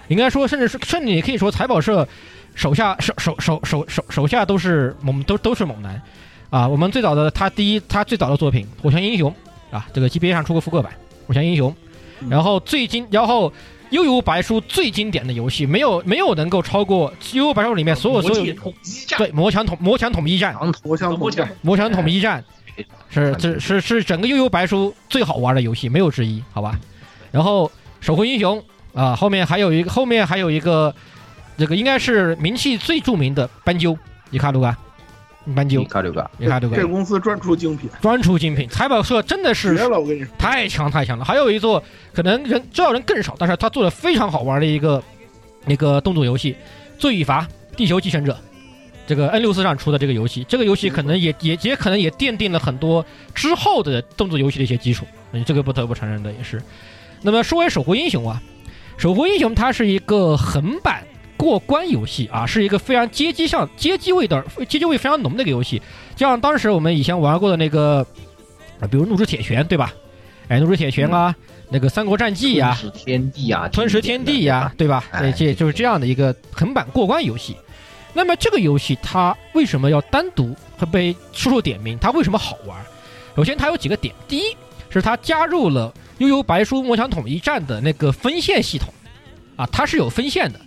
Speaker 5: 应该说甚至是甚至也可以说财宝社手下手手手手手手下都是猛都都是猛男啊。我们最早的他第一他最早的作品《火拳英雄》啊，这个 GBA 上出过复刻版《火拳英雄》，然后最经然后。幽游白书最经典的游戏，没有没有能够超过《幽游白书》里面所有所有
Speaker 4: 统一战，
Speaker 5: 对魔墙统魔墙统一战，
Speaker 3: 长头
Speaker 1: 我想
Speaker 4: 我
Speaker 1: 总结
Speaker 4: 讲，
Speaker 5: 魔墙统一战
Speaker 3: 哎
Speaker 5: 是这是是整个悠悠白书最好玩的游戏，没有之一，好吧？然后守护英雄啊、后面还有一个后面还有一个这个应该是名气最著名的斑鸠伊卡鲁嘎，斑鸠
Speaker 3: 卡六个，
Speaker 5: 伊卡鲁嘎
Speaker 1: 这公司专出精品，
Speaker 5: 专出精品，财宝社真的
Speaker 1: 绝
Speaker 5: 是
Speaker 1: 了！我跟你说，
Speaker 5: 太强太强了。还有一座可能人知道人更少，但是他做的非常好玩的一个那个动作游戏《罪与罚：地球继承者》，这个 N 六四上出的这个游戏，这个游戏可能也也也可能也奠定了很多之后的动作游戏的一些基础，嗯，这个不得不承认的也是。那么说回守护英雄啊，守护英雄它是一个横版过关游戏啊，是一个非常街机上街机味道、街机味非常浓的一个游戏。就像当时我们以前玩过的那个，啊，比如《怒之铁拳》，对吧？哎，《怒之铁拳》啊，那个《三国战记》呀，
Speaker 3: 吞食天地啊，
Speaker 5: 《吞食天地》呀，对吧？
Speaker 3: 哎
Speaker 5: 对，这就是这样的一个横版过关游戏。那么这个游戏它为什么要单独会被叔叔点名？它为什么好玩？首先它有几个点，第一是它加入了《悠悠白书魔墙统一战》的那个分线系统，啊，它是有分线的，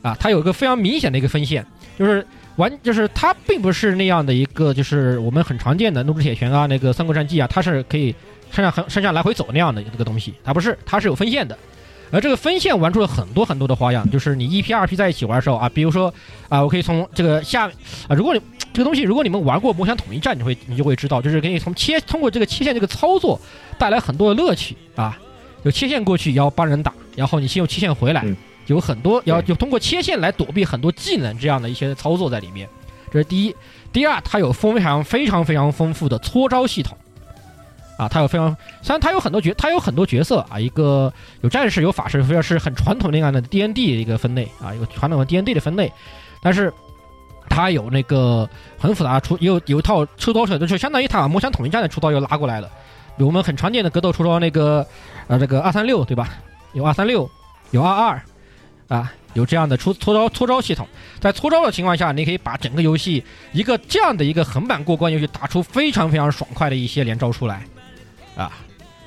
Speaker 5: 啊，它有一个非常明显的一个分线，就是完，就是它并不是那样的一个，就是我们很常见的《怒之铁拳》啊，那个《三国战记》啊，它是可以上下横上下来回走那样的一个东西，它不是，它是有分线的。而这个分线玩出了很多很多的花样，就是你一 P 二 P 在一起玩的时候啊，比如说啊，我可以从这个下啊，如果你这个东西，如果你们玩过《魔想统一战》，你会你就会知道，就是可以从切通过这个切线这个操作带来很多的乐趣啊。有切线过去，要帮人打，然后你先用切线回来，
Speaker 3: 嗯
Speaker 5: 有很多要就通过切线来躲避很多技能这样的一些操作在里面。这是第一，第二，它有非常非常非常丰富的搓招系统。啊，它有非常，虽然它有很多角，它有很多角色啊，一个有战士，有法师，非常是很传统那样的 D N D 的一个分类啊，有传统的 D N D 的分类，但是它有那个很复杂，出也有有一套出刀手，就是相当于它把魔枪统一战的出刀又拉过来了。比如我们很常见的格斗出招那个，呃，这个二三六对吧？有二三六，有二二，啊，有这样的出搓招搓招系统。在搓招的情况下，你可以把整个游戏一个这样的一个横版过关游戏打出非常非常爽快的一些连招出来，啊，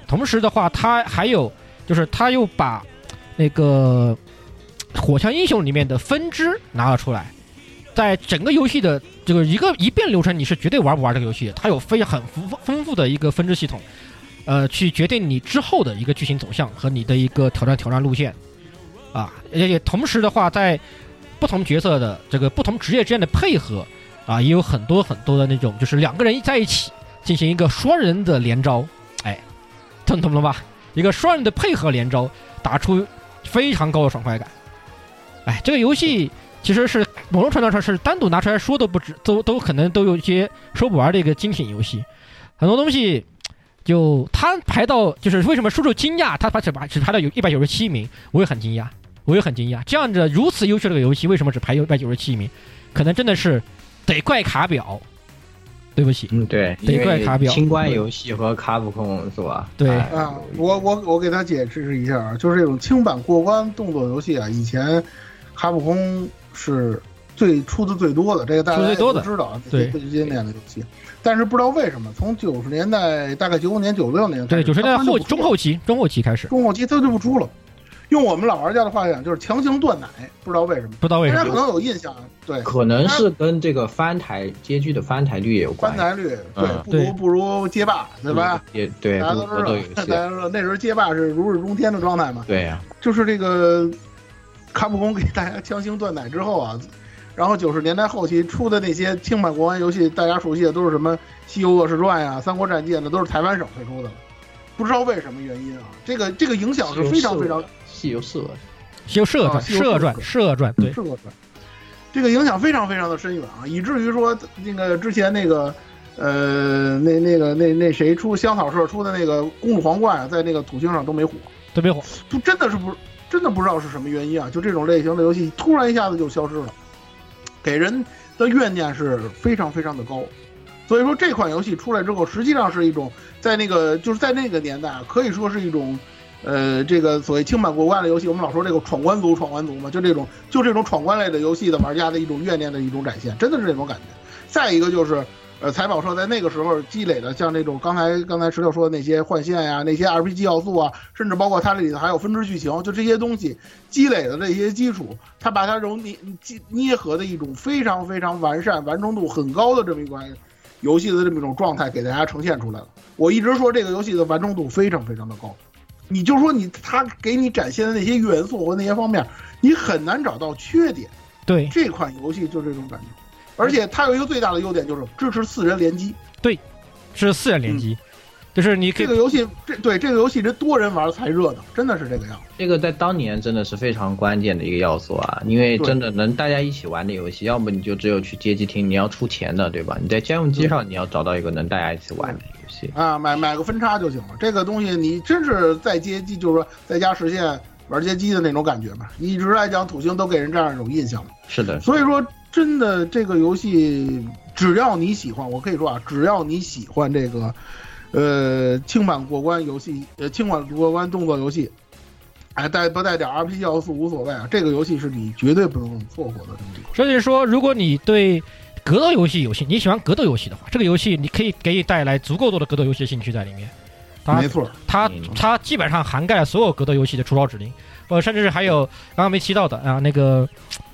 Speaker 5: 同时的话，它还有就是它又把那个火枪英雄里面的分支拿了出来。在整个游戏的这个一个一遍流程，你是绝对玩不玩呃这个游戏的。它有非常很丰丰富的一个分支系统，呃，去决定你之后的一个剧情走向和你的一个挑战挑战路线，啊，而且同时的话，在不同角色的这个不同职业之间的配合，啊，也有很多很多的那种，就是两个人在一起进行一个双人的连招，哎，懂懂了吧？一个双人的配合连招，打出非常高的爽快感。哎，这个游戏其实是某种程度上是单独拿出来说都不止，都都可能都有一些说不完的一个精品游戏，很多东西。就他排到，就是为什么叔叔惊讶，他把只排只排到有一百九十七名，我也很惊讶，我也很惊讶，这样的如此优秀的一个游戏，为什么只排一百九十七名？可能真的是得怪卡表，对不起，
Speaker 3: 嗯，对，
Speaker 5: 得
Speaker 3: 因为
Speaker 5: 怪卡表嗯
Speaker 3: 清关游戏和卡普空是吧？
Speaker 5: 对
Speaker 3: 哎
Speaker 1: 啊，我我我给他解释一下啊，就是这种轻版过关动作游戏啊，以前卡普空是最出的最多的，这个大
Speaker 5: 出
Speaker 1: 家
Speaker 5: 得
Speaker 1: 也
Speaker 5: 最多
Speaker 1: 都
Speaker 5: 的
Speaker 1: 知道啊，
Speaker 5: 对
Speaker 1: 最经典的游戏。但是不知道为什么，从九十年代大概九五年、九六年开
Speaker 5: 对，
Speaker 1: 始，
Speaker 5: 九十年代
Speaker 1: 它就
Speaker 5: 后
Speaker 1: 不出
Speaker 5: 中后期，中后期开始，
Speaker 1: 中后期它就不出了。用我们老玩家的话讲，就是强行断奶，不知道为什么，
Speaker 5: 不知道为
Speaker 1: 大
Speaker 5: 什
Speaker 1: 家
Speaker 5: 么
Speaker 1: 可能有印象啊，对。
Speaker 3: 可能是跟这个翻台接剧的翻台率也有关
Speaker 1: 翻
Speaker 3: 系。
Speaker 1: 台率
Speaker 3: 嗯
Speaker 1: 对，不如不如街霸，对吧？？
Speaker 3: 也嗯对，
Speaker 1: 大家
Speaker 3: 不
Speaker 1: 都
Speaker 3: 如
Speaker 1: 知道
Speaker 3: 格斗游，
Speaker 1: 大
Speaker 3: 戏，
Speaker 1: 家都知道那时候街霸是如日中天的状态嘛。
Speaker 3: 对啊呀，
Speaker 1: 就是这个卡普空给大家强行断奶之后啊，然后九十年代后期出的那些轻版国安游戏，大家熟悉的都是什么《西游恶世传》呀、《三国战记》啊，那都是台湾省推出的，不知道为什么原因啊，这个这个影响是非常非常
Speaker 3: 戏游四
Speaker 5: 西游射
Speaker 1: 啊
Speaker 5: 传，
Speaker 1: 西游
Speaker 5: 射传，
Speaker 1: 射
Speaker 5: 射传，对，
Speaker 1: 是过这个影响非常非常的深远啊，以至于说那个之前那个。呃，那那个那那谁出香草社出的那个《公主皇冠》啊，在那个土星上都没火，
Speaker 5: 特别火，
Speaker 1: 不真的是不真的不知道是什么原因啊，就这种类型的游戏突然一下子就消失了，给人的怨念是非常非常的高。所以说这款游戏出来之后，实际上是一种在那个就是在那个年代啊，可以说是一种，呃，这个所谓轻版过关的游戏，我们老说这个闯关族、闯关族嘛，就这种就这种闯关类的游戏的玩家的一种怨念的一种展现，真的是这种感觉。再一个就是，呃，财宝社在那个时候积累的，像这种刚才刚才石头说的那些换线呀、那些 RPG 要素啊，甚至包括它这里头还有分支剧情，就这些东西积累的这些基础，它把它揉捏捏捏合的一种非常非常完善、完成度很高的这么一款游戏的这么一种状态给大家呈现出来了。我一直说这个游戏的完成度非常非常的高，你就说你它给你展现的那些元素和那些方面，你很难找到缺点。
Speaker 5: 对，
Speaker 1: 这款游戏就这种感觉，而且它有一个最大的优点就是支持四人联机。
Speaker 5: 是四人联机，就是你可
Speaker 1: 这
Speaker 5: 以
Speaker 1: 个游戏，这对这个游戏这多人玩才热闹，真的是这个样子。
Speaker 3: 这个在当年真的是非常关键的一个要素啊，因为真的能大家一起玩的游戏，要么你就只有去街机厅，你要出钱的，对吧？你在家用机上你要找到一个能大家一起玩的游戏。
Speaker 1: 啊，买买个分叉就行了。这个东西你真是在街机，就是说在家实现玩街机的那种感觉嘛。一直来讲，土星都给人这样一种印象嘛。
Speaker 3: 是的，
Speaker 1: 所以说，真的这个游戏，只要你喜欢，我可以说啊，只要你喜欢这个，呃，轻版过关游戏，呃，轻版过关动作游戏，哎，带不带点 RPG 要素无所谓啊。这个游戏是你绝对不能错过的东西。
Speaker 5: 所以说，如果你对格斗游戏有兴，你喜欢格斗游戏的话，这个游戏你可以给你带来足够多的格斗游戏兴趣在里面。它
Speaker 1: 没错，
Speaker 5: 它
Speaker 3: 嗯
Speaker 5: 它基本上涵盖了所有格斗游戏的出招指令，呃，甚至是还有刚刚没提到的啊，那个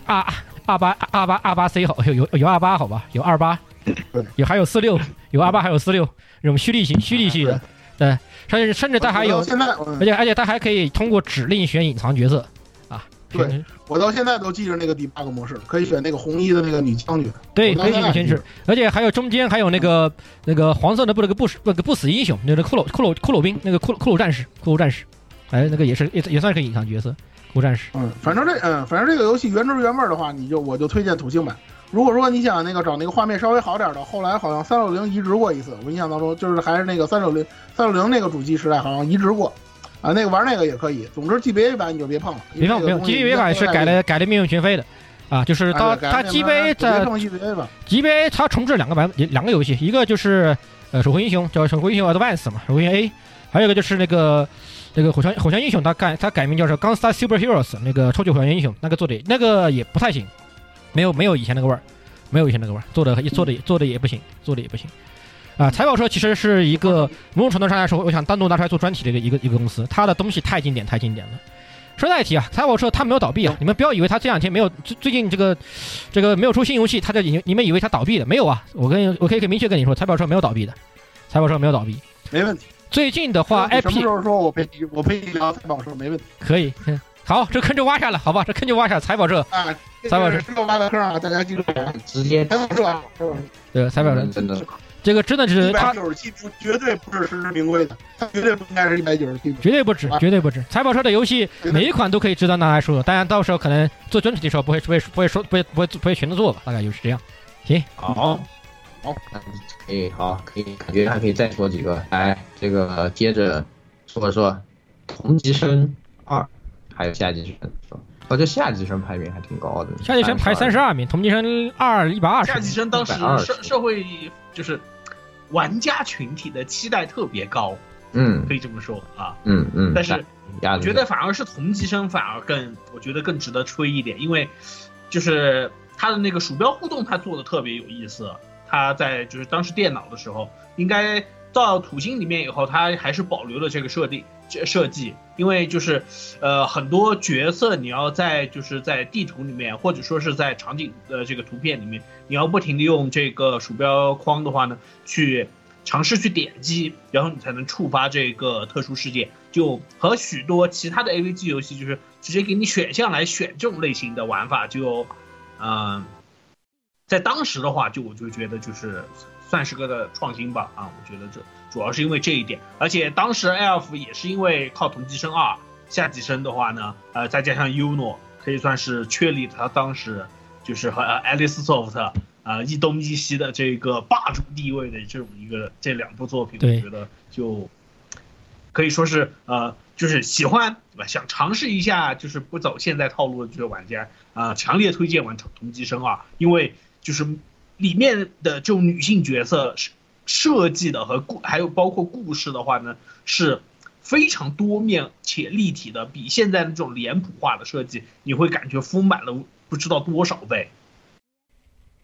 Speaker 5: 啊二八二八二八 C 好，有有有二八好吧，有二八
Speaker 1: 对，
Speaker 5: 有还有四六，有二八还有四六，这种蓄力型蓄力系的，对，甚至甚至它还
Speaker 1: 我
Speaker 5: 有
Speaker 1: 到，现在，嗯
Speaker 5: 而且而且它还可以通过指令选隐藏角色啊，
Speaker 1: 对
Speaker 5: 选
Speaker 1: 我到现在都记着那个 debug 模式，可以选那个红衣的那个女将军。
Speaker 5: 对，
Speaker 1: 我
Speaker 5: 可以
Speaker 1: 刚才
Speaker 5: 选先
Speaker 1: 也是
Speaker 5: 制，而且还有中间还有那个那个黄色的不那个不死那个不死英雄，那个骷髅骷髅骷髅兵，那个骷髅骷髅战士，骷髅战士，哎，那个也是也也算是个隐藏角色，骷髅战士。
Speaker 1: 嗯，反正这嗯，反正这个游戏原汁原味儿的话，你就我就推荐土星版。如果说你想那个找那个画面稍微好点儿的，后来好像三六零移植过一次，我印象当中就是还是那个三六零三六零那个主机时代好像移植过，啊，那个玩那个也可以。总之 GBA 版你就别碰了，
Speaker 5: 没有没有，GBA 版是改了改了面目全非的，啊，就是
Speaker 1: 哎
Speaker 5: 它它 GBA
Speaker 1: 在
Speaker 5: 在
Speaker 1: 碰 GBA 版，
Speaker 5: GBA 它重置两个版两个游戏，一个就是呃守护英雄叫守护英雄 Advance 嘛，守护英雄 A，还有一个就是那个那个火枪火枪英雄，它改它改名叫是 Gunstar Super Heroes 那个超级火枪英雄，那个做的那个也不太行，没有没有以前那个味儿，没有以前那个味儿，做的做的做的也不行，做的也不行。啊，财宝车其实是一个某种程度上来说，我想单独拿出来做专题的一个一个一个公司，它的东西太经典太经典了。顺带一提啊，财宝车它没有倒闭啊，你们不要以为它这两天没有，最最近这个这个没有出新游戏，它就以你们以为它倒闭了，没有啊，我跟我可以可以明确跟你说，财宝车没有倒闭的，财宝车没有倒闭。
Speaker 1: 没问题。
Speaker 5: 最近的话
Speaker 1: 你什么时
Speaker 5: ，IP
Speaker 1: 候说我陪你我陪你聊财宝说没问题
Speaker 5: 可以， 嗯好，这坑就挖下了，好吧，这坑就挖下了，财宝车，
Speaker 1: 啊？
Speaker 5: 财宝说
Speaker 1: 这个挖的坑啊，大家记住啊，
Speaker 3: 直接
Speaker 1: 财宝说啊，
Speaker 5: 对，财宝车，
Speaker 3: 真的
Speaker 5: 这个真的是
Speaker 1: 一百
Speaker 5: 它
Speaker 1: 九十七绝对不是实至名归的，它绝对不应该是一百九十七
Speaker 5: 绝对不止，绝对不止。财宝车的游戏每一款都可以值得拿来说，当然到时候可能做专题的时候不会不会不会说不会不会不会全都做吧，大概就是这样。
Speaker 3: 好，
Speaker 1: 好，
Speaker 3: 可以，好，可以，感觉还可以再说几个。来，这个接着说说《同级生二》，还有下级生。哦，这下级生排名还挺高的，
Speaker 5: 夏季生排三十二名，同级生二一百二十
Speaker 4: 夏季生当时
Speaker 3: 120
Speaker 4: 社社会就是玩家群体的期待特别高，
Speaker 3: 嗯
Speaker 4: 可以这么说啊。
Speaker 3: 嗯嗯，
Speaker 4: 但是
Speaker 3: 压
Speaker 4: 我觉得反而是同级生反而更，我觉得更值得吹一点，因为就是它的那个鼠标互动，它做的特别有意思。它在就是当时电脑的时候，应该到土星里面以后，它还是保留了这个设定这设计，因为就是呃很多角色你要在就是在地图里面，或者说是在场景的这个图片里面，你要不停的用这个鼠标框的话呢，去尝试去点击，然后你才能触发这个特殊事件。就和许多其他的 AVG 游戏，就是直接给你选项来选这种类型的玩法，就，嗯、在当时的话，就我就觉得就是算是个的创新吧啊，我觉得这主要是因为这一点，而且当时 Elf 也是因为靠同级生二下级生的话呢，呃，再加上 Uno，可以算是确立他当时就是和呃 Alice Soft 啊、呃一东一西的这个霸主地位的这种一个这两部作品，
Speaker 5: 对
Speaker 4: 我觉得就可以说是呃就是喜欢对吧，想尝试一下就是不走现在套路的这个玩家啊、呃强烈推荐玩同同级生二，因为就是里面的这种女性角色是设计的和故还有包括故事的话呢是。非常多面且立体的，比现在的这种脸谱化的设计，你会感觉丰满了不知道多少倍。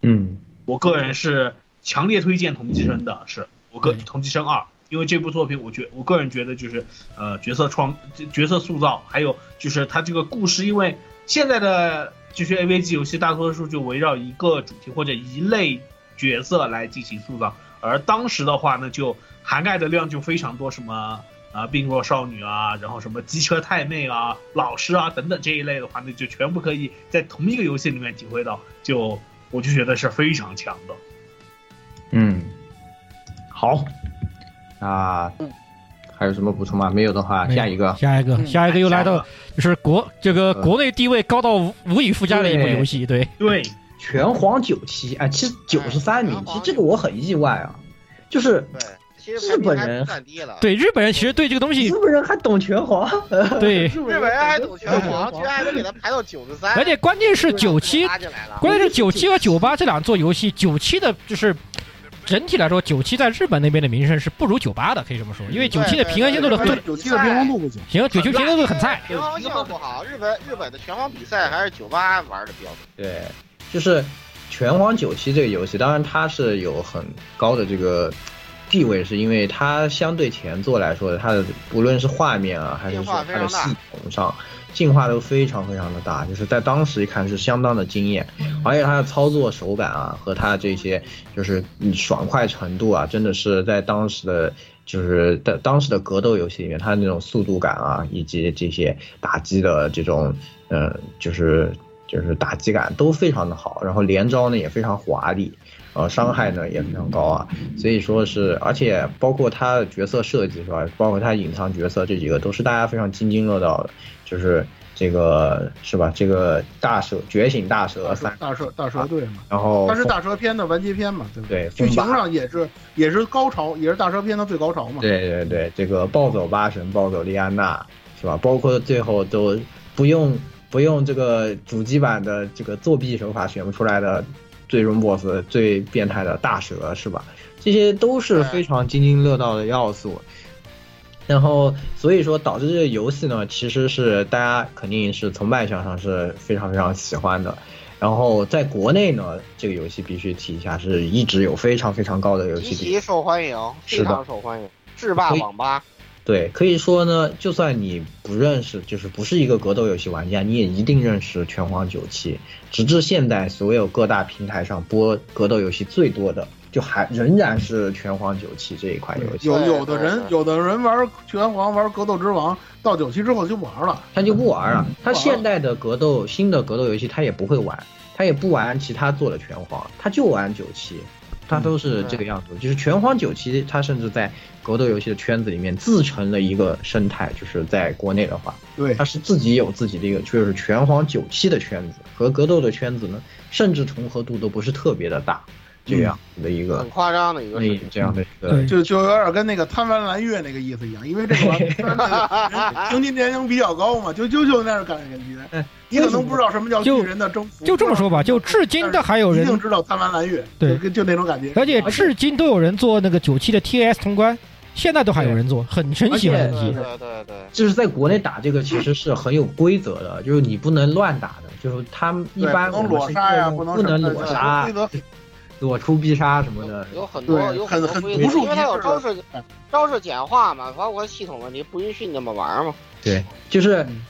Speaker 3: 嗯
Speaker 4: 我个人是强烈推荐同级生的，是我个
Speaker 5: 对
Speaker 4: 同级生二，因为这部作品，我觉我个人觉得就是呃角色创角色塑造，还有就是它这个故事，因为现在的这些 AVG 游戏大多数就围绕一个主题或者一类角色来进行塑造，而当时的话呢，就涵盖的量就非常多，什么。啊，病弱少女啊，然后什么机车太妹啊、老师啊等等这一类的话，那就全部可以在同一个游戏里面体会到，就我就觉得是非常强的。
Speaker 3: 嗯，好，那还有什么补充吗？没有的话，下一个
Speaker 5: 下一个，
Speaker 6: 嗯
Speaker 5: 下一个又来到就是国这个
Speaker 3: 嗯
Speaker 5: 国内地位高到无无以复加的一部
Speaker 3: 对
Speaker 5: 游戏，对，
Speaker 4: 对，
Speaker 3: 拳皇九七，哎，其实九十三名
Speaker 6: 拳，
Speaker 3: 其实
Speaker 6: 皇
Speaker 3: 这个我很意外啊，就是
Speaker 6: 对，其实
Speaker 3: 日本
Speaker 6: 排名还
Speaker 3: 人啊
Speaker 6: 不算低了。
Speaker 5: 对日本人其实对这个东西
Speaker 3: 日，本人还懂拳皇，
Speaker 5: 对，
Speaker 3: 日
Speaker 6: 日本人还懂拳皇，
Speaker 3: 懂
Speaker 6: 居然还能给他排到九十三，
Speaker 5: 而且关键是九七
Speaker 6: 拉进来了。
Speaker 5: 关键是九七和九八这两座游戏，九七的就是整体来说，九七在日本那边的名声是不如九八的，可以这么说，因为九七的平衡性做的
Speaker 1: 啊对
Speaker 5: 对，
Speaker 1: 九七的平衡度不行，
Speaker 5: 行，九七平衡度很菜。
Speaker 6: 拳皇性不好，日本日本的拳皇比赛还是九八玩的比较多。
Speaker 3: 对，就是《拳皇九七》这个游戏，当然它是有很高的这个地位，是因为它相对前作来说，它的无论是画面啊，还是说它的系统上进化都非常非常的大，就是在当时一看是相当的惊艳，而且它的操作手感啊和它这些就是嗯爽快程度啊，真的是在当时的。就是在当时的格斗游戏里面，它那种速度感啊，以及这些打击的这种，呃，就是就是打击感都非常的好，然后连招呢也非常华丽，呃，伤害呢也非常高啊，所以说是，而且包括他的角色设计是吧，包括他隐藏角色这几个都是大家非常津津乐道的，就是这个是吧？这个大蛇觉醒大蛇
Speaker 1: 大
Speaker 3: 呃三
Speaker 1: 蛇，啊大蛇大蛇队嘛，
Speaker 3: 然后
Speaker 1: 它是大蛇篇的完结篇嘛，对不
Speaker 3: 对
Speaker 1: 剧情
Speaker 3: 风
Speaker 1: 上也是也是高潮，也是大蛇篇的最高潮嘛。
Speaker 3: 对对对，这个暴走八神、暴走莉安娜是吧？包括最后都不用不用这个主机版的这个作弊手法选不出来的最终 BOSS 最变态的大蛇是吧？这些都是非常津津乐道的要素。然后，所以说导致这个游戏呢，其实是大家肯定是从卖相上是非常非常喜欢的。然后在国内呢，这个游戏必须提一下，是一直有非常非常高的游戏
Speaker 6: 极
Speaker 3: 比
Speaker 6: 其受欢迎，非
Speaker 3: 是的
Speaker 6: 常受欢迎，制霸网吧。
Speaker 3: 对，可以说呢，就算你不认识，就是不是一个格斗游戏玩家，你也一定认识《拳皇九七》。直至现在，所有各大平台上播格斗游戏最多的，就还仍然是《拳皇九七》这一款游戏。
Speaker 1: 有
Speaker 6: 对
Speaker 1: 有的
Speaker 6: 对
Speaker 1: 人
Speaker 6: 对
Speaker 1: 有的人玩拳皇玩格斗之王到九七之后就不玩了，
Speaker 3: 他就不玩了，他
Speaker 1: 不玩了
Speaker 3: 现代的格斗新的格斗游戏他也不会玩，他也不玩其他做的拳皇，他就玩九七。他都是这个样子，就是拳皇九七，他甚至在格斗游戏的圈子里面自成了一个生态，就是在国内的话，
Speaker 1: 对
Speaker 3: 它，是自己有自己的一个，就是拳皇九七的圈子和格斗的圈子呢，甚至重合度都不是特别的大，这样的一个
Speaker 6: 很、夸张的一个
Speaker 3: 那
Speaker 6: 事情。
Speaker 3: 这样的一个
Speaker 5: 对
Speaker 1: 就就有点跟那个贪玩蓝月那个意思一样，因为这个玩意 儿平均年龄比较高嘛，就就就那样感觉
Speaker 3: 嗯，
Speaker 1: 你可能不知道什么叫
Speaker 5: 就
Speaker 1: 巨人的征服，
Speaker 5: 就这么说吧，就至今的还有
Speaker 1: 不知道，一定
Speaker 5: 人，
Speaker 1: 知道贪玩蓝月，
Speaker 5: 对
Speaker 1: 就就那种感觉。啊
Speaker 5: 而且至今都有人做那个九七的 TS 通关，现在都还有人做，很神奇
Speaker 3: 而
Speaker 5: 很
Speaker 3: 且
Speaker 6: 对
Speaker 5: 神奇。
Speaker 6: 对对对，
Speaker 3: 就是在国内打这个其实是很有规则的，就是你不能乱打的，就是他们一
Speaker 1: 对
Speaker 3: 般
Speaker 1: 不
Speaker 3: 我
Speaker 1: 能
Speaker 3: 们
Speaker 1: 裸
Speaker 3: 是
Speaker 1: 杀呀，
Speaker 3: 不
Speaker 1: 能
Speaker 3: 不
Speaker 1: 什么
Speaker 3: 能
Speaker 1: 的
Speaker 3: 裸
Speaker 1: 对
Speaker 3: 杀
Speaker 1: 规、则
Speaker 3: 裸出必杀什么的。
Speaker 6: 有很多
Speaker 1: 对
Speaker 6: 有
Speaker 1: 很
Speaker 6: 多
Speaker 1: 很
Speaker 6: 规
Speaker 1: 独
Speaker 6: 则，
Speaker 1: 树
Speaker 6: 因为它
Speaker 1: 一
Speaker 6: 有
Speaker 1: 帜
Speaker 6: 招
Speaker 1: 的
Speaker 6: 式
Speaker 3: 嗯
Speaker 6: 招式简化嘛，包括系统问题不允许你那么玩嘛。
Speaker 3: 对，就是
Speaker 1: 嗯，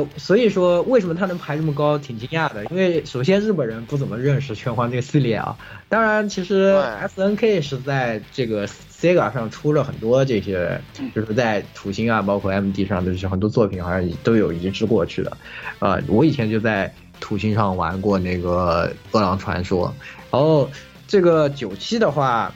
Speaker 3: 呃，所以说为什么他能排这么高，挺惊讶的。因为首先日本人不怎么认识拳皇这个系列啊，当然其实
Speaker 6: 对
Speaker 3: S N K 是在这个 Sega 上出了很多这些，就是在土星啊，包括 M D 上的这些很多作品，好像都有移植过去的。呃，我以前就在土星上玩过那个《饿狼传说》，然后这个九七的话。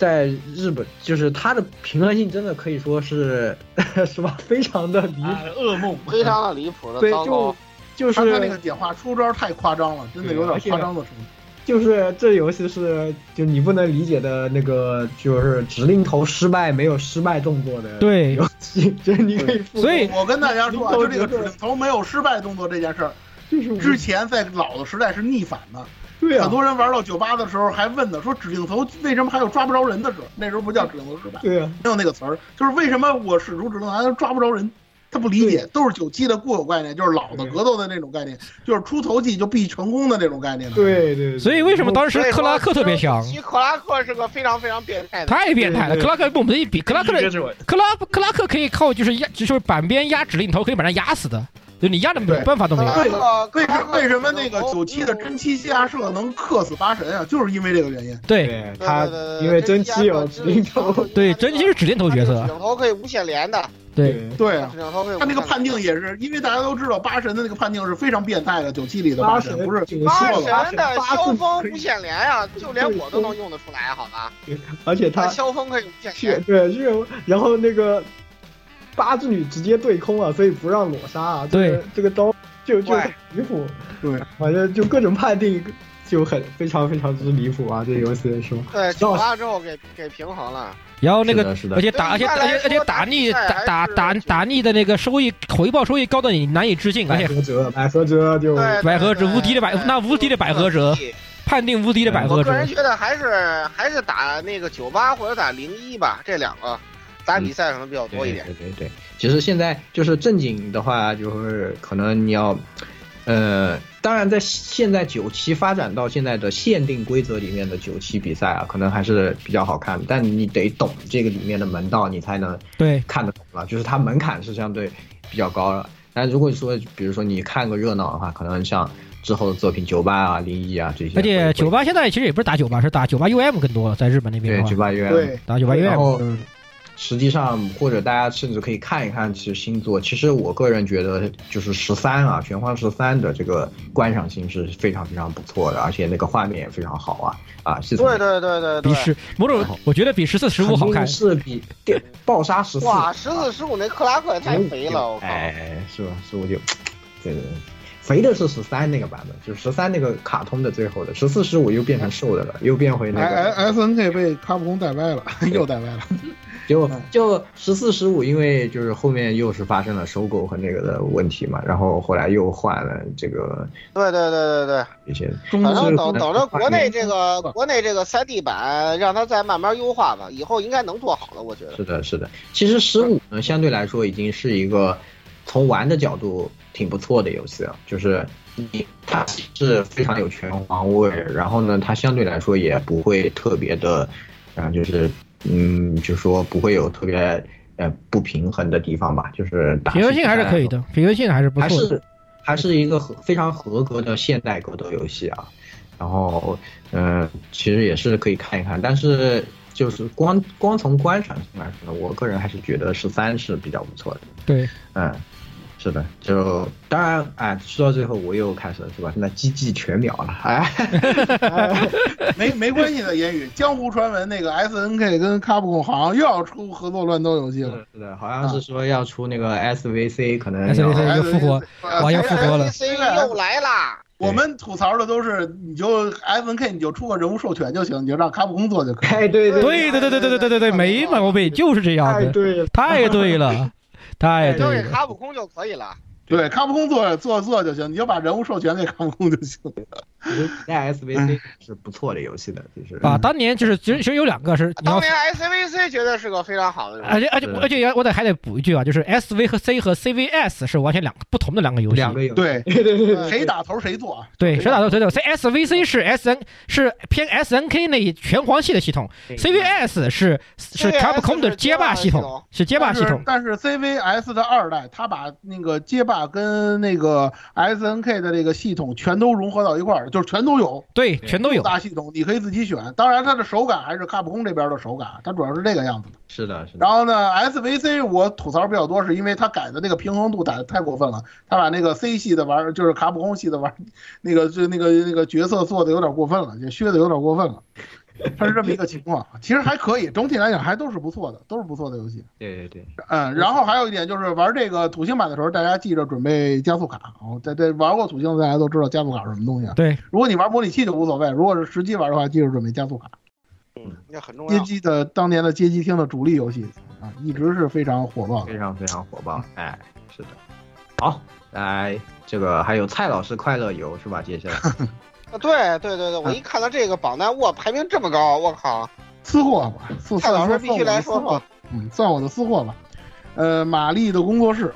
Speaker 3: 在日本，就是它的平衡性真的可以说是， 是吧？非常的离谱
Speaker 4: 啊，噩梦。
Speaker 6: 非常的离谱的
Speaker 3: 对，
Speaker 6: 糟糕
Speaker 3: 就。就
Speaker 1: 他他那
Speaker 3: 是
Speaker 1: 个简化出招太夸张了，真的有点夸张的程度。
Speaker 3: 就是这游戏是就你不能理解的那个，就是指令头失败没有失败动作的
Speaker 5: 对
Speaker 3: 游 戏，就是你可以复
Speaker 5: 所以
Speaker 1: 我跟大家说啊，就
Speaker 3: 你都
Speaker 1: 这个
Speaker 3: 觉
Speaker 1: 指
Speaker 3: 得
Speaker 1: 令头没有失败动作这件事儿，
Speaker 3: 就是无
Speaker 1: 之前在老的时代是逆反的。
Speaker 3: 嗯对
Speaker 1: 很
Speaker 3: 啊，
Speaker 1: 多人玩到九八的时候还问呢，说指令头为什么还有抓不着人的时候？那时候不叫指令头失败，
Speaker 3: 对啊，
Speaker 1: 没有那个词儿，就是为什么我使出指令还能抓不着人？他不理解，都是九七的固有概念，就是老的格斗的那种概念，就是出头技就必成功的那种概念了。
Speaker 3: 对对。
Speaker 5: 所以为什么当时
Speaker 6: 所以说
Speaker 5: 克拉克特别香？
Speaker 6: 其实克拉克是个非常非常变态的，
Speaker 5: 太变态了！
Speaker 3: 对对
Speaker 5: 克拉克跟我们一比，克拉克的
Speaker 4: 这我
Speaker 5: 克拉克拉克可以靠就是压，就是板边压指令头可以把它压死的，就你压的
Speaker 1: 对
Speaker 5: 办法都没有。
Speaker 6: 克拉克
Speaker 1: 为什为什么哦那个九七的真七下射能克死八神啊？就是因为这个原因。
Speaker 5: 对
Speaker 3: 对
Speaker 6: 对
Speaker 3: 他
Speaker 6: 对对对
Speaker 3: 因为
Speaker 6: 真
Speaker 3: 真七有
Speaker 6: 指
Speaker 3: 指令头，
Speaker 5: 对，真心是指令头
Speaker 6: 头
Speaker 5: 角
Speaker 6: 指
Speaker 5: 色，
Speaker 6: 令头可以无限连的，
Speaker 5: 对，
Speaker 1: 对啊
Speaker 6: 指，令头可以无限连的。
Speaker 1: 他那个判定也是，因为大家都知道八神的那个判定是非常变态的，九七里的
Speaker 3: 八
Speaker 1: 八
Speaker 3: 神
Speaker 1: 神不是
Speaker 3: 九七
Speaker 6: 八
Speaker 1: 说了，
Speaker 6: 神的萧
Speaker 3: 八
Speaker 6: 峰
Speaker 3: 字
Speaker 6: 无限连呀、就连我都能用得出来，好吧？
Speaker 3: 而且他
Speaker 6: 萧峰可以无限
Speaker 3: 血
Speaker 6: 连，
Speaker 3: 对血，然后那个八之女直接对空啊，所以不让裸杀啊。这个
Speaker 5: 对
Speaker 3: 这个刀就就
Speaker 6: 对
Speaker 3: 很离谱，
Speaker 1: 对，
Speaker 3: 反正就各种判定，就很非常非常之离谱啊！这游戏是吧？
Speaker 6: 对，九八之后给给平衡了，
Speaker 5: 然后那
Speaker 3: 是
Speaker 5: 个
Speaker 3: 的是，的
Speaker 5: 而且打，而
Speaker 6: 对
Speaker 5: 且
Speaker 6: 一般来
Speaker 5: 而且
Speaker 6: 说
Speaker 5: 而且打
Speaker 6: 打
Speaker 5: 逆
Speaker 6: 比赛
Speaker 5: 打打
Speaker 6: 还是
Speaker 5: 打打逆的那个收益回报收益高的你难以置信，而
Speaker 6: 哎
Speaker 3: 百
Speaker 5: 且
Speaker 3: 合折，百合折就
Speaker 6: 对，
Speaker 5: 百合
Speaker 6: 对
Speaker 5: 者无敌的百
Speaker 6: 对
Speaker 5: 那无敌的百合者判定无敌的百合
Speaker 6: 我
Speaker 5: 者
Speaker 6: 个人觉得还是还是打那个九八或者打零一吧，这两个
Speaker 5: 嗯
Speaker 6: 打比赛可能比较多一点。
Speaker 3: 对对对对，其实现在就是正经的话，就是可能你要，呃，当然在现在九七发展到现在的限定规则里面的九七比赛啊，可能还是比较好看，但你得懂这个里面的门道，你才能
Speaker 5: 对
Speaker 3: 看得懂了，就是它门槛是相对比较高的。但如果说，比如说你看个热闹的话，可能像之后的作品九八啊、零一啊这些会，
Speaker 5: 而且九
Speaker 3: 八
Speaker 5: 八现在其实也不是打九八，是打九八 UM 更多了，在日本那边的
Speaker 3: 对
Speaker 5: 话
Speaker 3: 九，八月
Speaker 1: 对，
Speaker 5: 打九八
Speaker 3: 然
Speaker 6: 哦
Speaker 5: UM，
Speaker 3: 后，实际上或者大家甚至可以看一看，其实星座，其实我个人觉得就是十三啊，玄幻十三的这个观赏性是非常非常不错的，而且那个画面也非常好啊啊，系统
Speaker 6: 对对对对
Speaker 5: 比
Speaker 6: 对。
Speaker 5: 十某种
Speaker 3: 哦
Speaker 5: 我觉得比十四十五好
Speaker 3: 肯定
Speaker 5: 看，
Speaker 3: 是比电爆杀十四
Speaker 5: 啊
Speaker 6: 哇，十四十五那克拉克也太
Speaker 5: 嗯
Speaker 6: 肥了，我靠！
Speaker 3: 哎，是吧？十五六，对对对。肥的是十三那个版本，就是十三那个卡通的最后的，十四十五又变成瘦的了，又变回那
Speaker 6: 哎
Speaker 3: 个。
Speaker 1: S 哎 S N K 被卡普空带歪了， 又带歪了。
Speaker 6: 哎
Speaker 3: 就就十四十五，因为就是后面又是发生了收购和那个的问题嘛，然后后来又换了这个
Speaker 6: 对对对对对，
Speaker 3: 一些，
Speaker 5: 嗯
Speaker 1: 中
Speaker 6: 反
Speaker 1: 是
Speaker 6: 正等等着国内这个
Speaker 1: 嗯
Speaker 6: 国内这个三 D 版，让它再慢慢优化吧，以后应该能做好了，我觉得。
Speaker 3: 是的，是的。其实十五呢，相对来说已经是一个从玩的角度挺不错的游戏了，就是你它是非常有拳皇味，然后呢，它相对来说也不会特别的，啊、就是嗯，就说不会有特别呃不平衡的地方吧，就是打
Speaker 5: 平衡性还是可以的，平衡性还是不
Speaker 3: 还
Speaker 5: 错的。
Speaker 3: 是还是一个合非常合格的现代格斗游戏啊。然后，嗯、其实也是可以看一看，但是就是光光从观赏性来说呢，我个人还是觉得十三是比较不错的。
Speaker 5: 对，
Speaker 3: 嗯，是的，就当然，哎，说到最后我又开始了是吧？那机器全秒了，哎，
Speaker 1: 没没关系的言语，江湖传闻那个 S N K 跟卡普空好像又要出合作乱斗游戏
Speaker 3: 是
Speaker 1: 了
Speaker 3: 的，是的，好像是说要出那
Speaker 5: 啊
Speaker 3: 个 SVC，可能
Speaker 5: SVC
Speaker 3: 要
Speaker 5: 又复活，
Speaker 1: 呃
Speaker 5: 网页复活了
Speaker 6: C 又来啦！
Speaker 1: 我们吐槽的都是，你就 S N K 你就出个人物授权就行，你就让卡普空做就可以。
Speaker 3: 哎，对对
Speaker 5: 对对对对对对对对对，没毛病，就是这样
Speaker 6: 哎
Speaker 3: 太
Speaker 5: 的，
Speaker 3: 对了，
Speaker 5: 太对 了，太
Speaker 6: 交
Speaker 5: 对
Speaker 6: 给
Speaker 5: 了。
Speaker 6: 卡普空就可以了。
Speaker 1: 对，卡普空做做做就行，你就把人物授权给卡普空就行。
Speaker 3: 我觉得在 SVC 是不错的游戏的，就是
Speaker 5: 啊，当年就是其实其实有两个是你
Speaker 6: 当
Speaker 5: 要哎
Speaker 6: 年 SVC 觉得是个非常好的游戏，
Speaker 5: 而且而且
Speaker 3: 是
Speaker 5: 而且我得还得补一句啊，就是 S V 和 C 和 C V S 是完全两个不同的两个游戏。
Speaker 3: 两个游 戏。
Speaker 1: 对，
Speaker 6: 对
Speaker 1: 谁打头谁做啊？
Speaker 5: 对，谁打都谁对。C S V C 是 S N 是偏 S N K 那一拳皇系的系统，C V S 是是
Speaker 6: CVS
Speaker 5: Capcom 的
Speaker 6: 是
Speaker 5: 街霸
Speaker 6: 街霸系
Speaker 5: 系统
Speaker 6: 统，
Speaker 5: 是街霸系统。
Speaker 1: 但是 CVS 的二代，它把那个街霸跟那个 SNK 的这个系统全都融合到一块儿，就是全都有
Speaker 5: 对，全都
Speaker 1: 六。
Speaker 5: 有
Speaker 1: 大系统，你可以自己选。当然，它的手感还是卡普空这边的手感，它主要是这个样子的。
Speaker 3: 是的，是的。
Speaker 1: 然后呢，SVC 我吐槽比较多，是因为它改的那个平衡度打得太过分了，它把那个 C 系的玩，就是卡普空系的玩，那个就那个那个角色做的有点过分了，也削的有点过分了。它是这么一个情况，其实还可以，整体来讲还都是不错的，都是不错的游戏。
Speaker 3: 对对对，
Speaker 1: 嗯，然后还有一点就是玩这个土星版的时候，大家记着准备加速卡。哦，这这玩过土星的大家都知道加速卡是什么东西啊。
Speaker 5: 对，
Speaker 1: 如果你玩模拟器就无所谓，如果是实际玩的话，记着准备加速卡。
Speaker 6: 那很重
Speaker 1: 街
Speaker 6: 要。
Speaker 1: 机的当年的街机厅的主力游戏啊，一直是非常火爆的。
Speaker 3: 非常非常火爆。哎，是的。好，来这个还有蔡老师快乐游是吧？接下 来
Speaker 6: 啊对对对对，我一看到这个榜单，哇，排名这么高，我靠！
Speaker 1: 私货吧，算
Speaker 6: 蔡
Speaker 1: 算
Speaker 6: 老师
Speaker 1: 算
Speaker 6: 必须
Speaker 1: 我的
Speaker 6: 来
Speaker 1: 私
Speaker 6: 说
Speaker 1: 货
Speaker 6: 说
Speaker 1: 吧，嗯，算我的私货吧。呃，玛丽的工作室，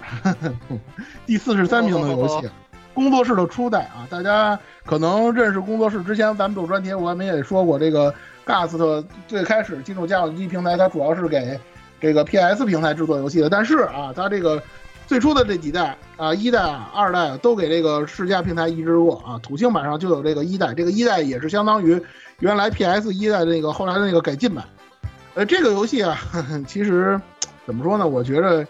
Speaker 1: 第四十三名的游戏，工作室的初代啊，大家可能认识工作室之前，咱们做专题我们也说过，这个 Gas 的最开始进入家用机平台，它主要是给这个 PS 平台制作游戏的，但是啊，它这个最初的这几代啊，一代、啊、二代啊都给这个世嘉平台移植过啊，土星版上就有这个一代，这个一代也是相当于原来 PS 一代的那个后来的那个改进版。呃，这个游戏啊，呵呵其实怎么说呢？我觉得，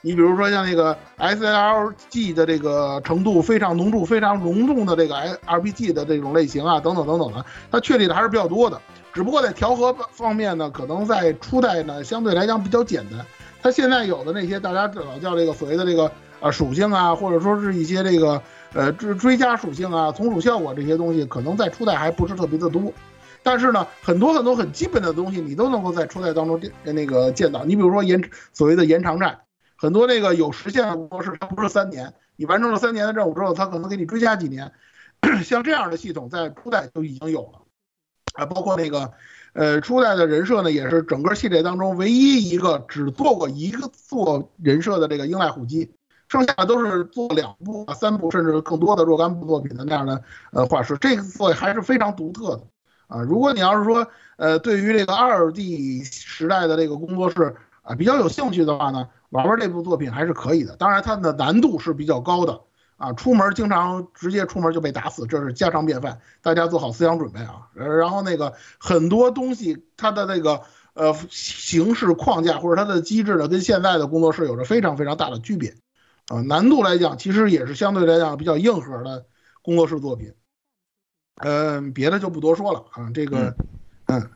Speaker 1: 你比如说像那个 S L G 的这个程度非常浓重、非常浓重的这个 R P G 的这种类型啊，等等等等的，它确立的还是比较多的。只不过在调和方面呢，可能在初代呢相对来讲比较简单。它现在有的那些大家老叫这个所谓的这个呃属性啊，或者说是一些这个呃追追加属性啊、从属效果这些东西，可能在初代还不是特别的多。但是呢，很多很多很基本的东西，你都能够在初代当中见那个见到。你比如说延所谓的延长战，很多那个有时限的模式，它不是三年，你完成了三年的任务之后，它可能给你追加几年。 像这样的系统在初代就已经有了，啊，包括那个呃初代的人设呢，也是整个系列当中唯一一个只做过一个做人设的这个英濑虎基。剩下的都是做两部、啊、三部甚至更多的若干部作品的那样的呃画师，这个作品还是非常独特的啊。如果你要是说呃对于这个二 D 时代的这个工作室啊比较有兴趣的话呢，玩玩这部作品还是可以的。当然它的难度是比较高的啊，出门经常直接出门就被打死，这是家常便饭，大家做好思想准备啊。呃然后那个很多东西它的那个呃形式框架或者它的机制呢，跟现在的工作室有着非常非常大的区别。啊，难度来讲，其实也是相对来讲比较硬核的工作室作品。嗯、别的就不多说了啊，这个，嗯，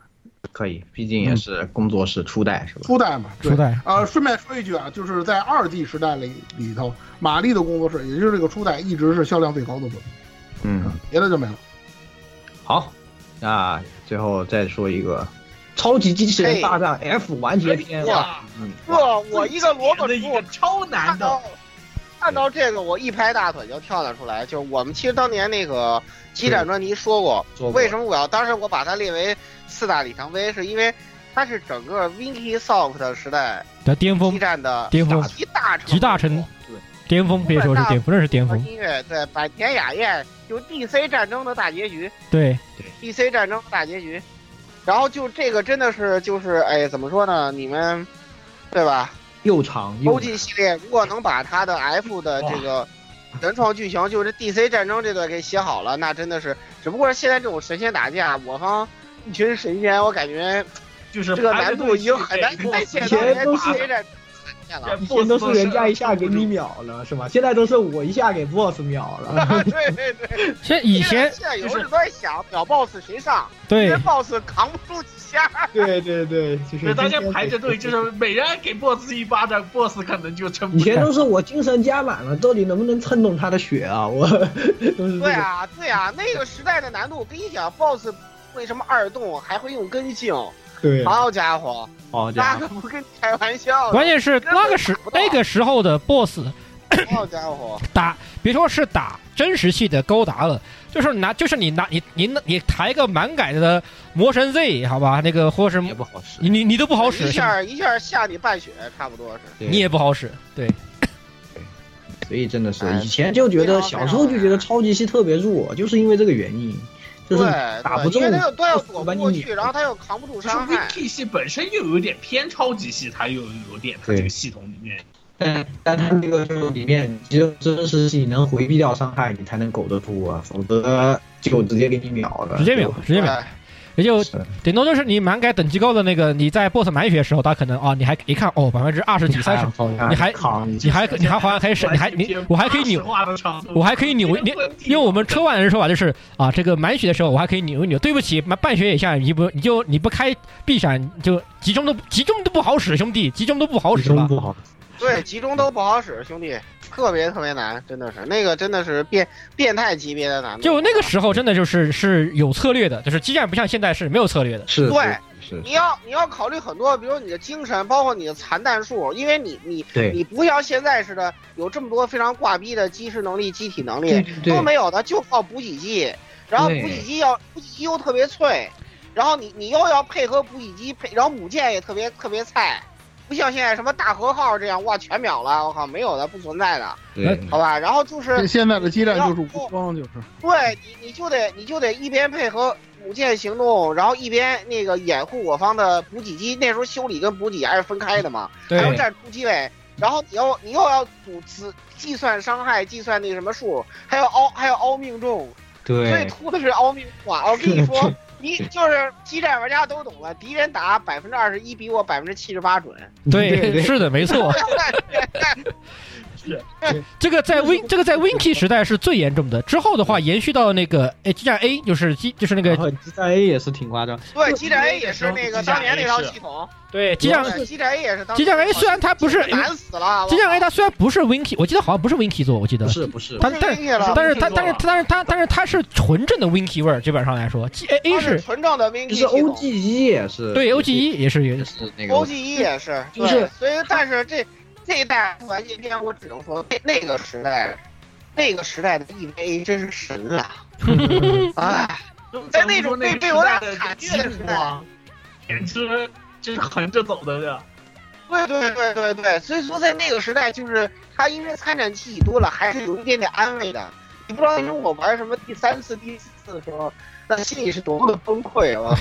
Speaker 3: 可以，毕竟也是工作室初代是吧？
Speaker 1: 初代嘛，对
Speaker 5: 初代
Speaker 1: 啊，顺便说一句啊，就是在二 D 时代里里头，玛丽的工作室，也就是这个初代，一直是销量最高的作品。
Speaker 3: 嗯
Speaker 1: 啊，，别的就没了。
Speaker 3: 好，那最后再说一个《超级机器人大战 F 完结篇》哇，
Speaker 4: 哇，
Speaker 3: 嗯，
Speaker 6: 这我一个萝卜
Speaker 4: 的一
Speaker 6: 出
Speaker 4: 个，超
Speaker 6: 看
Speaker 4: 难的
Speaker 6: 到，看到这个我一拍大腿就跳了出来。就是我们其实当年那个机展专题说过，
Speaker 3: 做过
Speaker 6: 为什么我要当时我把它列为四大里程碑，是因为它是整个 Winky Soft 时代
Speaker 5: 的巅
Speaker 6: 基
Speaker 5: 峰，
Speaker 6: 站的
Speaker 5: 巅峰
Speaker 6: 集大成，
Speaker 5: 集大成，巅峰，别说是巅峰，那是巅峰。
Speaker 6: 音乐对百田雅彦就 DC 战争的大结局
Speaker 5: 对，
Speaker 6: ，DC 战争的大结局。然后就这个真的是就是哎怎么说呢？你们对吧
Speaker 3: 又长又
Speaker 6: ？OG 系列如果能把它的 F 的这个原创剧情，就是 DC 战争这段给写好了，那真的是。只不过现在这种神仙打架，我方一群神仙，我感觉
Speaker 4: 就是
Speaker 6: 这个
Speaker 4: 排着
Speaker 6: 难
Speaker 4: 队
Speaker 6: 度已经
Speaker 4: 去
Speaker 6: 很
Speaker 4: 给
Speaker 6: 难再
Speaker 4: 这
Speaker 6: 写
Speaker 4: 个
Speaker 6: 到
Speaker 3: 以前都是
Speaker 6: DC 战争闪现了。
Speaker 3: 以前都是人家一下给你秒了是吧？现在都是我一下给 BOSS 秒 了。
Speaker 6: 对对对。
Speaker 5: 现以前
Speaker 6: 现在有时候都在想秒 boss 谁上，因
Speaker 5: 对
Speaker 6: 为 boss 扛不住几下。
Speaker 3: 对对对，就是
Speaker 4: 对，大家排着队，就是每人给 BOSS 一巴掌，BOSS 可能就撑
Speaker 3: 以
Speaker 4: 不
Speaker 3: 前
Speaker 4: 住。
Speaker 3: 都是我精神加满了，到底能不能蹭动他的血啊？我 都是
Speaker 6: 对
Speaker 3: 这个。
Speaker 6: 啊，对啊，那个时代的难度，我跟你讲，boss 为什么二动还会用根性？
Speaker 3: 对，
Speaker 6: 好家伙，
Speaker 3: 好
Speaker 6: 那
Speaker 3: 家伙，
Speaker 6: 可不跟你开玩笑的，
Speaker 5: 关键是那个时那个时候的 BOSS
Speaker 6: 好家伙，
Speaker 5: 打，别说是打真实系的高达了，就是拿，就是你拿你你你抬个满改的魔神 Z 好吧，那个或是
Speaker 3: 也不好使
Speaker 5: 你。你你都不好使
Speaker 6: 一，下一下吓你半血，差不多是。
Speaker 3: 对
Speaker 5: 你也不好使，对，
Speaker 3: 所以真的是
Speaker 6: 哎
Speaker 3: 以前就觉得小时候就觉得
Speaker 6: 啊
Speaker 3: 超级系特别弱，就是因为这个原因，就
Speaker 6: 对
Speaker 3: 是，打不
Speaker 6: 对，
Speaker 3: 中
Speaker 6: 因为他又他又
Speaker 3: 我
Speaker 6: 躲不
Speaker 3: 把你
Speaker 6: 过
Speaker 3: 撵
Speaker 6: 去，然后他又扛不住
Speaker 4: 就是
Speaker 6: 伤害。
Speaker 4: VT 系本身又有点偏超级系，它又有点它
Speaker 3: 对
Speaker 4: 这个系统里面
Speaker 3: 但但它这个就里面只有真实系能回避掉伤害，你才能苟得住啊，否则就直接给你秒了，
Speaker 5: 直接秒，直接秒，
Speaker 6: 对哎
Speaker 5: 也就是顶多就是你满改等级高的那个，你在 BOSS 满血的时候，他可能啊，你还一看哦，百分之二十几、
Speaker 3: 哎
Speaker 5: 三十，你还
Speaker 3: 扛，
Speaker 5: 你还你还好像还是你还你
Speaker 4: 哎
Speaker 5: 我还可以扭，
Speaker 4: 八十画的长度
Speaker 5: 我还可以扭，你
Speaker 4: 啊
Speaker 5: 用我们车腕人说法就是啊，这个满血的时候我还可以扭一扭。对不起，满半血以下你不你就你不开避闪就集中都集中都不好使，兄弟，集中都不好
Speaker 3: 好
Speaker 5: 使了。
Speaker 3: 不好，
Speaker 6: 对，集中都不好使，兄弟，特别特别难，真的是那个真的是变变态级别的难度。
Speaker 5: 就那个时候真的就是是有策略的，就是基站不像现在是没有策略的。
Speaker 3: 是，
Speaker 6: 对
Speaker 3: 是，
Speaker 6: 你要你要考虑很多，比如你的精神，包括你的残弹数，因为你你
Speaker 3: 对
Speaker 6: 你不像现在似的有这么多非常挂逼的机制能力、机体能
Speaker 3: 对
Speaker 6: 力
Speaker 3: 对
Speaker 6: 都
Speaker 3: 对，
Speaker 6: 没有的，就靠补给机，然后补给机要补给机又特别脆，然后你你又要配合补给机配，然后母舰也特别特别菜，不像现在什么大和号这样哇全秒了，我靠没有的不存在的，
Speaker 5: 哎
Speaker 3: 对
Speaker 6: 好吧？然后就是
Speaker 1: 现现在的基站就是无双，就是
Speaker 6: 对你，你就得你就得一边配合母舰行动，然后一边那个掩护我方的补给机。那时候修理跟补给还是分开的嘛，还要
Speaker 5: 对
Speaker 6: 站突击位，然后你又你又要组织计算伤害，计算那什么数，还要凹还要凹命中，所以
Speaker 3: 对，
Speaker 6: 突的是凹命中啊！我跟你说，你就是基站玩家都懂了，敌人打百分之二十一比我百分之七十八准，
Speaker 5: 对，是的，没错。
Speaker 4: 是，
Speaker 5: 这个在 Win 这个在 Winky 时代是最严重的，之后的话延续到那个哎 G 站 A 就是基就是那
Speaker 3: 然
Speaker 5: 个
Speaker 3: 后基站 A 也是挺夸张，
Speaker 6: 对，基站 A 也是那个当年那套系统，
Speaker 5: 对基站
Speaker 6: 对基站 A 也是当
Speaker 5: 基
Speaker 6: 年
Speaker 5: 站
Speaker 6: 那套
Speaker 5: A
Speaker 6: 系
Speaker 5: 虽然它不是
Speaker 6: 统难死了，
Speaker 5: 基站 A 它虽然不是 Winky，我记得好像不是 Winky 做，我记得
Speaker 3: 不是不是，
Speaker 5: 但但
Speaker 6: 进了，
Speaker 5: 但是它但是它但是它但是它是纯正的 Winky 味儿，基本上来说，G A
Speaker 6: 它
Speaker 5: A
Speaker 6: 是
Speaker 5: 是
Speaker 6: 纯正的
Speaker 3: 其
Speaker 6: Winky
Speaker 3: 实
Speaker 6: 系
Speaker 3: O
Speaker 6: 统
Speaker 3: G E 也是，
Speaker 5: 对 O G
Speaker 3: 也
Speaker 5: 一也是
Speaker 3: 是也
Speaker 5: 也
Speaker 3: 是那个
Speaker 6: O G 一也是，
Speaker 3: 就
Speaker 6: 对
Speaker 3: 是
Speaker 6: 所以但是这这一代玩界片，我只能说那那个时代，那个时代的 EVA 真是神啊！哎，在那种被被
Speaker 4: 我
Speaker 6: 我
Speaker 4: 俩
Speaker 6: 俩
Speaker 4: 惨
Speaker 6: 惨
Speaker 4: 剧
Speaker 6: 剧的时代，
Speaker 4: 简直啊就是横着走的呀。
Speaker 6: 对对对对对，所以说在那个时代，就是他因为参展期已多了，还是有一点点安慰的。你不知道那时候我玩什么第三次、第四次的时候，那心里是多么的崩溃啊！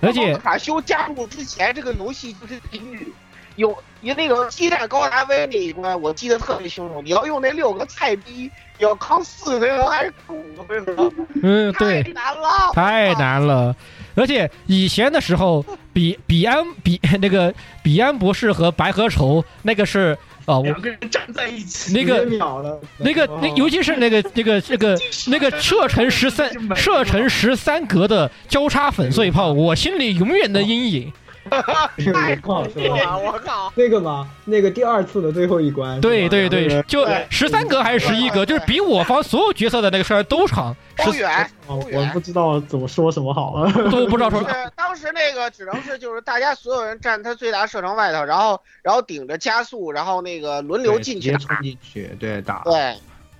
Speaker 5: 而且
Speaker 6: 卡修加入之前，这个游戏就是地狱。有有那个激战高达威那一关，我记得特别清楚。你要用那六个菜逼，你要扛四回合还是扛五回合？
Speaker 5: 嗯
Speaker 6: 太
Speaker 5: 对，
Speaker 6: 难了，
Speaker 5: 太难了。而且以前的时候，比比安比那个比安博士和白河愁那个是啊、我
Speaker 4: 两个人站在一起，
Speaker 5: 那个
Speaker 3: 直接秒了
Speaker 5: 那个那尤其是那个那个那个那个射程十三射程十三格的交叉粉碎炮，我心里永远的阴影。
Speaker 6: 太
Speaker 3: 太
Speaker 6: 恐怖了！我靠，
Speaker 3: 那个嘛，那个第二次的最后一关，
Speaker 5: 对对对，就
Speaker 6: 对
Speaker 5: 十三格还是十一格，就是比我方所有角色的那个射程都长，
Speaker 6: 高
Speaker 5: 十
Speaker 6: 远。
Speaker 3: 哦
Speaker 6: 我哎不
Speaker 3: 知道怎么说什么好啊了。
Speaker 5: 都不知道
Speaker 6: 就
Speaker 5: 说
Speaker 6: 是当时那个只能是就是大家所有人站他最大射程外头，然后然后顶着加速，然后那个轮流进去
Speaker 3: 直接
Speaker 6: 打
Speaker 3: 冲，进去，对打，
Speaker 6: 对，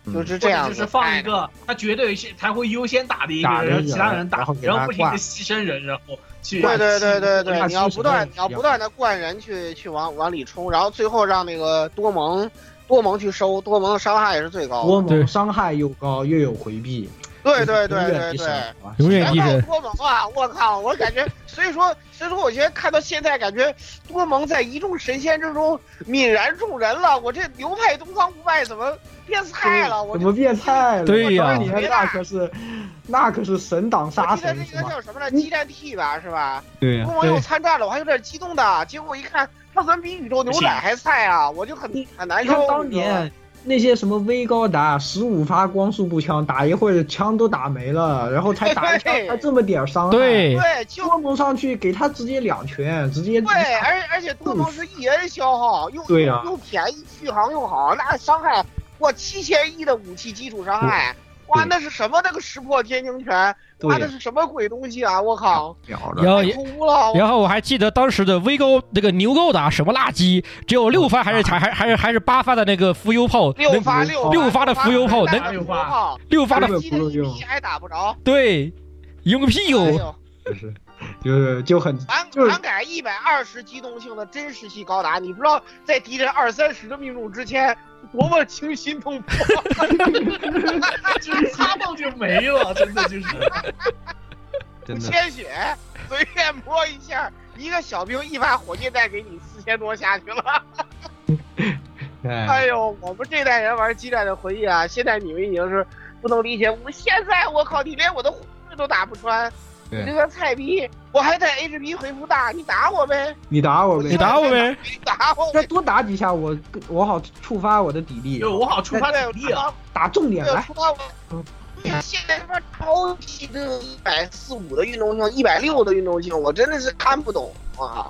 Speaker 3: 嗯
Speaker 6: 就是这
Speaker 4: 或
Speaker 6: 样
Speaker 4: 者
Speaker 6: 子。哎
Speaker 4: 就是放一个他绝对是才会优先打的一个
Speaker 3: 打的
Speaker 4: 人，然后
Speaker 3: 人
Speaker 4: 其他人打，然
Speaker 3: 然后
Speaker 4: 后
Speaker 3: 给他
Speaker 4: 不停
Speaker 3: 挂
Speaker 4: 的牺牲人，然后去
Speaker 6: 对对对对
Speaker 3: 我俩
Speaker 6: 对，你要
Speaker 3: 是
Speaker 6: 不断
Speaker 3: 什么
Speaker 6: 你要不断的灌人去去往往里冲，然后最后让那个多蒙多蒙去收，多蒙的伤害也是最高的。
Speaker 3: 多
Speaker 5: 对
Speaker 3: 蒙伤害又高，又有回避，
Speaker 6: 对对对
Speaker 3: 永远
Speaker 6: 对
Speaker 3: 必
Speaker 6: 对，
Speaker 3: 杀啊
Speaker 5: 永远
Speaker 6: 全
Speaker 5: 一
Speaker 6: 靠
Speaker 5: 人
Speaker 6: 多蒙啊！我靠，我感觉，所以说所以说，我觉得看到现在，感觉多蒙在一众神仙之中泯然众人了。我这流派东方不败怎么变菜了？我
Speaker 3: 怎么变态了？
Speaker 5: 对呀
Speaker 3: 我当年那可是，那可是神挡
Speaker 6: 我
Speaker 3: 杀
Speaker 6: 记得
Speaker 3: 神
Speaker 6: 那
Speaker 3: 是
Speaker 6: 个
Speaker 3: 吗？
Speaker 6: 叫什么来，激战 T 吧，是吧？
Speaker 3: 对呀
Speaker 6: 跟我有
Speaker 5: 对
Speaker 6: 参战了，我还有点激动的，结果一看，他怎么比宇宙牛仔还菜啊？我就很很难
Speaker 3: 你
Speaker 6: 受。
Speaker 3: 看当
Speaker 6: 哎
Speaker 3: 年那些什么微高达十五发光速步枪，打一会儿枪都打没了，然后才打一枪
Speaker 6: 对
Speaker 3: 才这么点儿伤害。，
Speaker 5: 对
Speaker 6: 你知道吗对， 就
Speaker 3: 多蒙上去给他直接两拳，直接
Speaker 6: 对，哎而而且多蒙是 E N 消耗，又
Speaker 3: 对呀
Speaker 6: 又便宜，续航又好，那伤害哇七千一的武器基础伤害，哇
Speaker 3: 对
Speaker 6: 那是什么那个石破天惊拳，哇
Speaker 3: 对
Speaker 6: 那是什么鬼东西啊！我靠，
Speaker 3: 秒
Speaker 5: 然后
Speaker 6: 太
Speaker 5: 哦也。
Speaker 6: 空无了，
Speaker 5: 然后我还记得当时的微高那个牛高达什么垃圾，只有六发还是还还还是还是八发的那个浮游炮，
Speaker 6: 六
Speaker 5: 能
Speaker 6: 发六
Speaker 5: 哦六发的浮游炮
Speaker 6: 能
Speaker 5: 能
Speaker 6: 浮游炮，
Speaker 5: 六发的
Speaker 3: 根本
Speaker 6: 七
Speaker 3: 不
Speaker 6: 的
Speaker 3: 能
Speaker 6: 一
Speaker 3: 用
Speaker 6: 匹还打不着，
Speaker 5: 对，用个屁
Speaker 6: 哎
Speaker 5: 用。
Speaker 6: 呦
Speaker 3: 就是就是就很
Speaker 6: 满
Speaker 3: 就是
Speaker 6: 满改一百二十机动性的真实系高达，你不知道在敌人二三十的命中之前多么惊心动魄。
Speaker 4: 就是擦到就没了，真的就是。
Speaker 3: 真的
Speaker 6: 鲜血，随便摸一下，一个小兵一发火箭弹给你四千多下去了。哎
Speaker 3: 哎，
Speaker 6: 呦，我们这代人玩激战的回忆啊，现在你们已经是不能理解。我现在我靠，你连我的护盾都打不穿，
Speaker 3: 对
Speaker 6: 你这个菜逼！我还在 HP 回复大，你打我呗，
Speaker 3: 你打我呗，
Speaker 5: 你打我呗，
Speaker 6: 你打我
Speaker 3: 再
Speaker 6: 呗。
Speaker 3: 多打几下，我我好触发我的底力
Speaker 4: 就，我好触发体力啊，
Speaker 3: 打重点
Speaker 6: 对，
Speaker 3: 来。
Speaker 6: 出发我。
Speaker 5: 嗯
Speaker 6: 哎呀现在他妈超级的一百四五的运动性，一百六的运动性，我真的是看不懂啊！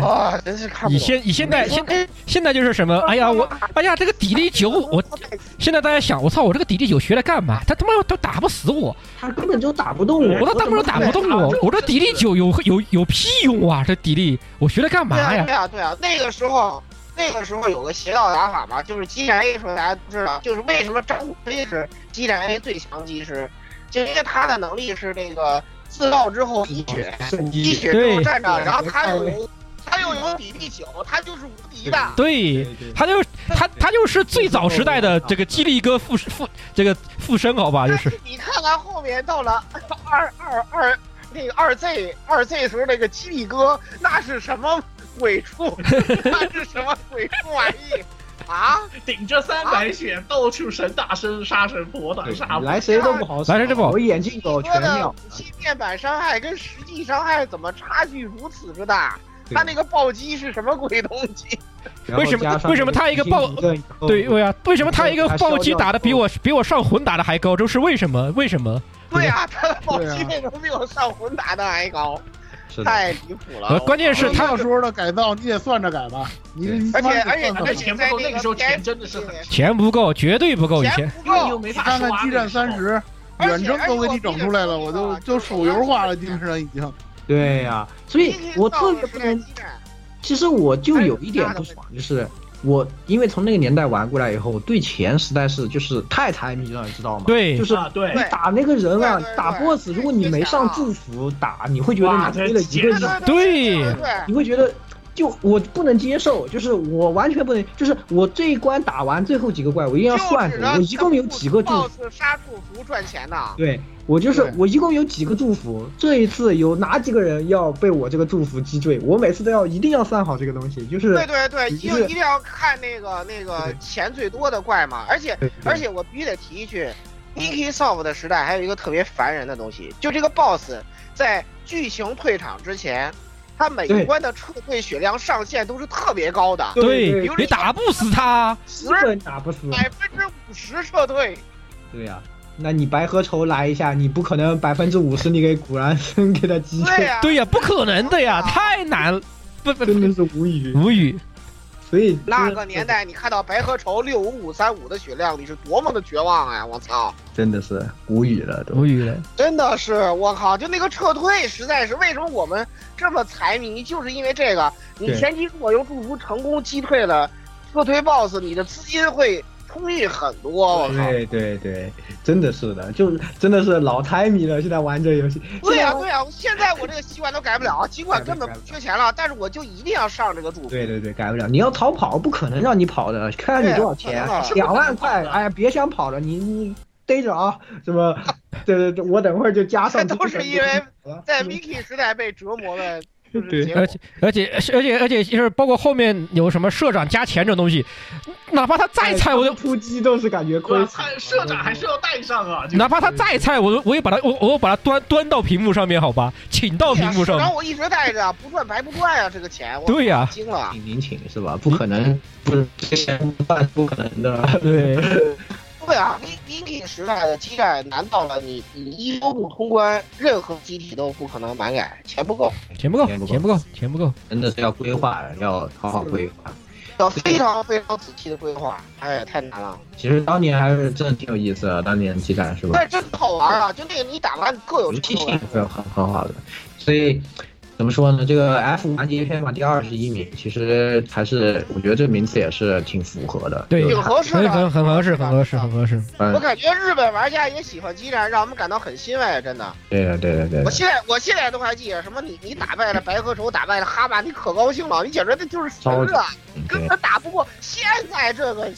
Speaker 6: 哇，真是看不懂。
Speaker 5: 以嗯现以现在现现在就是什么？哎 呀，我哎呀，这个底力九，我
Speaker 6: 啊
Speaker 5: 现在大家想，我操，我这个底力九学来干嘛？他他妈都打不死我，
Speaker 3: 他根本就打不动
Speaker 5: 我
Speaker 3: 我，
Speaker 5: 都他妈都打不动我，我这底力九有有有屁用啊！这底力我学来干嘛
Speaker 6: 对啊，
Speaker 5: 呀？
Speaker 6: 对啊，对啊，那个时候，那个时候有个邪道打法嘛，就是基战 A 时候大家都知道，就是为什么张虎飞是基战 A 最强技师，就因为他的能力是那个自爆之后一血，
Speaker 3: 瞬
Speaker 6: 一
Speaker 3: 击，
Speaker 6: 血之后
Speaker 5: 对
Speaker 6: 站着，然后他又
Speaker 3: 对
Speaker 6: 有他又有比利九，他就是无敌的。
Speaker 5: 对，他就他他就是最早时代的这个激励哥附附这个附身，好啊吧，就
Speaker 6: 但
Speaker 5: 是
Speaker 6: 是你看看后面到了 二二二那个二 Z 二 Z 时候那个基力哥，那是什么鬼畜？那是什么鬼畜玩意啊？
Speaker 4: 顶着三百血到处神打神杀神佛打杀佛，
Speaker 3: 来谁都不好使，
Speaker 5: 来谁都不好
Speaker 3: 我眼镜狗
Speaker 6: 你说
Speaker 3: 全
Speaker 6: 的
Speaker 3: 秒
Speaker 6: 武。器面板伤害跟实际伤害怎么差距如此之大？他那个暴击是什么鬼东西？
Speaker 3: 然后
Speaker 5: 为什么
Speaker 3: 加上
Speaker 5: 为什么他一个暴
Speaker 3: 地形一个
Speaker 5: 对，对啊，为什么他一个
Speaker 3: 他消
Speaker 5: 暴击
Speaker 3: 掉
Speaker 5: 打的
Speaker 3: 之
Speaker 5: 比
Speaker 3: 后
Speaker 5: 我比我上魂打的还高？这是为什么？为什么？
Speaker 6: 对啊，他的暴
Speaker 1: 对
Speaker 6: 击
Speaker 1: 啊
Speaker 6: 内容比我上魂打的还高，
Speaker 3: 是的，
Speaker 6: 太离谱
Speaker 5: 呃
Speaker 6: 了。，
Speaker 5: 关键是
Speaker 1: 他
Speaker 5: 他
Speaker 1: 要说的改造，你得算着改吧。你
Speaker 3: 对
Speaker 1: 你
Speaker 6: 而且
Speaker 1: 算着
Speaker 6: 而且
Speaker 3: 嗯
Speaker 1: 算着
Speaker 6: 而
Speaker 1: 改
Speaker 6: 且
Speaker 4: 钱不够，那个时候钱真的是很，
Speaker 5: 钱不够，绝对不哦够以前。
Speaker 6: 不
Speaker 4: 因为你又
Speaker 6: 够，
Speaker 4: 没
Speaker 1: 你
Speaker 4: 法
Speaker 1: 看
Speaker 4: 刷
Speaker 1: 看
Speaker 4: 那
Speaker 1: 激
Speaker 4: 个
Speaker 1: 战
Speaker 4: 时候
Speaker 1: 三十，
Speaker 6: 而且
Speaker 1: 远征都给你啊整出来了，
Speaker 6: 而且
Speaker 1: 我
Speaker 6: 我记得
Speaker 1: 就就手游化了，基本上已经。
Speaker 3: 对啊呀、所
Speaker 6: 哎
Speaker 3: 以我特别不能其实我就有一点不爽，就是我因为从那个年代玩过来以后，我对钱实在是就是太财迷了，你知道吗？，
Speaker 5: 对
Speaker 3: 就，是
Speaker 4: 啊，对
Speaker 3: 你，打那个人啊
Speaker 6: 对对，对
Speaker 3: 打 BOSS，如果你没上祝福打，你会觉得
Speaker 4: 哇
Speaker 3: 你为了一个
Speaker 4: 这
Speaker 3: 人，
Speaker 5: 对
Speaker 6: 对对
Speaker 3: 你会觉得。就我不能接受，就是我完全不能，就是我这一关打完最后几个怪，我一定要算
Speaker 6: 就是
Speaker 3: 着，
Speaker 6: 让
Speaker 3: 我一共有几个祝福，
Speaker 6: BOSS 杀祝福赚钱的，
Speaker 3: 对我就是
Speaker 1: 对
Speaker 3: 我一共有几个祝福，这一次有哪几个人要被我这个祝福击坠，我每次都要一定要算好这个东西，就是
Speaker 6: 对对对，
Speaker 3: 你
Speaker 6: 一
Speaker 3: 是
Speaker 6: 定一定要看那个那个
Speaker 3: 对
Speaker 6: 钱最多的怪嘛，而且
Speaker 3: 对
Speaker 6: 而且我必须得提一句，Niki Soft 的时代还有一个特别烦人的东西，就这个 BOSS 在巨型退场之前，他每一
Speaker 3: 对
Speaker 6: 关的撤退血量上限都是特别高的，
Speaker 5: 对
Speaker 3: 对，
Speaker 6: 有
Speaker 5: 你打不死他。
Speaker 3: 基本打不死，
Speaker 6: 百分之五十撤退，
Speaker 3: 对呀、那你白河愁来一下，你不可能百分之五十你给古兰森给他击
Speaker 6: 对
Speaker 3: 退，
Speaker 6: 呀、
Speaker 5: 对呀，不可能的呀，太难了，不不
Speaker 3: 真的是无语。
Speaker 5: 无语。
Speaker 3: 所以
Speaker 6: 那个年代，你看到白河愁六五五三五的血量，你是多么的绝望呀！我操，
Speaker 3: 真的是无语了
Speaker 5: 无。语了。
Speaker 6: 真的是我靠！就那个撤退，实在是为什么我们这么财迷，就是因为这个。你
Speaker 3: 对
Speaker 6: 前期如果用祝福成功击退了撤退 BOSS，你的资金会充裕很多。我靠！
Speaker 3: 对对对，真的是的，就真的是老财迷了。现在玩这游戏，
Speaker 6: 对呀、
Speaker 3: 现在
Speaker 6: 对呀、现在我这个习惯都改不了，尽管根本不缺钱了，但是我就一定要上这个 祝福。
Speaker 3: 对对对，改不了。你要逃跑，不可能让你跑的。看你多少钱啊
Speaker 6: 对不可能啊的，
Speaker 3: 两万块，哎，别想跑了，你你逮着啊！什么？对对对，我等会儿就加上。
Speaker 6: 这 都是因为在 Miki 时代被折磨的，就是
Speaker 3: 对
Speaker 6: 结果
Speaker 5: 而且而且而且而且就是包括后面有什么社长加钱这种东西，哪怕他再菜，
Speaker 6: 哎
Speaker 5: 我都
Speaker 3: 突哎击都是感觉亏
Speaker 4: 对，
Speaker 3: 死了。
Speaker 4: 他社长还是要带上啊，就是
Speaker 5: 哪怕他再菜，我都我也把他我我把他端端到屏幕上面，好吧，请到
Speaker 6: 对呀啊
Speaker 5: 屏幕上
Speaker 6: 然
Speaker 5: 面。
Speaker 6: 后我一直带着，不赚白不赚啊呀、这个钱我
Speaker 5: 对啊呀，
Speaker 6: 惊了。
Speaker 3: 请您请是吧？不可能，不是这些饭不可能的。
Speaker 5: 对，
Speaker 6: 对啊，Vinky 时代的基站难到了你，你一周不通关，任何机体都不可能满改，钱不够，
Speaker 5: 钱不够，
Speaker 3: 钱不够
Speaker 5: 钱不够，钱不够。
Speaker 3: 真的是要规划，要好好规划。
Speaker 6: 要非常非常仔细的规划，哎呀，太难了。
Speaker 3: 其实当年还是真的挺有意思的，当年激战是吧
Speaker 6: 但？是真的好玩啊，就那个你打完各有
Speaker 3: 游戏
Speaker 6: 成就
Speaker 3: 性
Speaker 6: 感。
Speaker 3: 是很很好的，所以怎么说呢？这个 F 完结篇嘛，第二十一名，其实还是我觉得这名字也是挺符合的。
Speaker 5: 对
Speaker 6: 挺合适
Speaker 5: 很
Speaker 6: 的，
Speaker 5: 很很合适，很合适，很合适。
Speaker 6: 我
Speaker 3: 嗯，
Speaker 6: 感觉日本玩家也喜欢基站，让我们感到很欣慰，啊真的。
Speaker 3: 对的，对的，对
Speaker 6: 我
Speaker 3: 的。
Speaker 6: 现在我现在都还记得，什么你你打败了白河愁，打败了哈巴，你可高兴了，你简直这就是神啊，根
Speaker 3: 对，
Speaker 6: 本打不过。现在这个，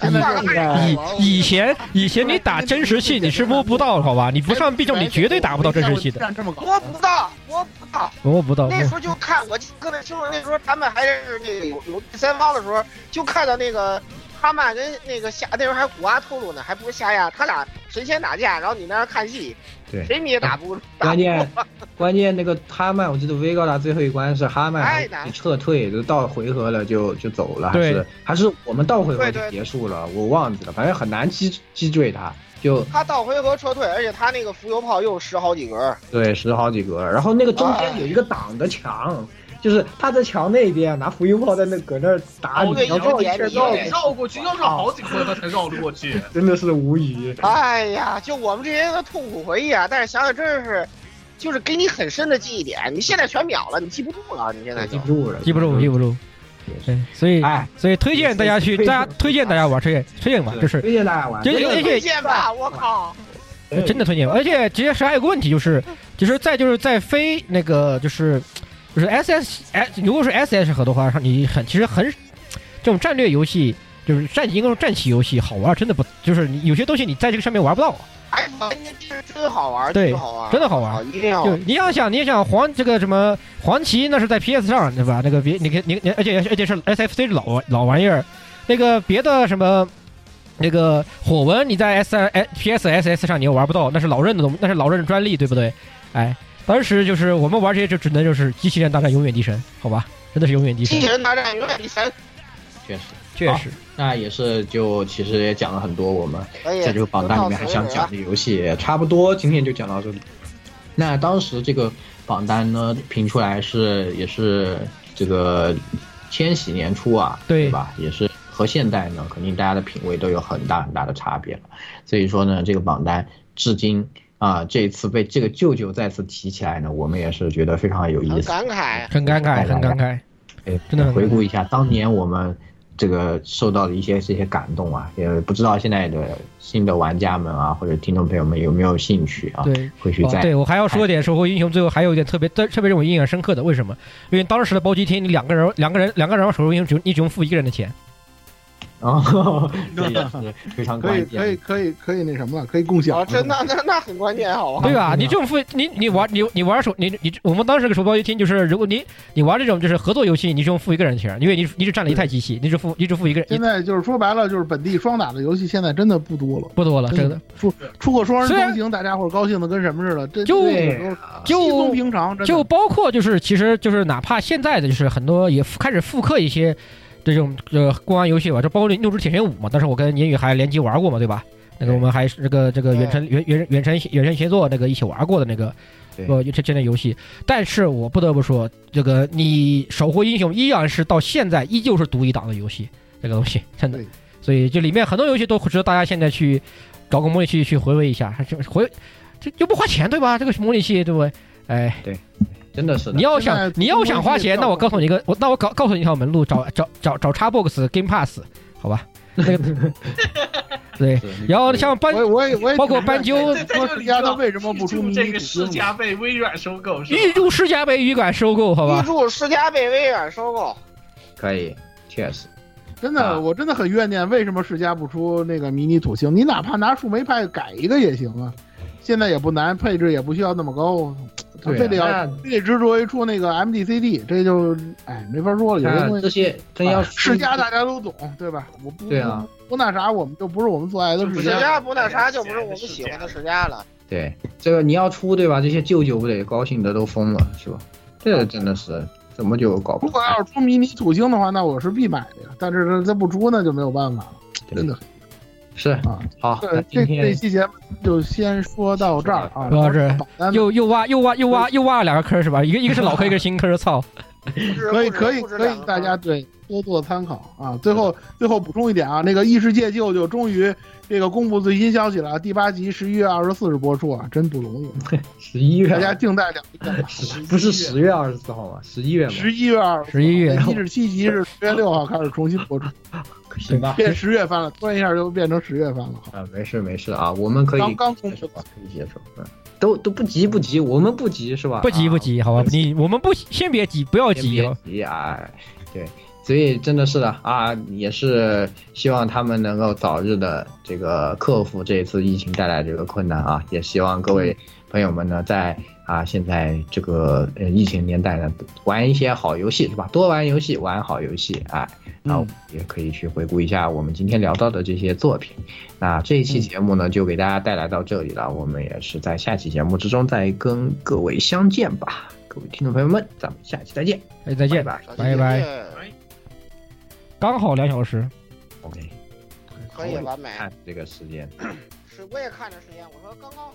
Speaker 1: 现在这个
Speaker 6: 哎
Speaker 5: 以以前以前你打真实系你是摸不到的，好吧？你不
Speaker 6: 哎
Speaker 5: 上 B 站你绝对打不到真实系的，
Speaker 1: 站这么高，
Speaker 6: 摸不到，摸不到。
Speaker 5: 摸不到。
Speaker 6: 哎那时候就看，我记得特别清楚，那时候他们还是那个有有第三方的时候，就看到那个哈曼跟那个夏，那时候还古阿透露呢，还不是夏亚，他俩神仙打架，然后你那儿看戏，
Speaker 3: 对
Speaker 6: 谁你也打
Speaker 5: 哎
Speaker 6: 不打
Speaker 3: 关
Speaker 6: 不
Speaker 3: 键关键那个哈曼，我记得 V 高达最后一关是哈曼
Speaker 6: 太难
Speaker 3: 一撤退，就到回合了就就走了，还
Speaker 5: 对
Speaker 3: 是还是我们到回合
Speaker 6: 对对
Speaker 3: 就结束了，我忘记了，反正很难击击坠他，就
Speaker 6: 他倒回合撤退，而且他那个浮游炮又十好几格，
Speaker 3: 对十好几格，然后那个中
Speaker 6: 哎
Speaker 3: 间有一个挡的墙。就是他在墙那边拿浮游炮在那搁那儿打
Speaker 4: 哦
Speaker 3: 你，
Speaker 6: 对
Speaker 3: 然后
Speaker 6: 有
Speaker 3: 一
Speaker 6: 点
Speaker 3: 圈
Speaker 6: 有
Speaker 3: 绕
Speaker 6: 点
Speaker 3: 过
Speaker 4: 得绕过
Speaker 3: 去，
Speaker 4: 去，要绕好几回合才绕得过去。
Speaker 3: 真的是无语。
Speaker 6: 哎呀，就我们这些人的痛苦回忆啊！但是想想真是，就是给你很深的记忆点，你现在全秒了，你记不住了，你现在就
Speaker 3: 记不。住了，
Speaker 5: 记不住，记不住。对，所以
Speaker 3: 哎，
Speaker 5: 所以推荐大家
Speaker 6: 哎
Speaker 5: 去，大家推荐大家玩，推荐推荐玩，就是
Speaker 3: 推荐大家玩，
Speaker 5: 就
Speaker 3: 真
Speaker 5: 而
Speaker 3: 的
Speaker 6: 推
Speaker 5: 且
Speaker 6: 荐吧，我靠！
Speaker 5: 真的推荐，而且其实还有个问题就是，就是在就是在非那个就是就是 S S S，如果是 S S 和的话，你很其实很这种战略游戏。就是战应该说战棋游戏好玩，真的不就是你有些东西你在这个上面玩不到，
Speaker 6: 哎，这真好玩，
Speaker 5: 对
Speaker 6: 真好玩，
Speaker 5: 真的好玩
Speaker 6: 啊，。一定要
Speaker 5: 就你要想，你想黄这个什么黄旗，那是在 PS 上对吧？那个别你看你你，而且而且是 SFC 老玩老玩意儿，那个别的什么。那个火呃纹你在 S 哎 PS S S 上你又玩不到，那是老任的东，那是老任的专利，对不对？哎，当时就是我们玩这些就只能就是机器人大战永远敌神，好吧，真的是永远敌
Speaker 6: 机
Speaker 5: 神
Speaker 6: 器，人大战永远第三，
Speaker 7: 确实，
Speaker 5: 确实。
Speaker 7: 那也是就其实也讲了很多我们
Speaker 6: 哎呀，
Speaker 7: 在这个榜单里面还想讲的游戏，也差不多今天就讲到这里。那当时这个榜单呢，评出来是也是这个千禧年初啊，
Speaker 5: 对
Speaker 7: 对吧？也是和现代呢，肯定大家的品味都有很大很大的差别了。所以说呢，这个榜单至今啊、这一次被这个舅舅再次提起来呢，我们也是觉得非常有意
Speaker 6: 很
Speaker 7: 思。
Speaker 6: 感慨。啊
Speaker 5: 很感慨，很感慨。
Speaker 7: 哎
Speaker 5: 真的很
Speaker 7: 回顾一下当年我们这个受到的一些这些感动啊，也不知道现在的新的玩家们啊，或者听众朋友们有没有兴趣啊，
Speaker 5: 对，
Speaker 7: 回去
Speaker 5: 哦
Speaker 7: 再、
Speaker 5: 对我还要说一点，守护英雄最后还有一点特别特特别让我印象深刻的，为什么？因为当时的包机厅，你两个人两个人两个人玩守护英雄，只你只用付一个人的钱。
Speaker 7: 哦，这也是非常
Speaker 1: 可
Speaker 7: 关
Speaker 1: 以可以
Speaker 7: 键。
Speaker 1: 可以可以那什么了，可以共享
Speaker 6: 哦，
Speaker 1: 了。
Speaker 6: 真的，那那很关键，啊好吧？
Speaker 5: 对吧？
Speaker 7: 嗯
Speaker 5: 你这种付你你玩你你玩手你你我们当时个手包一听就是，如果你你玩这种就是合作游戏，你只用付一个人的钱，因为你你只占了一台机器，你只付你只付一个人，
Speaker 1: 现在就是说白了，就是本地双打的游戏现在真的不多了。
Speaker 5: 不多了，啊真的。
Speaker 1: 出出个双人
Speaker 5: 虽然
Speaker 1: 成行，大家伙儿高兴的跟什么似的，这
Speaker 5: 就
Speaker 1: 这都是稀松
Speaker 5: 就
Speaker 1: 平常，真的
Speaker 5: 就包括就是其实就是哪怕现在的就是很多也复开始复刻一些这种呃公安游戏吧，就包括《怒之铁拳五》嘛，当时我跟言语还联机玩过嘛，对吧？那个我们还是这个这个远程远远远程远程协作那个一起玩过的那个
Speaker 7: 对
Speaker 5: 呃这这类游戏，但是我不得不说，这个你守护英雄依然是到现在依旧是独一档的游戏，这个东西真的
Speaker 1: 对，
Speaker 5: 所以这里面很多游戏都值得大家现在去找个模拟器去回味一下，还是回这又不花钱对吧？这个模拟器对不对？哎，
Speaker 7: 真的是的
Speaker 5: 你。要
Speaker 1: 现在
Speaker 5: 想你要想花钱，
Speaker 1: 中国
Speaker 5: 那我
Speaker 1: 这个
Speaker 5: 告诉你一个，我那我告告诉你一条门路，找找找找 Xbox Game Pass，好吧？那个对，
Speaker 7: 是
Speaker 5: 然后像搬
Speaker 1: 我我也我也
Speaker 5: 包括斑鸠
Speaker 4: 在在
Speaker 1: 说
Speaker 4: 这里
Speaker 1: 家他
Speaker 4: 就
Speaker 1: 为什么不
Speaker 4: 记住
Speaker 1: 出迷
Speaker 4: 这
Speaker 1: 你
Speaker 4: 个
Speaker 1: 土
Speaker 4: 世
Speaker 1: 星
Speaker 4: 家被微软收购是吧？
Speaker 5: 预祝世嘉被预感收购，好
Speaker 6: 预
Speaker 5: 吧？
Speaker 6: 祝世嘉被微软收购，
Speaker 7: 可以，确实，
Speaker 1: 真的，
Speaker 7: 啊
Speaker 1: 我真的很怨念，为什么世嘉不出那个迷你土星？你哪怕拿树莓派改一个也行啊，现在也不难，配置也不需要那么高，他
Speaker 7: 对啊
Speaker 1: 非得要
Speaker 7: 那
Speaker 1: 非得执着于出那个 MDCD，这就哎没法说了，有些
Speaker 7: 那
Speaker 1: 东
Speaker 7: 这
Speaker 1: 西。
Speaker 7: 些真要
Speaker 1: 世嘉大家都懂，对吧？我不
Speaker 7: 对啊，
Speaker 1: 不那啥，我们就不是我们最爱的世
Speaker 6: 世
Speaker 1: 嘉。
Speaker 6: 嘉不那啥就不是我们喜欢的世嘉了。
Speaker 7: 对这个你要出对吧？这些舅舅不得高兴的都疯了是吧？这个真的是怎么就搞不
Speaker 1: 如果要是出迷你土星的话，那我是必买的呀。但是它它不出，那就没有办法了，
Speaker 7: 对
Speaker 1: 真的
Speaker 7: 是
Speaker 1: 啊。
Speaker 7: 好，那
Speaker 1: 这
Speaker 7: 今
Speaker 1: 这这
Speaker 7: 天
Speaker 1: 期节目就先说到这儿啊，
Speaker 5: 说到这儿
Speaker 1: 榜单
Speaker 5: 又又挖又挖又挖又挖了两个坑是吧？一个一个是老坑，一个是新坑，操！
Speaker 6: 不止
Speaker 1: 可以可以
Speaker 6: 不止
Speaker 1: 可以
Speaker 6: 两，个
Speaker 1: 大家对多做参考啊。最后最后补充一点啊，那个异世界舅舅终于这个公布最新消息了，啊，第八集十一月二十四日播出啊，真不容易，
Speaker 7: 十一月
Speaker 1: 大家静待两 天。
Speaker 7: 不是十月二十四号吗？十一月吗？
Speaker 1: 十一月二十，
Speaker 5: 11月
Speaker 1: 一至七集是十月六号开始重新播出，
Speaker 7: 行吧，
Speaker 1: 变十月番了，突然一下就变成十月番了。
Speaker 7: 啊，没事没事啊，我们可以
Speaker 1: 刚刚
Speaker 7: 接
Speaker 1: 公
Speaker 7: 受
Speaker 1: 布
Speaker 7: 啊，可以接受，嗯，都都不急不急，我们不急是吧？啊
Speaker 5: 不急不急，好吧？你我们不先别急，不要
Speaker 7: 不急
Speaker 5: 急，
Speaker 7: 别急啊，对，所以真的是的啊，也是希望他们能够早日的这个克服这一次疫情带来这个困难啊，也希望各位朋友们呢，在啊现在这个呃疫情年代呢，玩一些好游戏是吧？多玩游戏，玩好游戏啊。
Speaker 5: 嗯
Speaker 7: 那我们也可以去回顾一下我们今天聊到的这些作品。那这一期节目呢，就给大家带来到这里了。我们也是在下期节目之中再跟各位相见吧，各位听众朋友们，咱们下期再见，
Speaker 5: 哎，再见，
Speaker 7: 拜
Speaker 6: 呃
Speaker 7: 拜。
Speaker 5: 拜拜
Speaker 6: 再见
Speaker 5: 刚好两小时，
Speaker 7: OK，
Speaker 6: 可以完美。
Speaker 7: 看这个时间。
Speaker 6: 是，我也看着时间，我说刚刚好。